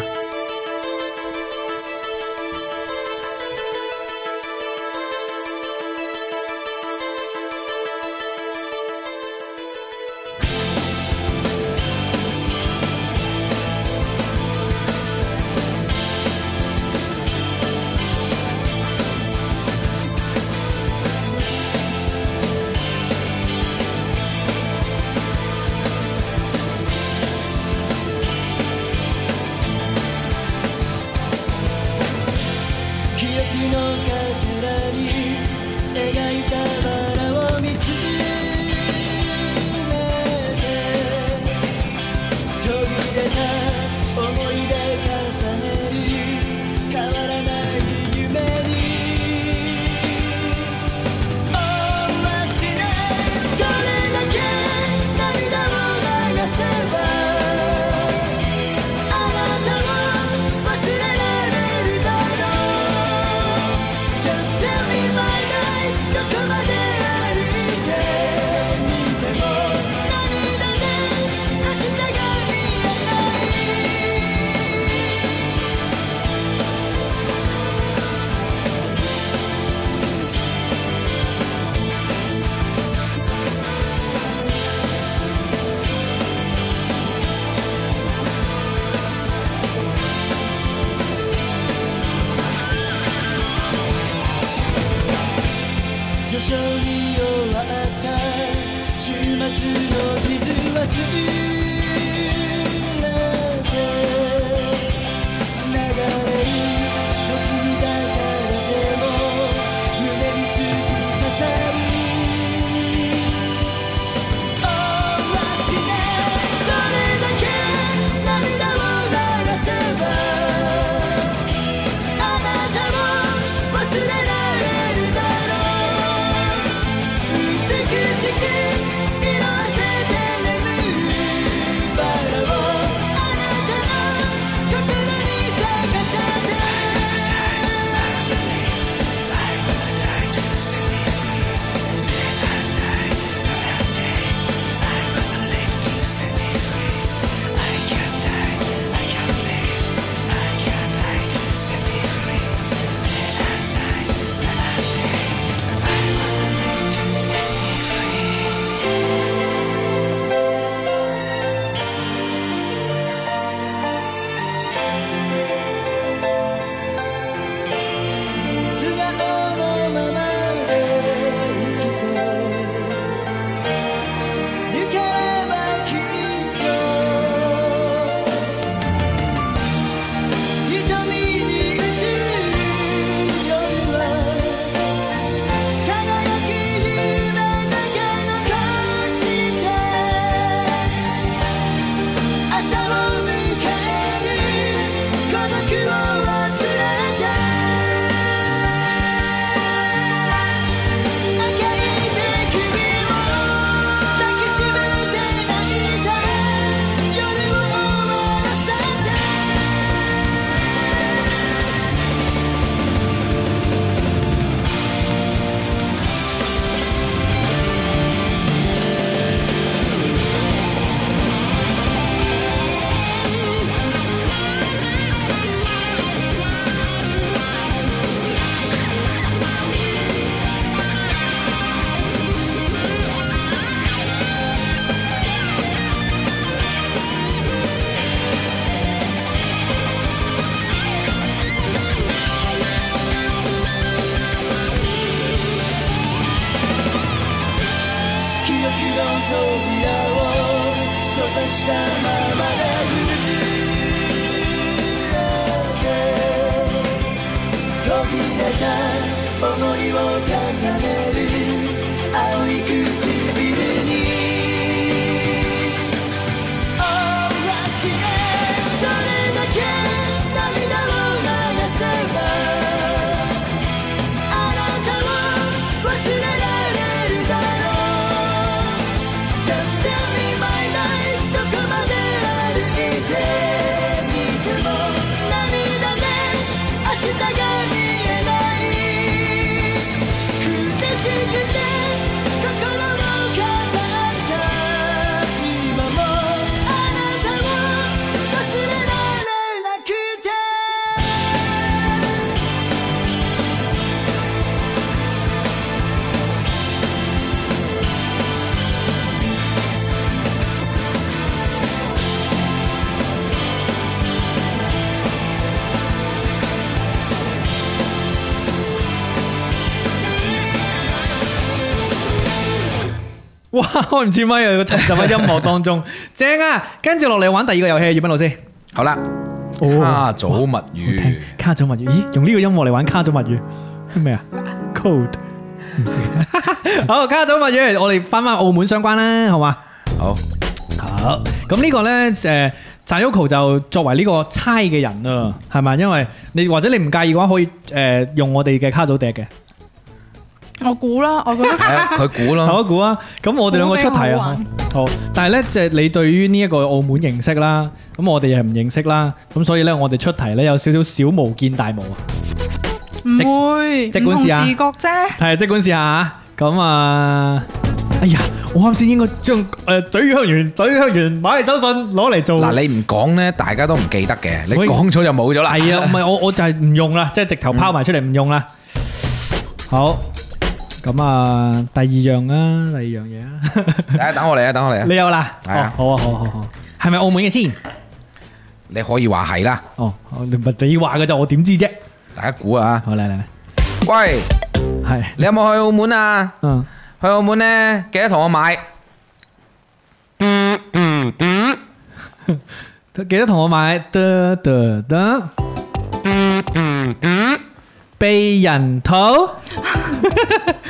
S10: 「序章に弱った週末の傷は全て流れる時だからでも胸に積もる突き刺さる Oh 忘れどれだけ涙を流せばあなたも忘れられるだろう美しく色あせて眠る「あなたの心に咲かせて」「素顔のままで生きて」「抜ければきっと」「瞳に映る夜は輝き夢だけ残して」「朝を迎えに孤独を忘れて」「君を抱きしめて泣いた」「夜を終わらせて」記憶の扉を閉ざしたままで揺れて途切れた思いを重ねる青い唇に Oh 忘れどれだけ涙を流せば「あなたを忘れられるだろう」「Just tell me my life」「どこまで歩いてみても」「涙で明日が見えない」「苦しくて心を飾った今もあなたを忘れられなくて」
S1: 哇！開唔知咪啊！個沉浸喺音樂當中，正啊！跟住落嚟玩第二個遊戲，葉斌老師。
S3: 好啦，蝦組物語，
S1: 卡祖物語，咦？用呢個音樂嚟玩卡祖物語係咩啊？Code 唔識。啊好，卡祖物語，我哋翻翻澳門相關啦，好嘛？
S3: 好，
S1: 好，咁呢個呢，誒、呃，賺 Yoko 就作為呢個猜嘅人啊，係咪？因為你或者你唔介意嘅話，可以誒、呃用我哋嘅卡祖笛嘅，
S4: 我估啦，我覺得
S3: 係啊，佢估
S1: 好
S3: 咯，
S1: 一估啊！咁我哋兩個出題
S4: 好
S1: 啊
S4: 玩，
S1: 好。但係呢，即係你對於呢一個澳門認識啦，咁我哋又唔認識啦，咁所以呢，我哋出題呢，有少少小巫見大巫啊，
S4: 唔會，唔
S1: 即管
S4: 同
S1: 試
S4: 視
S1: 下
S4: 覺啫。
S1: 係即管試下嚇。咁啊，哎呀，我啱先應該將誒咀香園、咀香園買嚟手信攞嚟做。
S3: 嗱，你唔講咧，大家都唔記得嘅，你
S1: 喂
S3: 講咗就冇咗啦，
S1: 系啊，唔系我我就係唔用啦，即係直頭拋埋出嚟唔用啦。好，咁啊，第二樣啊，第二樣嘢啊，
S3: 誒，等我嚟啊，等我嚟啊
S1: 你，有啦？
S3: 係啊
S1: 哦好啊，好啊好啊好啊，係咪澳門嘅先？
S3: 你可以話係啦，
S1: 哦，你唔係你話嘅就我點知啫？
S3: 大家估啊，
S1: 好嚟嚟嚟，
S3: 喂，
S1: 係
S3: 你有冇去澳門啊？
S1: 嗯，
S3: 去澳門呢，記得同我買。
S1: 記得同我買得得得，避人頭，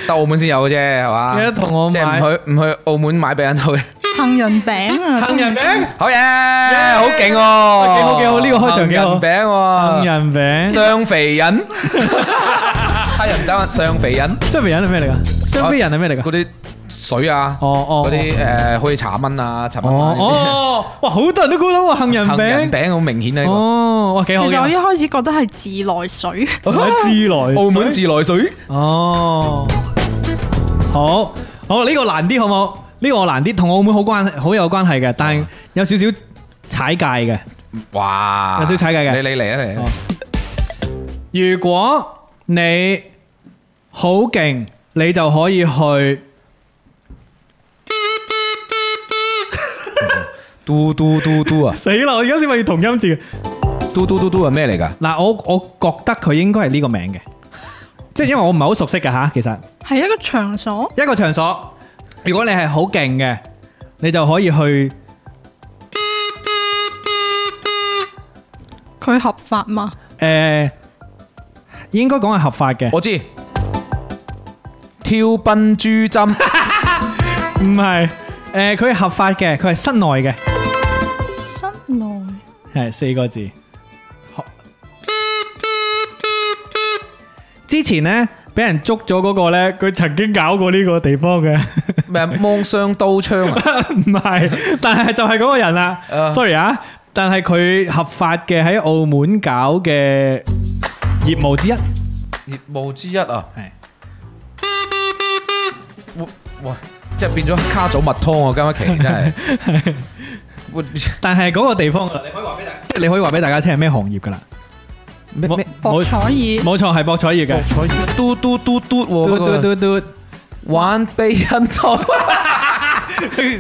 S3: 得澳門先有嘅啫，係嘛？
S1: 記得同我
S3: 即係唔
S1: 買
S3: 去唔去澳門買避孕套嘅。
S4: 杏仁餅啊，
S1: 杏仁餅，
S3: 好嘢，好勁喎！
S1: 喂幾好幾好呢個開場幾好
S3: 杏仁餅喎，
S1: 杏仁餅，
S3: 雙肥人， 黑人憎雙肥人，
S1: 雙皮人係咩嚟㗎？雙皮人係咩嚟
S3: 嗰
S1: 㗎？
S3: 啲水啊，
S1: 哦哦，
S3: 嗰啲誒好似茶蚊啊、茶
S1: 哦
S3: 蚊啊 呢
S1: 哦，哇，好多人都估到喎，杏仁
S3: 啲，杏
S1: 餅，
S3: 仁餅好明顯呢個。
S1: 哦，哇，幾好
S4: 其實我一
S1: 嘅，
S4: 開始覺得係自來水，
S1: 自來
S3: 澳門自來水，
S1: 哦，好好呢、個難啲好冇？呢、個我難啲，同澳門好關好有關係嘅，但係有少少踩界嘅。
S3: 哇！
S1: 有少少踩界嘅
S3: 你你嚟啊嚟啊
S1: 哦！如果你好勁，你就可以去
S3: 嘟嘟嘟嘟啊！
S1: 死啦！我而家先咪要同音字。
S3: 嘟嘟嘟嘟係咩嚟㗎？
S1: 嗱，我我覺得佢應該係呢個名嘅，即係因為我唔係好熟悉嘅吓，其實
S4: 係一個場所，
S1: 一個場所，如果你係好勁嘅，你就可以去
S4: 佢合法嘛？
S1: 誒、應該講係合法嘅。
S3: 我知，挑賓珠針。
S1: 唔係，誒佢係合法嘅，佢係室內嘅，
S4: 室內
S1: 係四個字。好之前呢，俾人捉咗嗰個呢，佢曾經搞過呢個地方嘅，
S3: 咩芒雙刀槍啊？
S1: 唔係，但係就係嗰個人啦。
S3: 啊
S1: Sorry 啊，但係佢合法嘅喺澳門搞嘅業務之一，
S3: 業務之一啊！
S1: 係
S3: 哇哇，即係變咗卡祖麥湯啊！今一期真係，哇
S1: 但係嗰個地方你可以話俾大家，即係你可以話俾大家聽係咩行業㗎啦？
S3: 咩咩
S4: 博
S1: 冇
S4: 彩業，
S1: 冇錯，係博彩業嘅。
S3: 彩魚嘟嘟嘟嘟喎，
S1: 嘟
S3: 嗰個
S1: 嘟嘟嘟，
S3: 玩避孕套，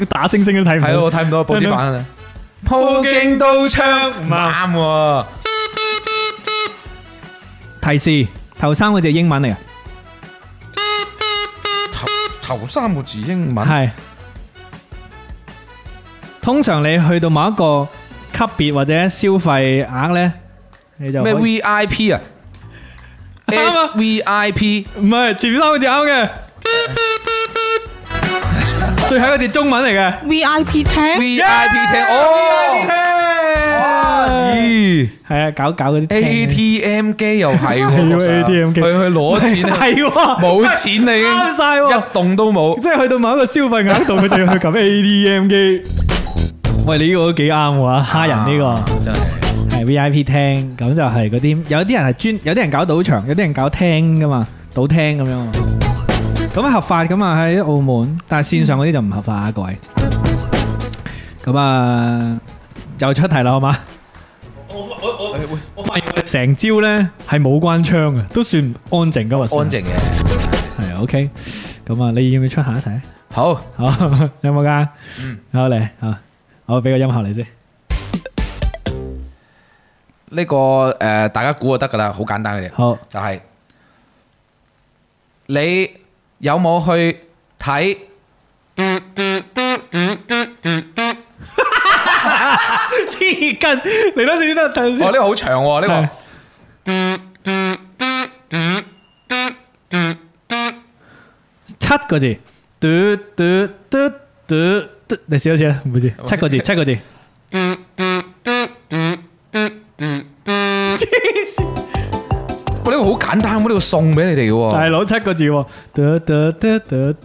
S1: 打星星都睇唔
S3: 係咯，
S1: 到
S3: 我。睇唔到報紙版啊！
S1: 報
S3: 鋪
S1: 警
S3: 京刀槍唔啱喎，
S1: 提示頭三個字係英文嚟嘅，
S11: 頭三個字英文，
S3: 啊
S1: 係通常你去到某一個級別或者消費額咧，你就
S3: 咩
S1: 可以
S3: V I P 啊
S1: 啱啊
S3: ？S V I P
S1: 唔係前面三個字 啱嘅，最後一個字中文嚟嘅。
S4: VIP 廳
S3: V I P 聽哦，哇咦
S1: 係啊，搞搞嗰啲
S3: A T M 機又 係
S1: 係
S3: 喎，
S1: 喎
S3: 確實
S1: ATM 機
S3: 去去攞錢 啊，
S1: 係喎，
S3: 冇錢啊你已經
S1: 啱晒喎
S3: 一棟都冇。
S1: 即係去到某一個消費額度，佢就要去撳 ATM 機。 喂，你呢個都幾啱喎，蝦人呢個。
S3: 啊真係
S1: 係 Ờ, V I P 廳，咁就係嗰啲有啲人係專，有啲人搞賭場，有啲人搞廳噶嘛，賭廳咁樣啊嘛。咁合法噶嘛喺澳門，但係線上嗰啲就唔合法啊，各位。咁啊，又出題啦，好嘛？我發現我哋成招咧係冇關窗嘅，都算安靜噶嘛。
S3: 安靜嘅。
S1: 係 OK。咁啊，你要唔要出下一題？
S3: 好，
S1: 好，有冇噶？嗯，好嚟，好，我俾個音效你先。
S3: 呢個誒大家估就得㗎啦，好簡單嘅啫。
S1: 好，
S3: 就係你有冇去睇？
S1: 黐筋嚟多次得，等
S3: 哦，呢個好長喎，呢個。
S1: À. 七個字，嘟嘟嘟嘟嘟，你試多次啦，唔好意思，七個字，七個字。
S3: 我呢個好簡單，我呢個送俾你哋嘅
S1: 大
S3: 喎。
S1: 佬七個字喎，嘟嘟嘟嘟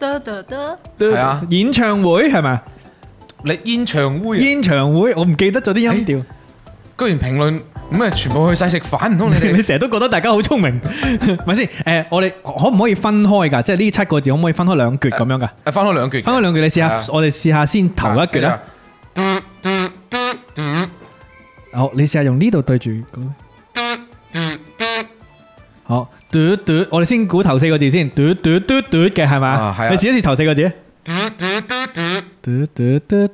S4: 得得得，
S1: 嘟
S3: 係啊
S1: 演唱會係咪？
S3: 你煙腸烏人
S1: 演唱會我唔記得咗啲音調，
S3: 居然評論咁啊，全部去晒食飯，唔通你
S1: 你
S3: 哋？
S1: 成日都覺得大家好聰 明，咪先？誒，我哋可唔可以分開㗎？即係呢七個字可唔可以分開兩橛咁樣㗎？
S3: 誒翻開兩橛嘅，
S1: 分開兩橛，你試
S3: 係
S1: 下
S3: 啊，
S1: 我哋試下先
S3: À,
S1: 頭一 橛啦。好，你試下用呢度對住咁。好，嘟嘟，我哋先估頭四個字先，嘟嘟嘟嘟嘅係咪？
S3: 啊係啊
S1: 你試一試 頭四個字。嘟嘟嘟嘟，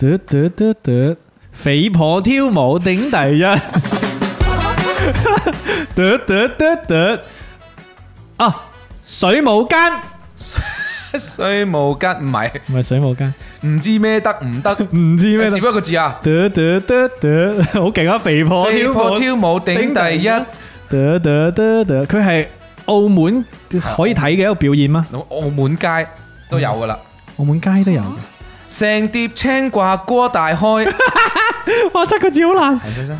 S1: 嘟嘟嘟嘟，肥婆跳舞頂第一。得得得得啊！水舞间
S3: 衰無吉唔係，
S1: 唔系水舞间，
S3: 唔知咩得唔得？
S1: 唔知咩
S3: 少一個字啊！
S1: 得得得得，好劲啊！肥婆
S3: 飛
S1: 跳
S3: 破
S1: 舞，
S3: 跳舞頂第一，
S1: 得得得得，佢系澳门可以睇嘅一个表演嗎？
S3: 澳門街都有噶啦。
S1: 澳门街都有嘅，
S3: 成碟青瓜锅大開，
S1: 哇！七个字好难。
S3: 係先生，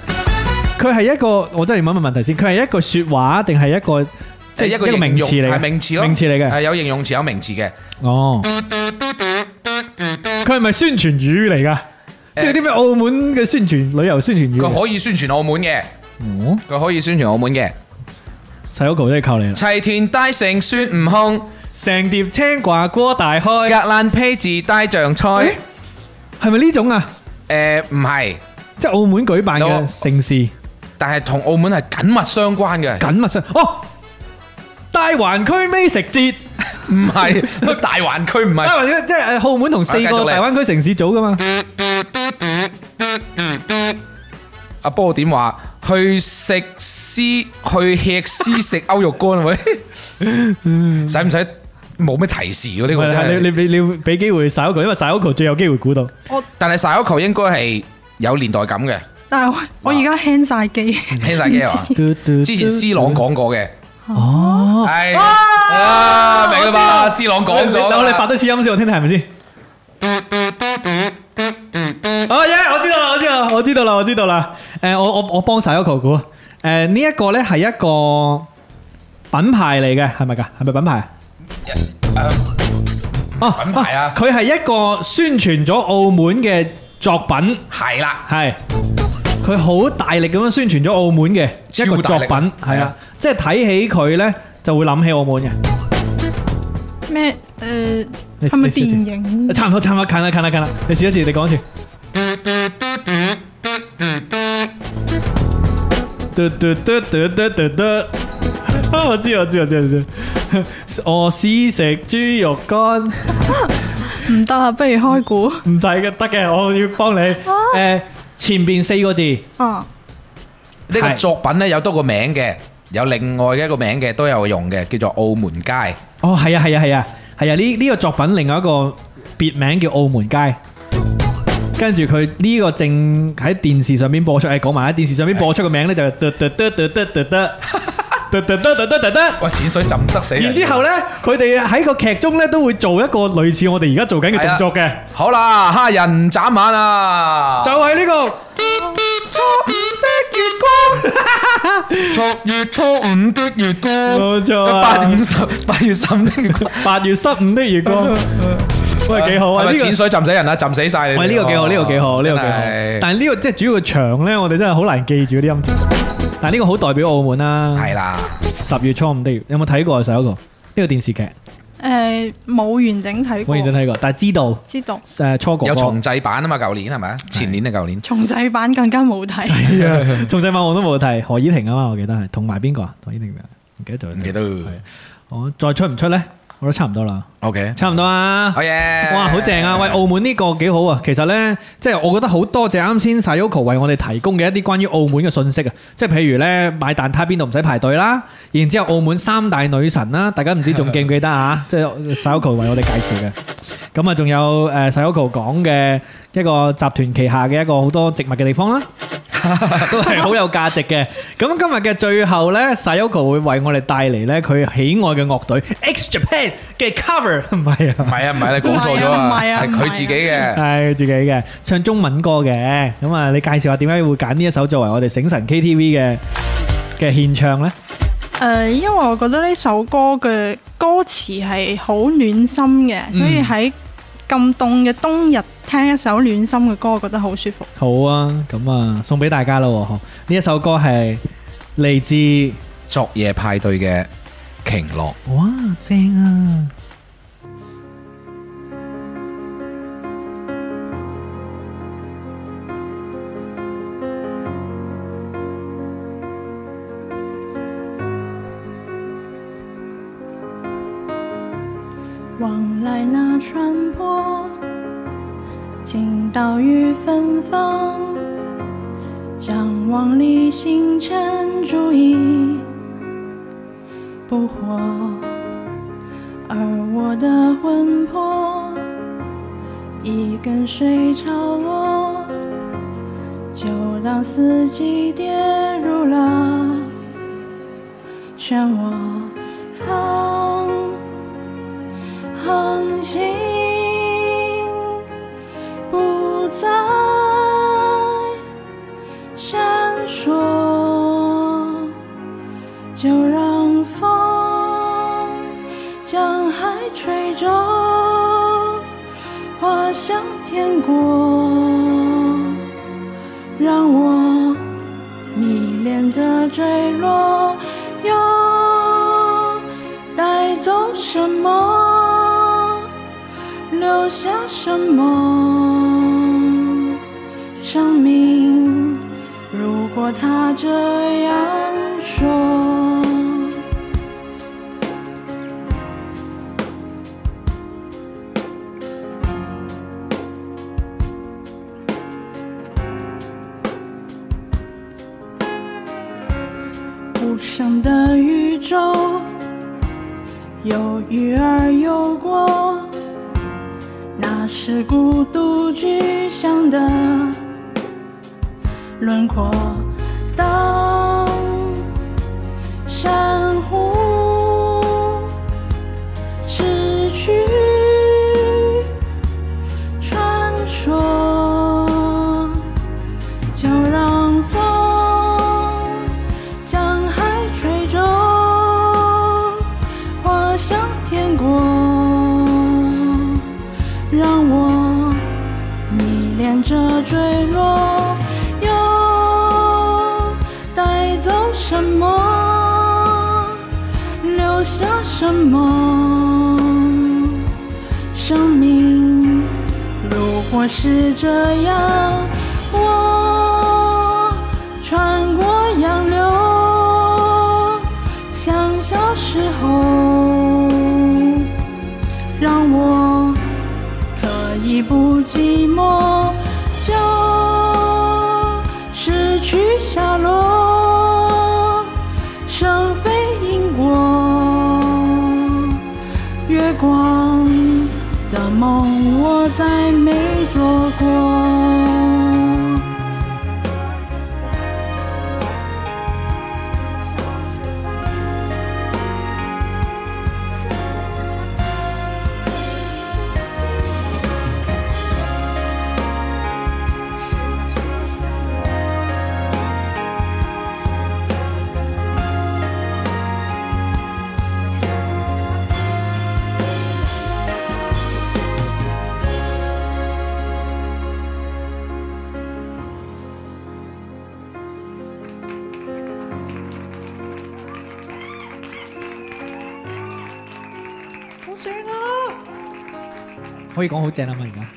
S1: 佢係一個，我真係要問一問問題先。佢係一個説話定係一個即係
S3: 一個
S1: 一個名詞
S3: 形容
S1: 嚟嘅
S3: 係名詞咯，
S1: 名詞嚟嘅
S3: 係有形容詞有名詞嘅。
S1: 哦？佢係咪宣傳語嚟㗎？即係嗰啲咩澳門嘅宣傳、旅遊宣傳語嚟
S3: 佢
S1: 㗎？
S3: 可以宣傳澳門嘅，
S1: 哦，
S3: 佢可以宣傳澳門嘅。
S1: 細 Ogo 真係靠你啦！
S3: 齊田大成孫悟空，
S1: 成碟青瓜鍋大
S3: 格
S1: 開，
S3: 蘭披治帶
S1: 誒
S3: 醬菜。
S1: 係咪呢種啊？
S3: 誒唔係，
S1: 即係澳門舉辦
S3: 有
S1: 嘅盛事
S3: 但係同澳門係緊密相關嘅。
S1: 緊密性哦。大環區美食節，
S3: 唔係 大灣區唔
S1: 大
S3: 係
S1: 環區即係呃澳門同四
S3: 啊繼續
S1: 個
S3: 嚟啊
S1: 大灣區城市組㗎嘛？
S3: 阿波點話去食絲去吃絲食歐肉 乾喂，使唔使冇咩提示喎？呢個
S1: 係
S3: 真
S1: 係
S3: 係
S1: 啊你你俾你要俾機會細 Ogo，因為細 Ogo 最有機會估到。
S3: 但係晒口球應該係有年代感嘅，
S4: 但係我我而家 hand 晒機，
S3: 聽晒嘅話。之前 C 朗講過嘅，
S1: 哦，
S3: 係啊，明啦嘛？C 朗講咗㗎啦，
S1: 我哋發多次音先，我聽聽係咪先？哦耶！我知道啦，我知道啦，我知道啦，我知道啦。誒，我我我幫晒一個股。誒，呢一個咧係一個品牌嚟嘅，係咪㗎？係咪品牌啊？哦，
S3: 品牌啊
S1: 佢係一個宣傳咗澳門嘅作品，
S3: 係啦，
S1: 係佢好大力咁樣宣傳咗澳門嘅一個
S3: 超大
S1: 作
S3: 力啊
S1: 品，係
S3: 係
S1: 啊
S3: 啊，
S1: 即係睇起佢咧就會諗起澳門嘅。
S4: 咩誒
S1: 你
S4: 係咪
S1: 你試一試
S4: 電影？
S1: 差唔多，差唔多，近啦，近啦，近啦。你試一次，你講一次。嘟嘟嘟嘟嘟嘟嘟。啊我知，我知，我知，我知。 我試食豬肉乾，唔
S4: 唔得啊啦，不如開估
S1: 抵嘅，得嘅，我要幫你。誒，前邊四個字，
S4: 啊！
S3: 呢個
S1: 係
S3: 作品咧有多個名嘅，有另外嘅一個名嘅都有用嘅，叫做澳門街。
S1: 哦，係啊，係啊，係啊，係啊。呢呢個作品另外一個別名叫《澳門街》。跟住佢呢個正喺電視上面播出，誒講埋喺電視上面播出嘅名咧就嘟嘟嘟嘟嘟 嘟嘟嘟嘟嘟嘟嘟。
S3: 喂，淺水浸得死人
S1: 然之後，呢，佢哋喺個劇中呢都會做一個類似我哋而家做緊嘅動作嘅，
S3: 好啦，蝦人眨眼啊！
S1: 就係呢個 冇錯啊
S3: 八月五十，八月十五的月光。
S1: 八月十五的月 光，喂幾好啊！
S3: 係
S1: 呢
S3: 咪
S1: 個
S3: 淺水浸死人啦，浸死晒你哋。
S1: 喂呢個幾好，呢個幾好，呢個幾好
S3: 真係。
S1: 但係呢個即係主要嘅場呢，我哋真係好難記住嗰啲音。但係呢個好代表澳門啦。
S3: 係啊啦，
S1: 十月初五的月有冇睇過啊？上一個呢個電視劇，
S4: 誒呃冇完整睇
S1: 我認真
S4: 過，
S1: 睇過，但係知道
S4: 知道
S1: 誒初哥
S3: 有重製版啊嘛，舊年係咪啊？前年定舊年？
S4: 重製版更加冇 睇。
S1: 重製版我都冇睇，何依婷啊嘛，我記得係同埋邊個啊？何依婷定咩唔記得咗，
S3: 唔記得啦
S1: 係我再出唔出呢？我都差唔多啦，
S3: OK，
S1: 差唔多啊
S3: 好。嘢！
S1: 哇，好正啊！喂，澳門呢個幾好啊！其實呢，即係我覺得好多謝啱先 Sayoko 為我哋提供嘅一啲關於澳門嘅信息啊！即係譬如呢，買蛋撻邊度唔使排隊啦，然之後澳門三大女神啦，大家唔知仲記唔記得啊？ 即係 Sayoko 為我哋介紹嘅。咁啊，仲有誒 Sayoko 講嘅一個集團旗下嘅一個好多植物嘅地方啦。都係好有價值嘅。咁今日嘅最後呢 Sayoko 會為我哋帶嚟呢佢喜愛嘅樂隊 X Japan 嘅 cover，唔係啊
S3: 唔。係啊，唔係啊你講錯咗
S4: 唔
S3: 啊，
S4: 係啊
S3: 係
S4: 唔係啊
S3: 佢自己嘅。
S1: 系自己嘅，唱中文歌嘅。咁啊，你介紹下點解會揀呢一首作為我哋醒神 KTV 嘅嘅獻唱呢？
S4: 誒、呃因為我覺得呢首歌嘅歌詞係好暖心嘅，所以喺咁凍嘅冬日聽一首暖心嘅歌，我覺得好舒服。
S1: 好啊，咁啊，送俾大家啦喎。嗬呢一首歌係嚟自
S3: 昨夜派對嘅瓊樂。
S1: 哇正啊！
S12: 往来那船舶，经岛屿芬芳。张望里星辰，注意不活，而我的魂魄已跟随潮落，就当四季跌入了漩涡，苍恒星不再闪烁。就让风将海吹走，滑向天国，让我迷恋着坠落，又带走什么，留下什么？生命，如果他这样说。无声的宇宙，有鱼儿游过，那是孤独具象的轮廓。当珊瑚失去传说，就让风将海吹走，滑向天国，让我迷恋着坠落，又带走什么，留下什么？生命如果是这样，我穿过洋流，像小时候，让我可以不寂寞，就失去下落，生非因果，月光的梦我再没做过。
S1: 可以講好正啊嘛而家，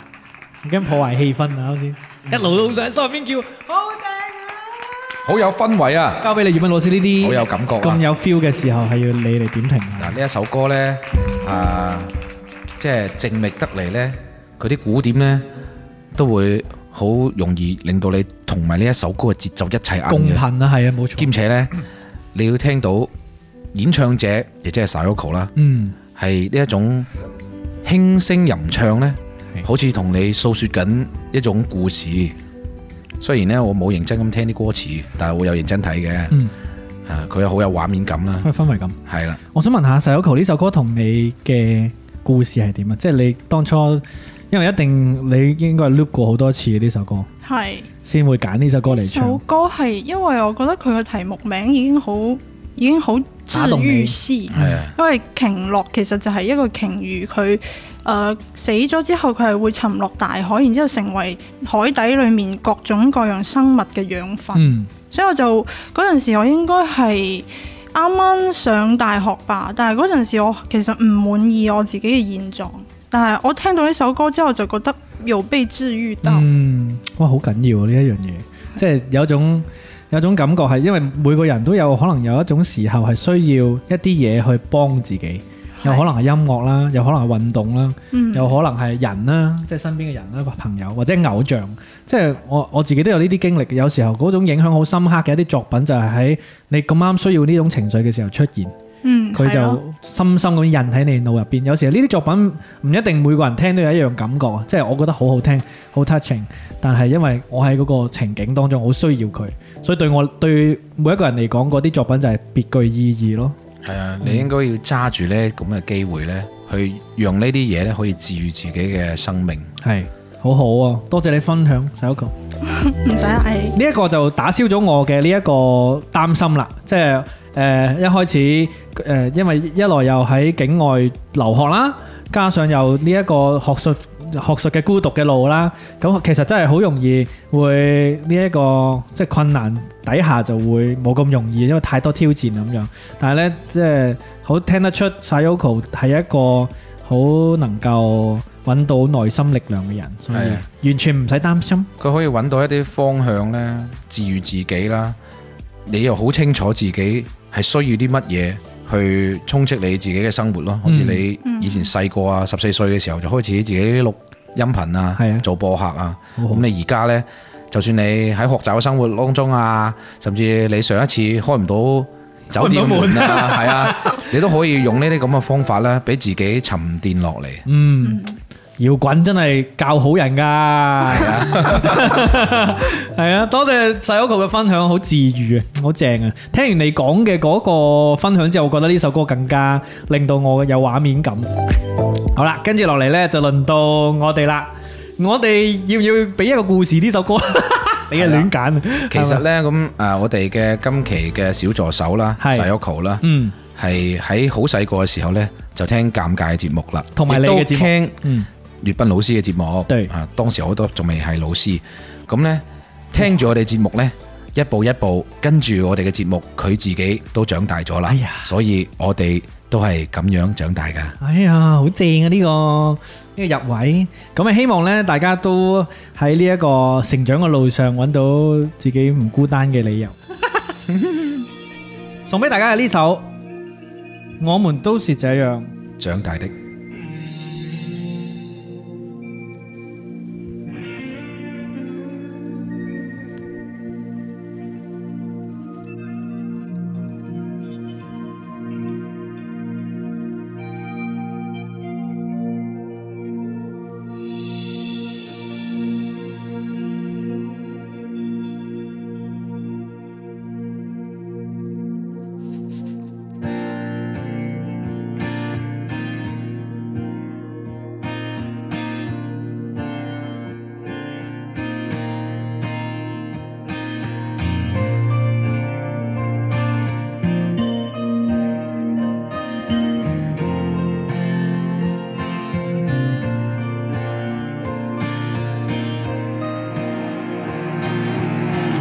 S1: 唔驚破壞氣氛啊啱先，一路路上心入邊叫，
S3: 好有氛圍啊！
S1: 交俾你葉斌老師呢啲，
S3: 好有感覺啊
S1: 咁有 feel 嘅時候係要你嚟點評啊。
S3: 嗱，呢一首歌咧，啊，即係靜谧得嚟咧，佢啲鼓點咧都會好容易令到你同埋呢一首歌嘅節奏一齊啱
S1: 共
S3: 嘅。
S1: 頻啊，係啊，冇錯。
S3: 兼且呢，你要聽到演唱者，亦即係 Sayoko 啦，
S1: 嗯，
S3: 係呢一種輕聲吟唱呢，
S1: 係
S3: 好似同你訴說緊一種故事。雖然呢，我冇認真咁聽啲歌詞，但係我有認真睇嘅。
S1: 嗯
S3: 啊，佢好有畫面感啦
S1: 佢，氛圍咁。
S3: 係啦，
S1: 我想問下 Sayoko 呢首歌同你嘅故事係點啊？即係你當初，因為一定你應該係 loop 過好多次呢首歌，
S4: 係
S1: 先會揀呢首歌嚟
S4: 首
S1: 唱。
S4: 歌係因為我覺得佢嘅題目名已經好已經好治
S1: 打動你
S4: 愈師。
S1: 嗯
S3: 係啊，
S4: 因為鯨落其實就係一個鯨魚，佢誒、呃死咗之後，佢係會沉落大海，然之後成為海底裡面各種各樣生物嘅養分。
S1: 嗯，
S4: 所以我就嗰陣時，我應該係啱啱上大學吧，但係嗰陣時我其實唔滿意我自己嘅現狀，但係我聽到呢首歌之後就覺得有被治愈到。
S1: 嗯，哇，好緊要啊呢一樣嘢，即係有種有種感覺係，因為每個人都有可能有一種時候係需要一啲嘢去幫自己，有可能係音樂啦，有可能係運動啦。
S4: 嗯
S1: 有可能係人啦，即係身邊嘅人啦、朋友或者偶像，即係我我自己都有呢啲經歷嘅。有時候嗰種影響好深刻嘅一啲作品，就係喺你咁啱需要呢種情緒嘅時候出現。
S4: 嗯
S1: 佢
S4: 係
S1: 就
S4: 咯
S1: 深深咁印喺你腦入邊。有時呢啲作品唔一定每個人聽都有一樣感覺啊，即係我覺得好好聽、好 touching，但係因為我喺嗰個情景當中，我好需要佢，所以對我對每一個人嚟講，嗰啲作品就係別具意義咯。
S3: 系啊，你應該要揸住呢咁嘅機會呢，去讓呢啲嘢呢可以治愈自己嘅生命。
S1: 係，好好啊！多謝你分享，細佬哥。
S4: 唔使
S12: 哎
S4: 嗌。
S1: 呢一個就打消咗我嘅呢一個擔心啦，即係誒、呃一開始誒、呃因為一來又喺境外留學啦，加上又呢一個學術學術嘅孤獨嘅路啦，咁其實真係好容易會呢、一個即係困難底下就會冇咁容易，因為太多挑戰咁樣。但係呢，即係好聽得出 Sayoko 係一個好能夠揾到內心力量嘅人，所
S3: 係啊
S1: 以完全唔使擔心。
S3: 佢可以揾到一啲方向呢，治愈自己啦。你又好清楚自己係需要啲乜嘢去充斥你自己嘅生活
S1: 嗯
S3: 咯。好似你以前細個啊，十四歲嘅時候就開始自己錄音頻
S1: 係啊
S3: 啊，做播客啊。
S1: 好好
S3: 咁你而家呢，就算你喺學習嘅生活當中啊，甚至你上一次開唔到酒店嘅門啊， 係啊，你都可以用呢啲咁嘅方法啦，俾自己沉澱落嚟。
S1: 嗯，摇滚真系教好人噶， 系啊，系啊，多谢細佬哥嘅分享，好治愈啊，好正啊！聽完你講嘅嗰個分享之後，我覺得呢首歌更加令到我有畫面感。好啦，跟住落嚟呢，就輪到我哋啦，我哋要唔要俾一個故事呢首歌？ 死啊，亂揀啊！
S3: 其實呢，咁誒，我哋嘅今期嘅小助手啦
S1: 係
S3: ，Sayoko 啦，
S1: 嗯，
S3: 係喺好細個嘅時候呢，就聽尷尬嘅節目啦，
S1: 同埋你嘅
S3: 亦都
S1: 節目
S3: 聽
S1: 嗯
S3: 粵斌老師嘅節目，
S1: 對
S3: 啊，當時我都仲未係老師，咁呢，聽住我哋節目呢，一步一步跟住我哋嘅節目，佢自己都長大咗啦，
S1: 哎呀
S3: 所以我哋都係咁樣長大噶。
S1: 哎呀，好正啊！呢、個呢、個入位，咁啊希望呢，大家都喺呢一個成長嘅路上揾到自己唔孤單嘅理由。送俾大家嘅呢首《我們都是這樣》。
S3: 長大的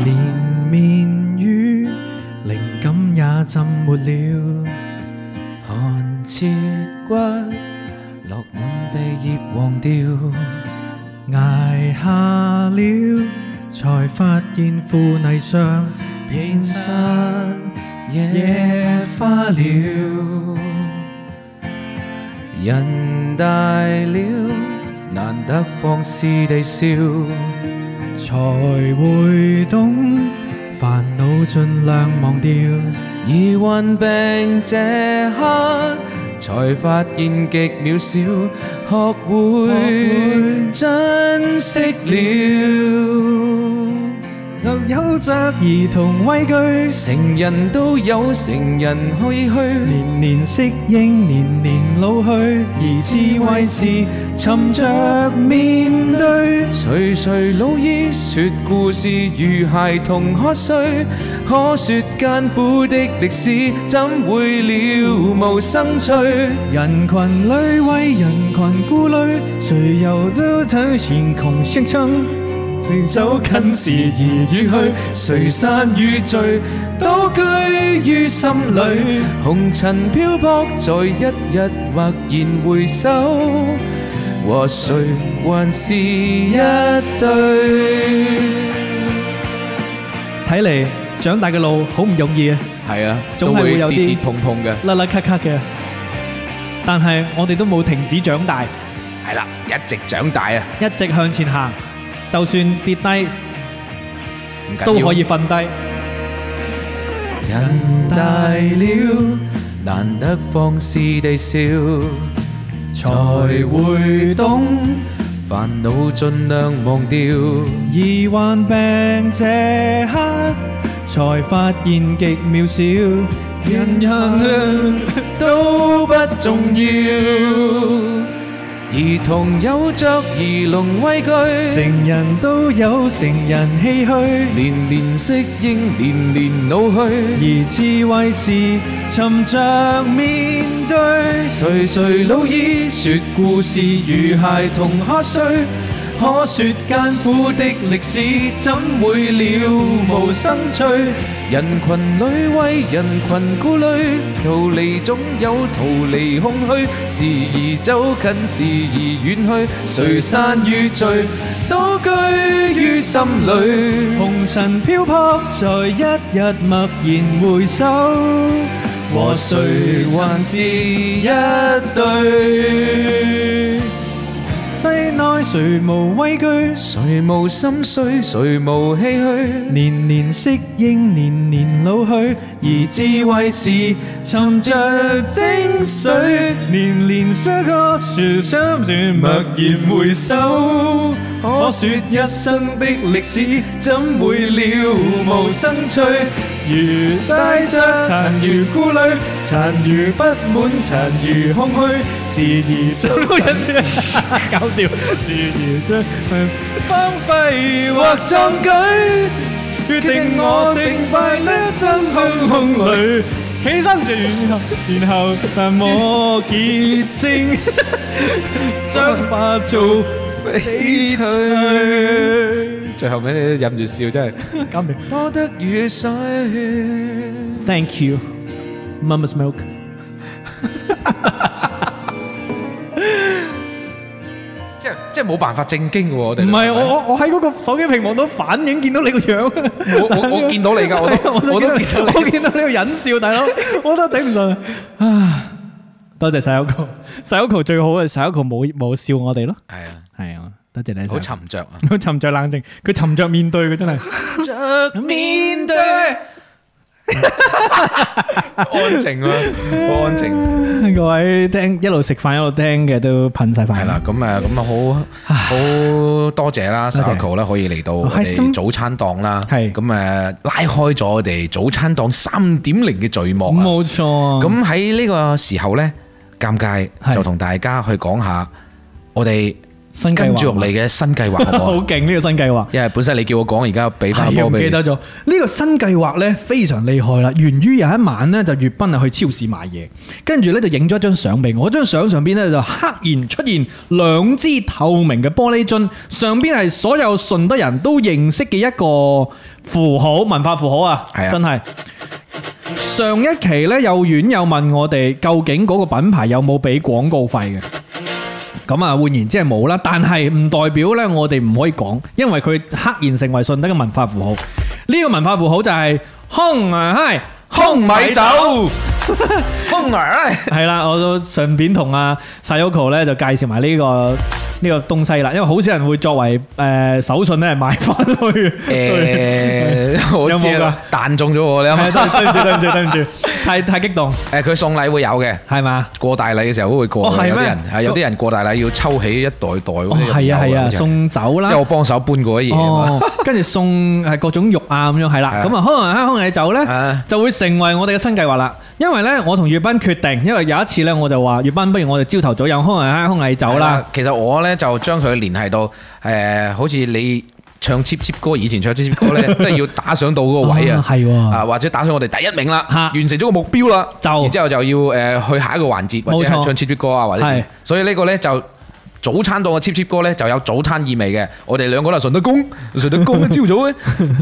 S1: 连绵雨，灵感也浸没了。
S3: 寒切骨，落滿地葉黃掉，
S1: 挨下了，才發現腐泥上
S3: 遍身野花了。人大了，難得放肆地笑，
S1: 才會懂，煩惱盡量忘掉。
S3: 而患病這刻，才發現極渺小，學會珍惜了。
S1: 若有着兒童畏懼，
S3: 成人都有成人唏噓，
S1: 年年適應，年年老去，而智慧是沉着面對。
S3: 垂垂老矣，說故事如孩童可睡，可說艱苦的歷史怎會了無生趣？
S1: 人群裏為人群顧慮，誰又都曾前窮相爭。
S3: 走近時而與去，誰散與聚都居於心裏。紅塵漂泊在一日默然回首，和誰還是一對？
S1: 睇嚟長大嘅路好唔容易啊！
S3: 係啊，
S1: 總係
S3: 都會
S1: 會有
S3: 跌
S1: 啲
S3: 跌碰碰嘅，
S1: 甩甩咳咳嘅，但係我哋都冇停止長大，
S3: 係啦，一直長大啊，
S1: 一直向前行，就算跌低
S3: 唔緊要
S1: 都可以。瞓低。
S3: 人大了，
S13: 難得放肆地笑，才會懂煩惱盡量忘掉。
S2: 而患病這刻，才發現極渺小。人人
S13: 都不重要，兒童有着兒童畏懼，
S2: 成人都有成人唏噓，
S13: 年年適應，年年老去，
S2: 而智慧是沉着面對。
S13: 垂垂老矣，說故事如孩童瞌睡。
S2: 可說艱苦的歷史，怎會了無生趣？
S13: 人群裏為人群顧慮，逃離總有逃離空虛，時而走近，時而遠去，誰散與聚，都居於心裏。
S2: 紅塵漂泊，在一日默然回首，
S13: 和
S2: 和
S13: 誰
S2: 誰
S13: 還
S2: 還
S13: 是
S2: 是
S13: 一對？
S2: 世內誰無畏懼？
S13: 誰無心碎，誰無唏噓？
S2: 年年適應，年年老去，而智慧是沉着精髓。年年相隔，殊相處，默然回首。可說一生的歷史，怎會了無生趣？如帶着殘餘顧慮，殘餘不滿，殘餘空虛，時而走到人生，搞掂，時而將荒廢或壯舉。決定我成敗得失空空裏。起身就然後，然後但我結晶，將化做翡翠。
S13: 最後尾你都忍住笑，真係。
S2: 搞掂
S13: 多得雨水，
S2: ，Thank you, Mama's milk。
S3: 即係即係冇辦法正經嘅喎，我哋
S2: 唔係
S3: 兩個
S2: 我我我喺嗰個手機屏幕都反影見到你個樣。
S3: 我我我見到你㗎，我 都我都見到你。
S2: 我見到你個忍笑，大佬，我都頂唔順啊！多謝 Sayoko，Sayoko 最好嘅 Sayoko 冇冇笑我哋咯，
S3: 係啊，
S2: 係啊，多謝你。
S3: 好沉着啊！
S1: 佢沉着冷靜，佢沉着面對嘅真係。
S13: 着面對，安靜啊，好安靜。
S1: 各位聽一路食飯一路聽嘅都噴晒飯。
S3: 係啦，咁啊，咁啊，好好多謝啦 s a c o 啦，可以嚟到我
S1: 好開心
S3: 哋早餐檔啦。
S1: 係
S3: 咁誒，拉開咗我哋早餐檔三點零嘅序幕啊。
S1: 冇錯。
S3: 咁喺呢個時候呢，尷尬就同大家去講下我哋
S1: 新計劃
S3: 跟住 落嚟嘅新計劃好
S1: 好
S3: 唔好？
S1: 勁呢個新計劃。
S3: 因為本身你叫我講，而家俾翻
S1: 係啊
S3: 波
S1: 我唔
S3: 俾
S1: 記
S3: 你。
S1: 得咗呢個新計劃呢，非常厲害啦！源於有一晚呢，就粵斌啊去超市買嘢，跟住呢就影咗一張相俾我，張相上邊呢，就赫然出現兩支透明嘅玻璃樽，上邊係所有順德人都認識嘅一個符號，文化符號啊，
S3: 係啊
S1: 真係。上一期呢，有院友問我哋究竟嗰個品牌有冇俾廣告費嘅？咁啊，換言之係冇啦，但係唔代表呢，我哋唔可以講，因為佢刻然成為順德嘅文化符號。呢、個文化符號就係空啊，嗨，
S3: 空米酒， 空啊！
S1: 係啦，我都順便同啊阿 Sayoko 咧就介紹埋呢、個呢、個東西啦，因為好少人會作為誒、呃手信咧買翻去。
S3: 誒， 我知
S1: 有冇㗎
S3: 啦，彈中咗我你 啱
S1: 係
S3: 啱。
S1: 對唔住，對唔住，對唔住，太太激動，
S3: 誒，佢送禮會有嘅。
S1: 係嘛？
S3: 過大禮嘅時候都會過
S1: 哦
S3: 嘅，
S1: 係
S3: 有啲
S1: 咩
S3: 人係有啲人過大禮要抽起一袋袋嗰
S1: 哦，
S3: 啲
S1: 係啊，
S3: 入
S1: 係
S3: 口
S1: 啊，
S3: 好似
S1: 送酒
S3: 因
S1: 啦
S3: 為。我幫手搬過一嘢啊嘛，
S1: 哦，跟住送係各種肉啊咁樣係啦，
S3: 係
S1: 咁啊可能香空氣酒咧
S3: 啊
S1: 就會成為我哋嘅新計劃啦。因為咧，我同月斌決定，因為有一次咧，我就話月斌，不如我哋朝頭早飲空氣空氣酒
S3: 係
S1: 啦
S3: 啦。。其實我咧就將佢聯繫到誒，好似你唱 cheap cheap 歌，以前唱 cheap cheap 歌咧，即係要打上到嗰個位啊
S1: 啊，係喎
S3: 啊或者打上我哋第一名啦，
S1: 嚇
S3: 完成咗個目標啦，
S1: 就
S3: 然之後就要誒去下一個環節，或
S1: 冇
S3: 者
S1: 錯
S3: 係唱 cheap cheap 歌啊，或者
S1: 係
S3: 點，所以呢個咧就。早餐檔嘅 cheap cheap 歌咧就有早餐意味嘅，我哋兩個都係順德公， 順德公咧朝早咧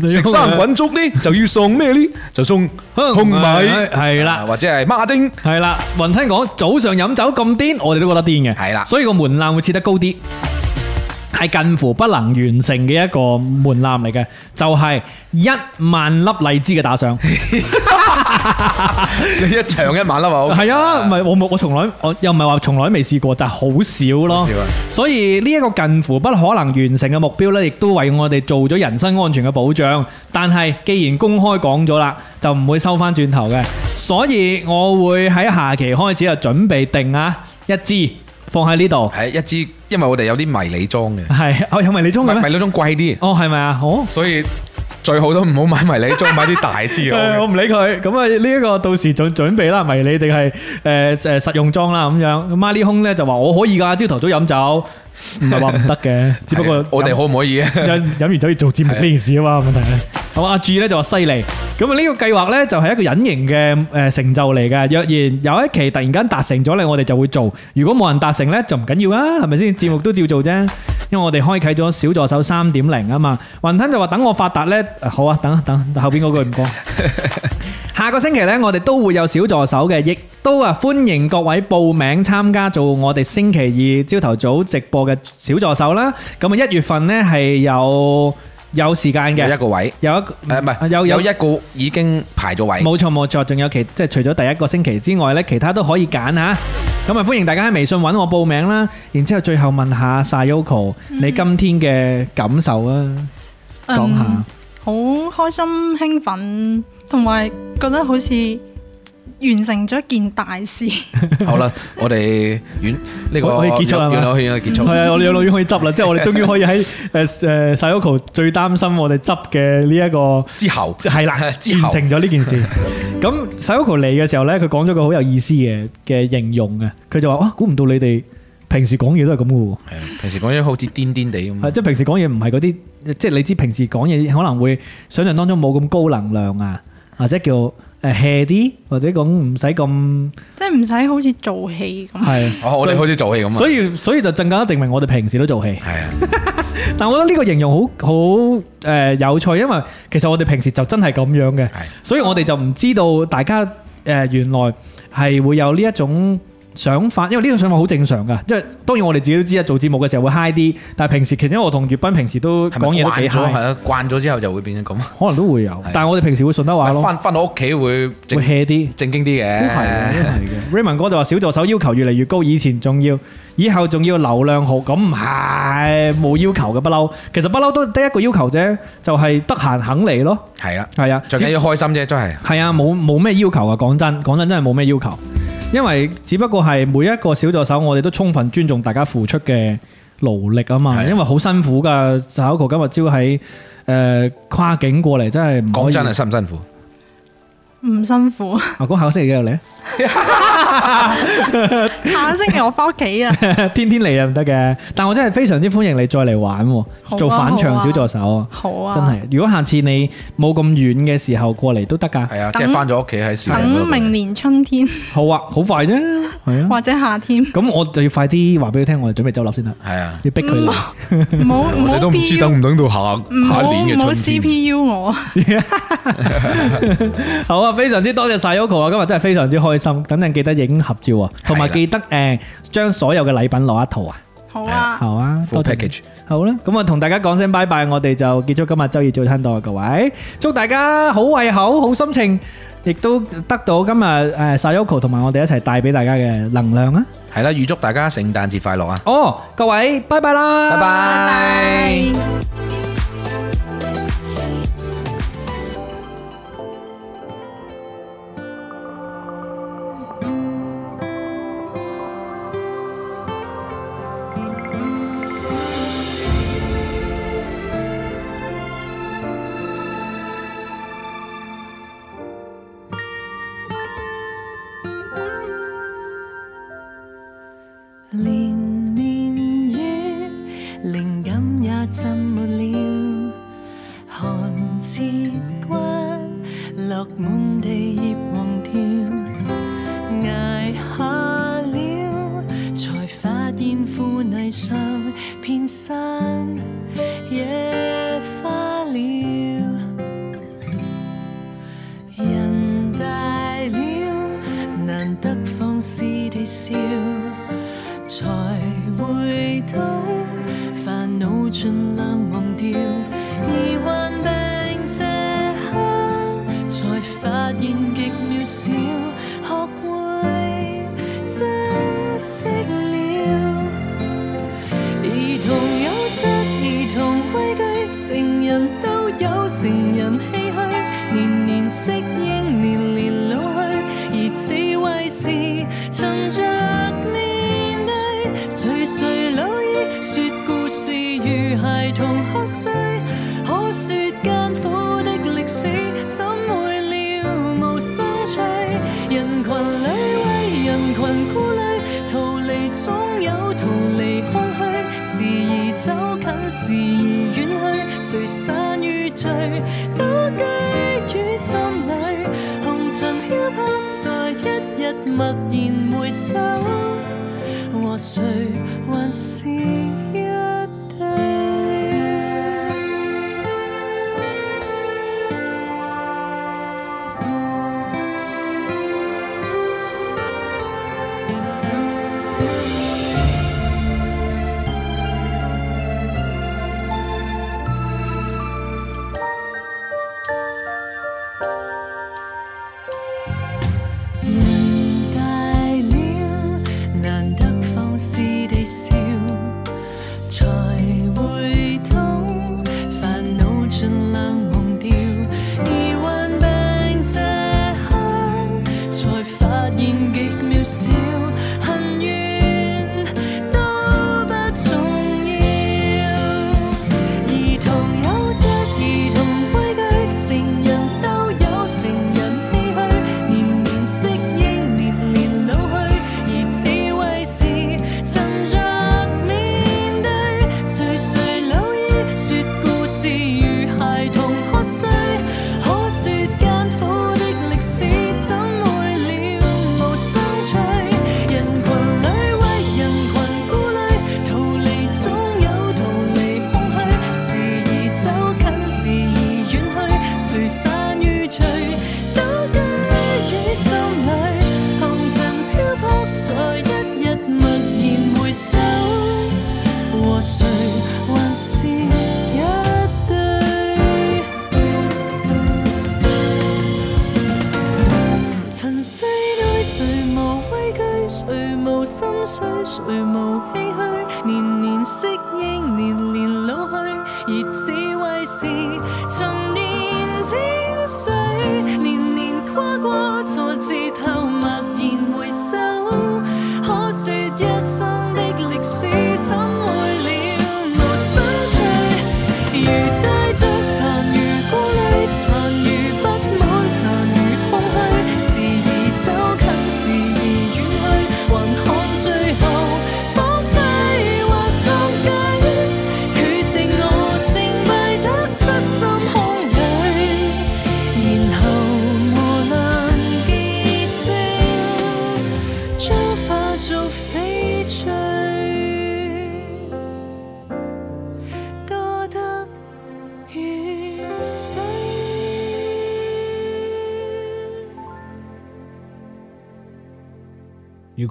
S3: 食三滾粥咧就要送咩咧？就送空米，
S1: 係啦
S3: 啊或者係孖 蒸。
S1: 係啦，雲吞講早上飲酒咁癲，我哋都覺得癲嘅。
S3: 係啦
S1: 所以個門檻會設得高啲，係近乎不能完成嘅一個門檻嚟嘅，就係一萬粒荔枝嘅打賞。
S3: 你一場一晚啦嘛，好
S1: 係啊，唔係我冇，我從來我又唔係話從來未試過，但係好少咯
S3: 好少啊。
S1: 所以呢一個近乎不可能完成嘅目標呢，亦都為我哋做咗人身安全嘅保障。但係既然公開講咗啦，就唔會收翻轉頭嘅。所以我會喺下期開始就準備定啊一支放喺呢度。
S3: 係一支，因為我哋有啲迷你裝嘅，
S1: 係哦，有迷你裝嘅
S3: 迷
S1: 咩？
S3: 迷你裝貴啲，
S1: 哦，係咪啊？哦。
S3: 所以最好都唔好買迷你裝，買啲大支 嘅。
S1: 誒，我唔理佢，咁啊呢一個到時準準備啦，迷你定係誒誒實用裝啦咁樣。Marley 空咧就話我可以㗎，朝頭早飲酒，唔係話唔得嘅，只不過
S3: 係我哋
S1: 飲
S3: 可唔可以啊？
S1: 飲飲完酒要做節目呢件事啊嘛，問題係。咁阿 G 咧就話犀利，咁啊呢個計劃咧就係一個隱形嘅誒成就嚟嘅。若然有一期突然間達成咗咧，我哋就會做；如果冇人達成咧，就唔緊要啊，係咪先？節目都照做啫，因為我哋開啟咗小助手三點零啊嘛。雲吞就話等我發達咧，啊好啊，等啊等啊，後邊嗰句唔講。下個星期呢，我哋都會有小助手嘅，亦都啊歡迎各位報名參加做我哋星期二朝頭早直播嘅小助手啦。咁啊，一月份呢係有有時間
S3: 有一
S1: 嘅，
S3: 個位，
S1: 有一個
S3: 誒唔係
S1: 哦有
S3: 有一個已經排咗位。
S1: 冇錯冇錯，仲有其即係除咗第一個星期之外呢，其他都可以揀嚇。咁啊，歡迎大家喺微信揾我報名啦。然之後最後問下 Sayoko 你今天嘅感受啊，講下。
S4: 嗯好開心興奮，同埋覺得好似完成咗一件大事。
S3: 好啦，我哋完呢個
S1: 可以結束啦
S3: 完
S1: 係嘛
S3: 完可以結束
S1: 系。啊，我哋有老院可以執啦，即係我哋終於可以喺誒誒 Sayoko 最擔心我哋執嘅呢一個
S3: 之後啊
S1: 係啦，完
S3: 之後
S1: 成咗呢件事。咁 Sayoko 嚟嘅時候咧，佢講咗個好有意思嘅嘅形容嘅，佢就話：哇，估唔到你哋平時講嘢都係咁嘅喎。
S3: 係啊平時講嘢好似癲癲地
S1: 係
S3: 咁，
S1: 即係平時講嘢唔係嗰啲，即係你知平時講嘢可能會想象當中冇咁高能量啊，或者叫誒 hea 啲，或者講唔使咁
S4: 即係唔使好似做戲咁。
S1: 係。
S3: 哦我哋好似做戲咁啊。
S1: 所以所以就更加證明我哋平時都做戲。
S3: 係啊，
S1: 但我覺得呢個形容好好誒有趣，因為其實我哋平時就真係咁樣嘅，所以我哋就唔知道大家誒、呃原來係會有呢一種想法，因為呢種想法好正常噶，即係當然我哋自己都知啊，做節目嘅時候會 high 啲，但係平時其實因為我同粵斌平時都
S3: 係咪
S1: 講嘢都
S3: 慣
S1: 幾
S3: 咗係
S1: high，
S3: 啊，慣咗之後就會變成咁。啊
S1: 可能都會有，但係我哋平時會順德話咯，
S3: 翻翻到屋企會
S1: 會
S3: 正
S1: hea 啲。
S3: 正經啲
S1: 都係嘅，
S3: 嘅。
S1: 都係嘅。Raymond 哥就話小助手要求越嚟越高，以前仲要，以後仲要流量號，咁唔係冇要求嘅不嬲。其實不嬲都得一個要求啫，就係得閒肯嚟咯。
S3: 係啊，
S1: 係啊，
S3: 最緊要開心啫，真係。
S1: 係啊，冇冇咩要求啊！講真，講真真係冇咩要求，因為只不過係每一個小助手，我哋都充分尊重大家付出嘅勞力啊嘛。
S3: 係啊
S1: 因為好辛苦噶，就好過今日朝喺誒跨境過嚟，真係唔可
S3: 講
S1: 以
S3: 真係啊辛唔辛苦？
S4: 唔辛苦，
S1: 啊，講下個星期幾又嚟啊？
S4: 下個星期我翻屋企啊！
S1: 天天嚟啊唔得嘅，但我真係非常之歡迎你再嚟玩喎，
S4: 好啊
S1: 做反場小助手啊，
S4: 好啊，
S1: 真係。如果下次你冇咁遠嘅時候過嚟都得㗎，
S3: 係啊，即
S4: 等
S3: 係翻咗屋企喺小人嗰度
S4: 等明年春天
S1: 好啊，好快啫，係啊。
S4: 或者夏天，
S1: 咁我就要快啲話俾佢聽，我哋準備走立先啦，
S3: 係啊，
S1: 要逼佢
S4: 嗯
S1: 嚟。
S4: 唔好唔好 P U，
S11: 唔等到下
S4: 唔好唔好 C P U 我。
S1: 好啊，非常之多謝晒 Yoko 啊，今日真係非常之開心。等陣記得影合照啊，同埋
S3: 係啦
S1: 記得誒將所有嘅禮品攞一套啊，
S4: 好啊，
S1: 好啊，
S3: full
S1: 多謝
S3: package。
S1: 好啦，咁啊同大家講聲拜拜，我哋就結束今日周二早餐檔啦，各位，祝大家好胃口、好心情，亦都得到今日誒 Sayoko 同埋我哋一齊帶俾大家嘅能量啊！
S3: 係啦，預祝大家聖誕節快樂啊！
S1: 哦，各位，拜拜啦，
S3: 拜拜。
S14: 連綿雨，靈感也浸沒了，寒徹骨落滿地葉黃條，捱下了，才發現腐泥上遍身野花了。人大了，難得放肆地笑，才會懂煩惱盡量忘掉。而患病這刻，才發現極渺最少，學會珍惜了。兒童有着兒童規矩，成人都有成人唏噓，年年適應，年年老去，而智慧是沉着面對。垂垂老矣，說故事如孩童喝水，可說艱苦的歷史，怎會了無生趣？人群裏為人群顧慮，逃離總有逃離空虛，時而走近，時而遠去，誰散與聚，都居於心裏。紅塵飄泊，在一日默然回首，和誰還是一對？人大了，難得放肆地笑，才會懂煩惱盡量忘掉。而患病這刻，才發現極渺小，恨怨都不重要。兒童有着兒童規矩，成人都有成人唏噓，年年適應，年年老去，而智慧是沉着面對。歲歲老矣，說故事如孩童喝水，可說艱苦的歷史，怎會了無生趣？人群裏為人群顧慮，逃離總有逃離空虛，時而走近，時而遠去，誰散與聚，都居於心裏。紅塵漂泊，在一日默然回首，和誰還是一對？塵世內誰無畏懼，誰無心碎，誰無唏噓，年年適應，年年老去，而智慧是沉澱清水，年年跨過挫折後默然回首，可說一生的歷史怎會了無生趣？如帶着殘餘顧慮，殘餘不滿，殘餘空虛，時而走近，時而遠去，還看最後荒廢或壯舉，決定我成敗得失心空虛，然後無論結晶。將化做翡翠，多得與世。
S15: 如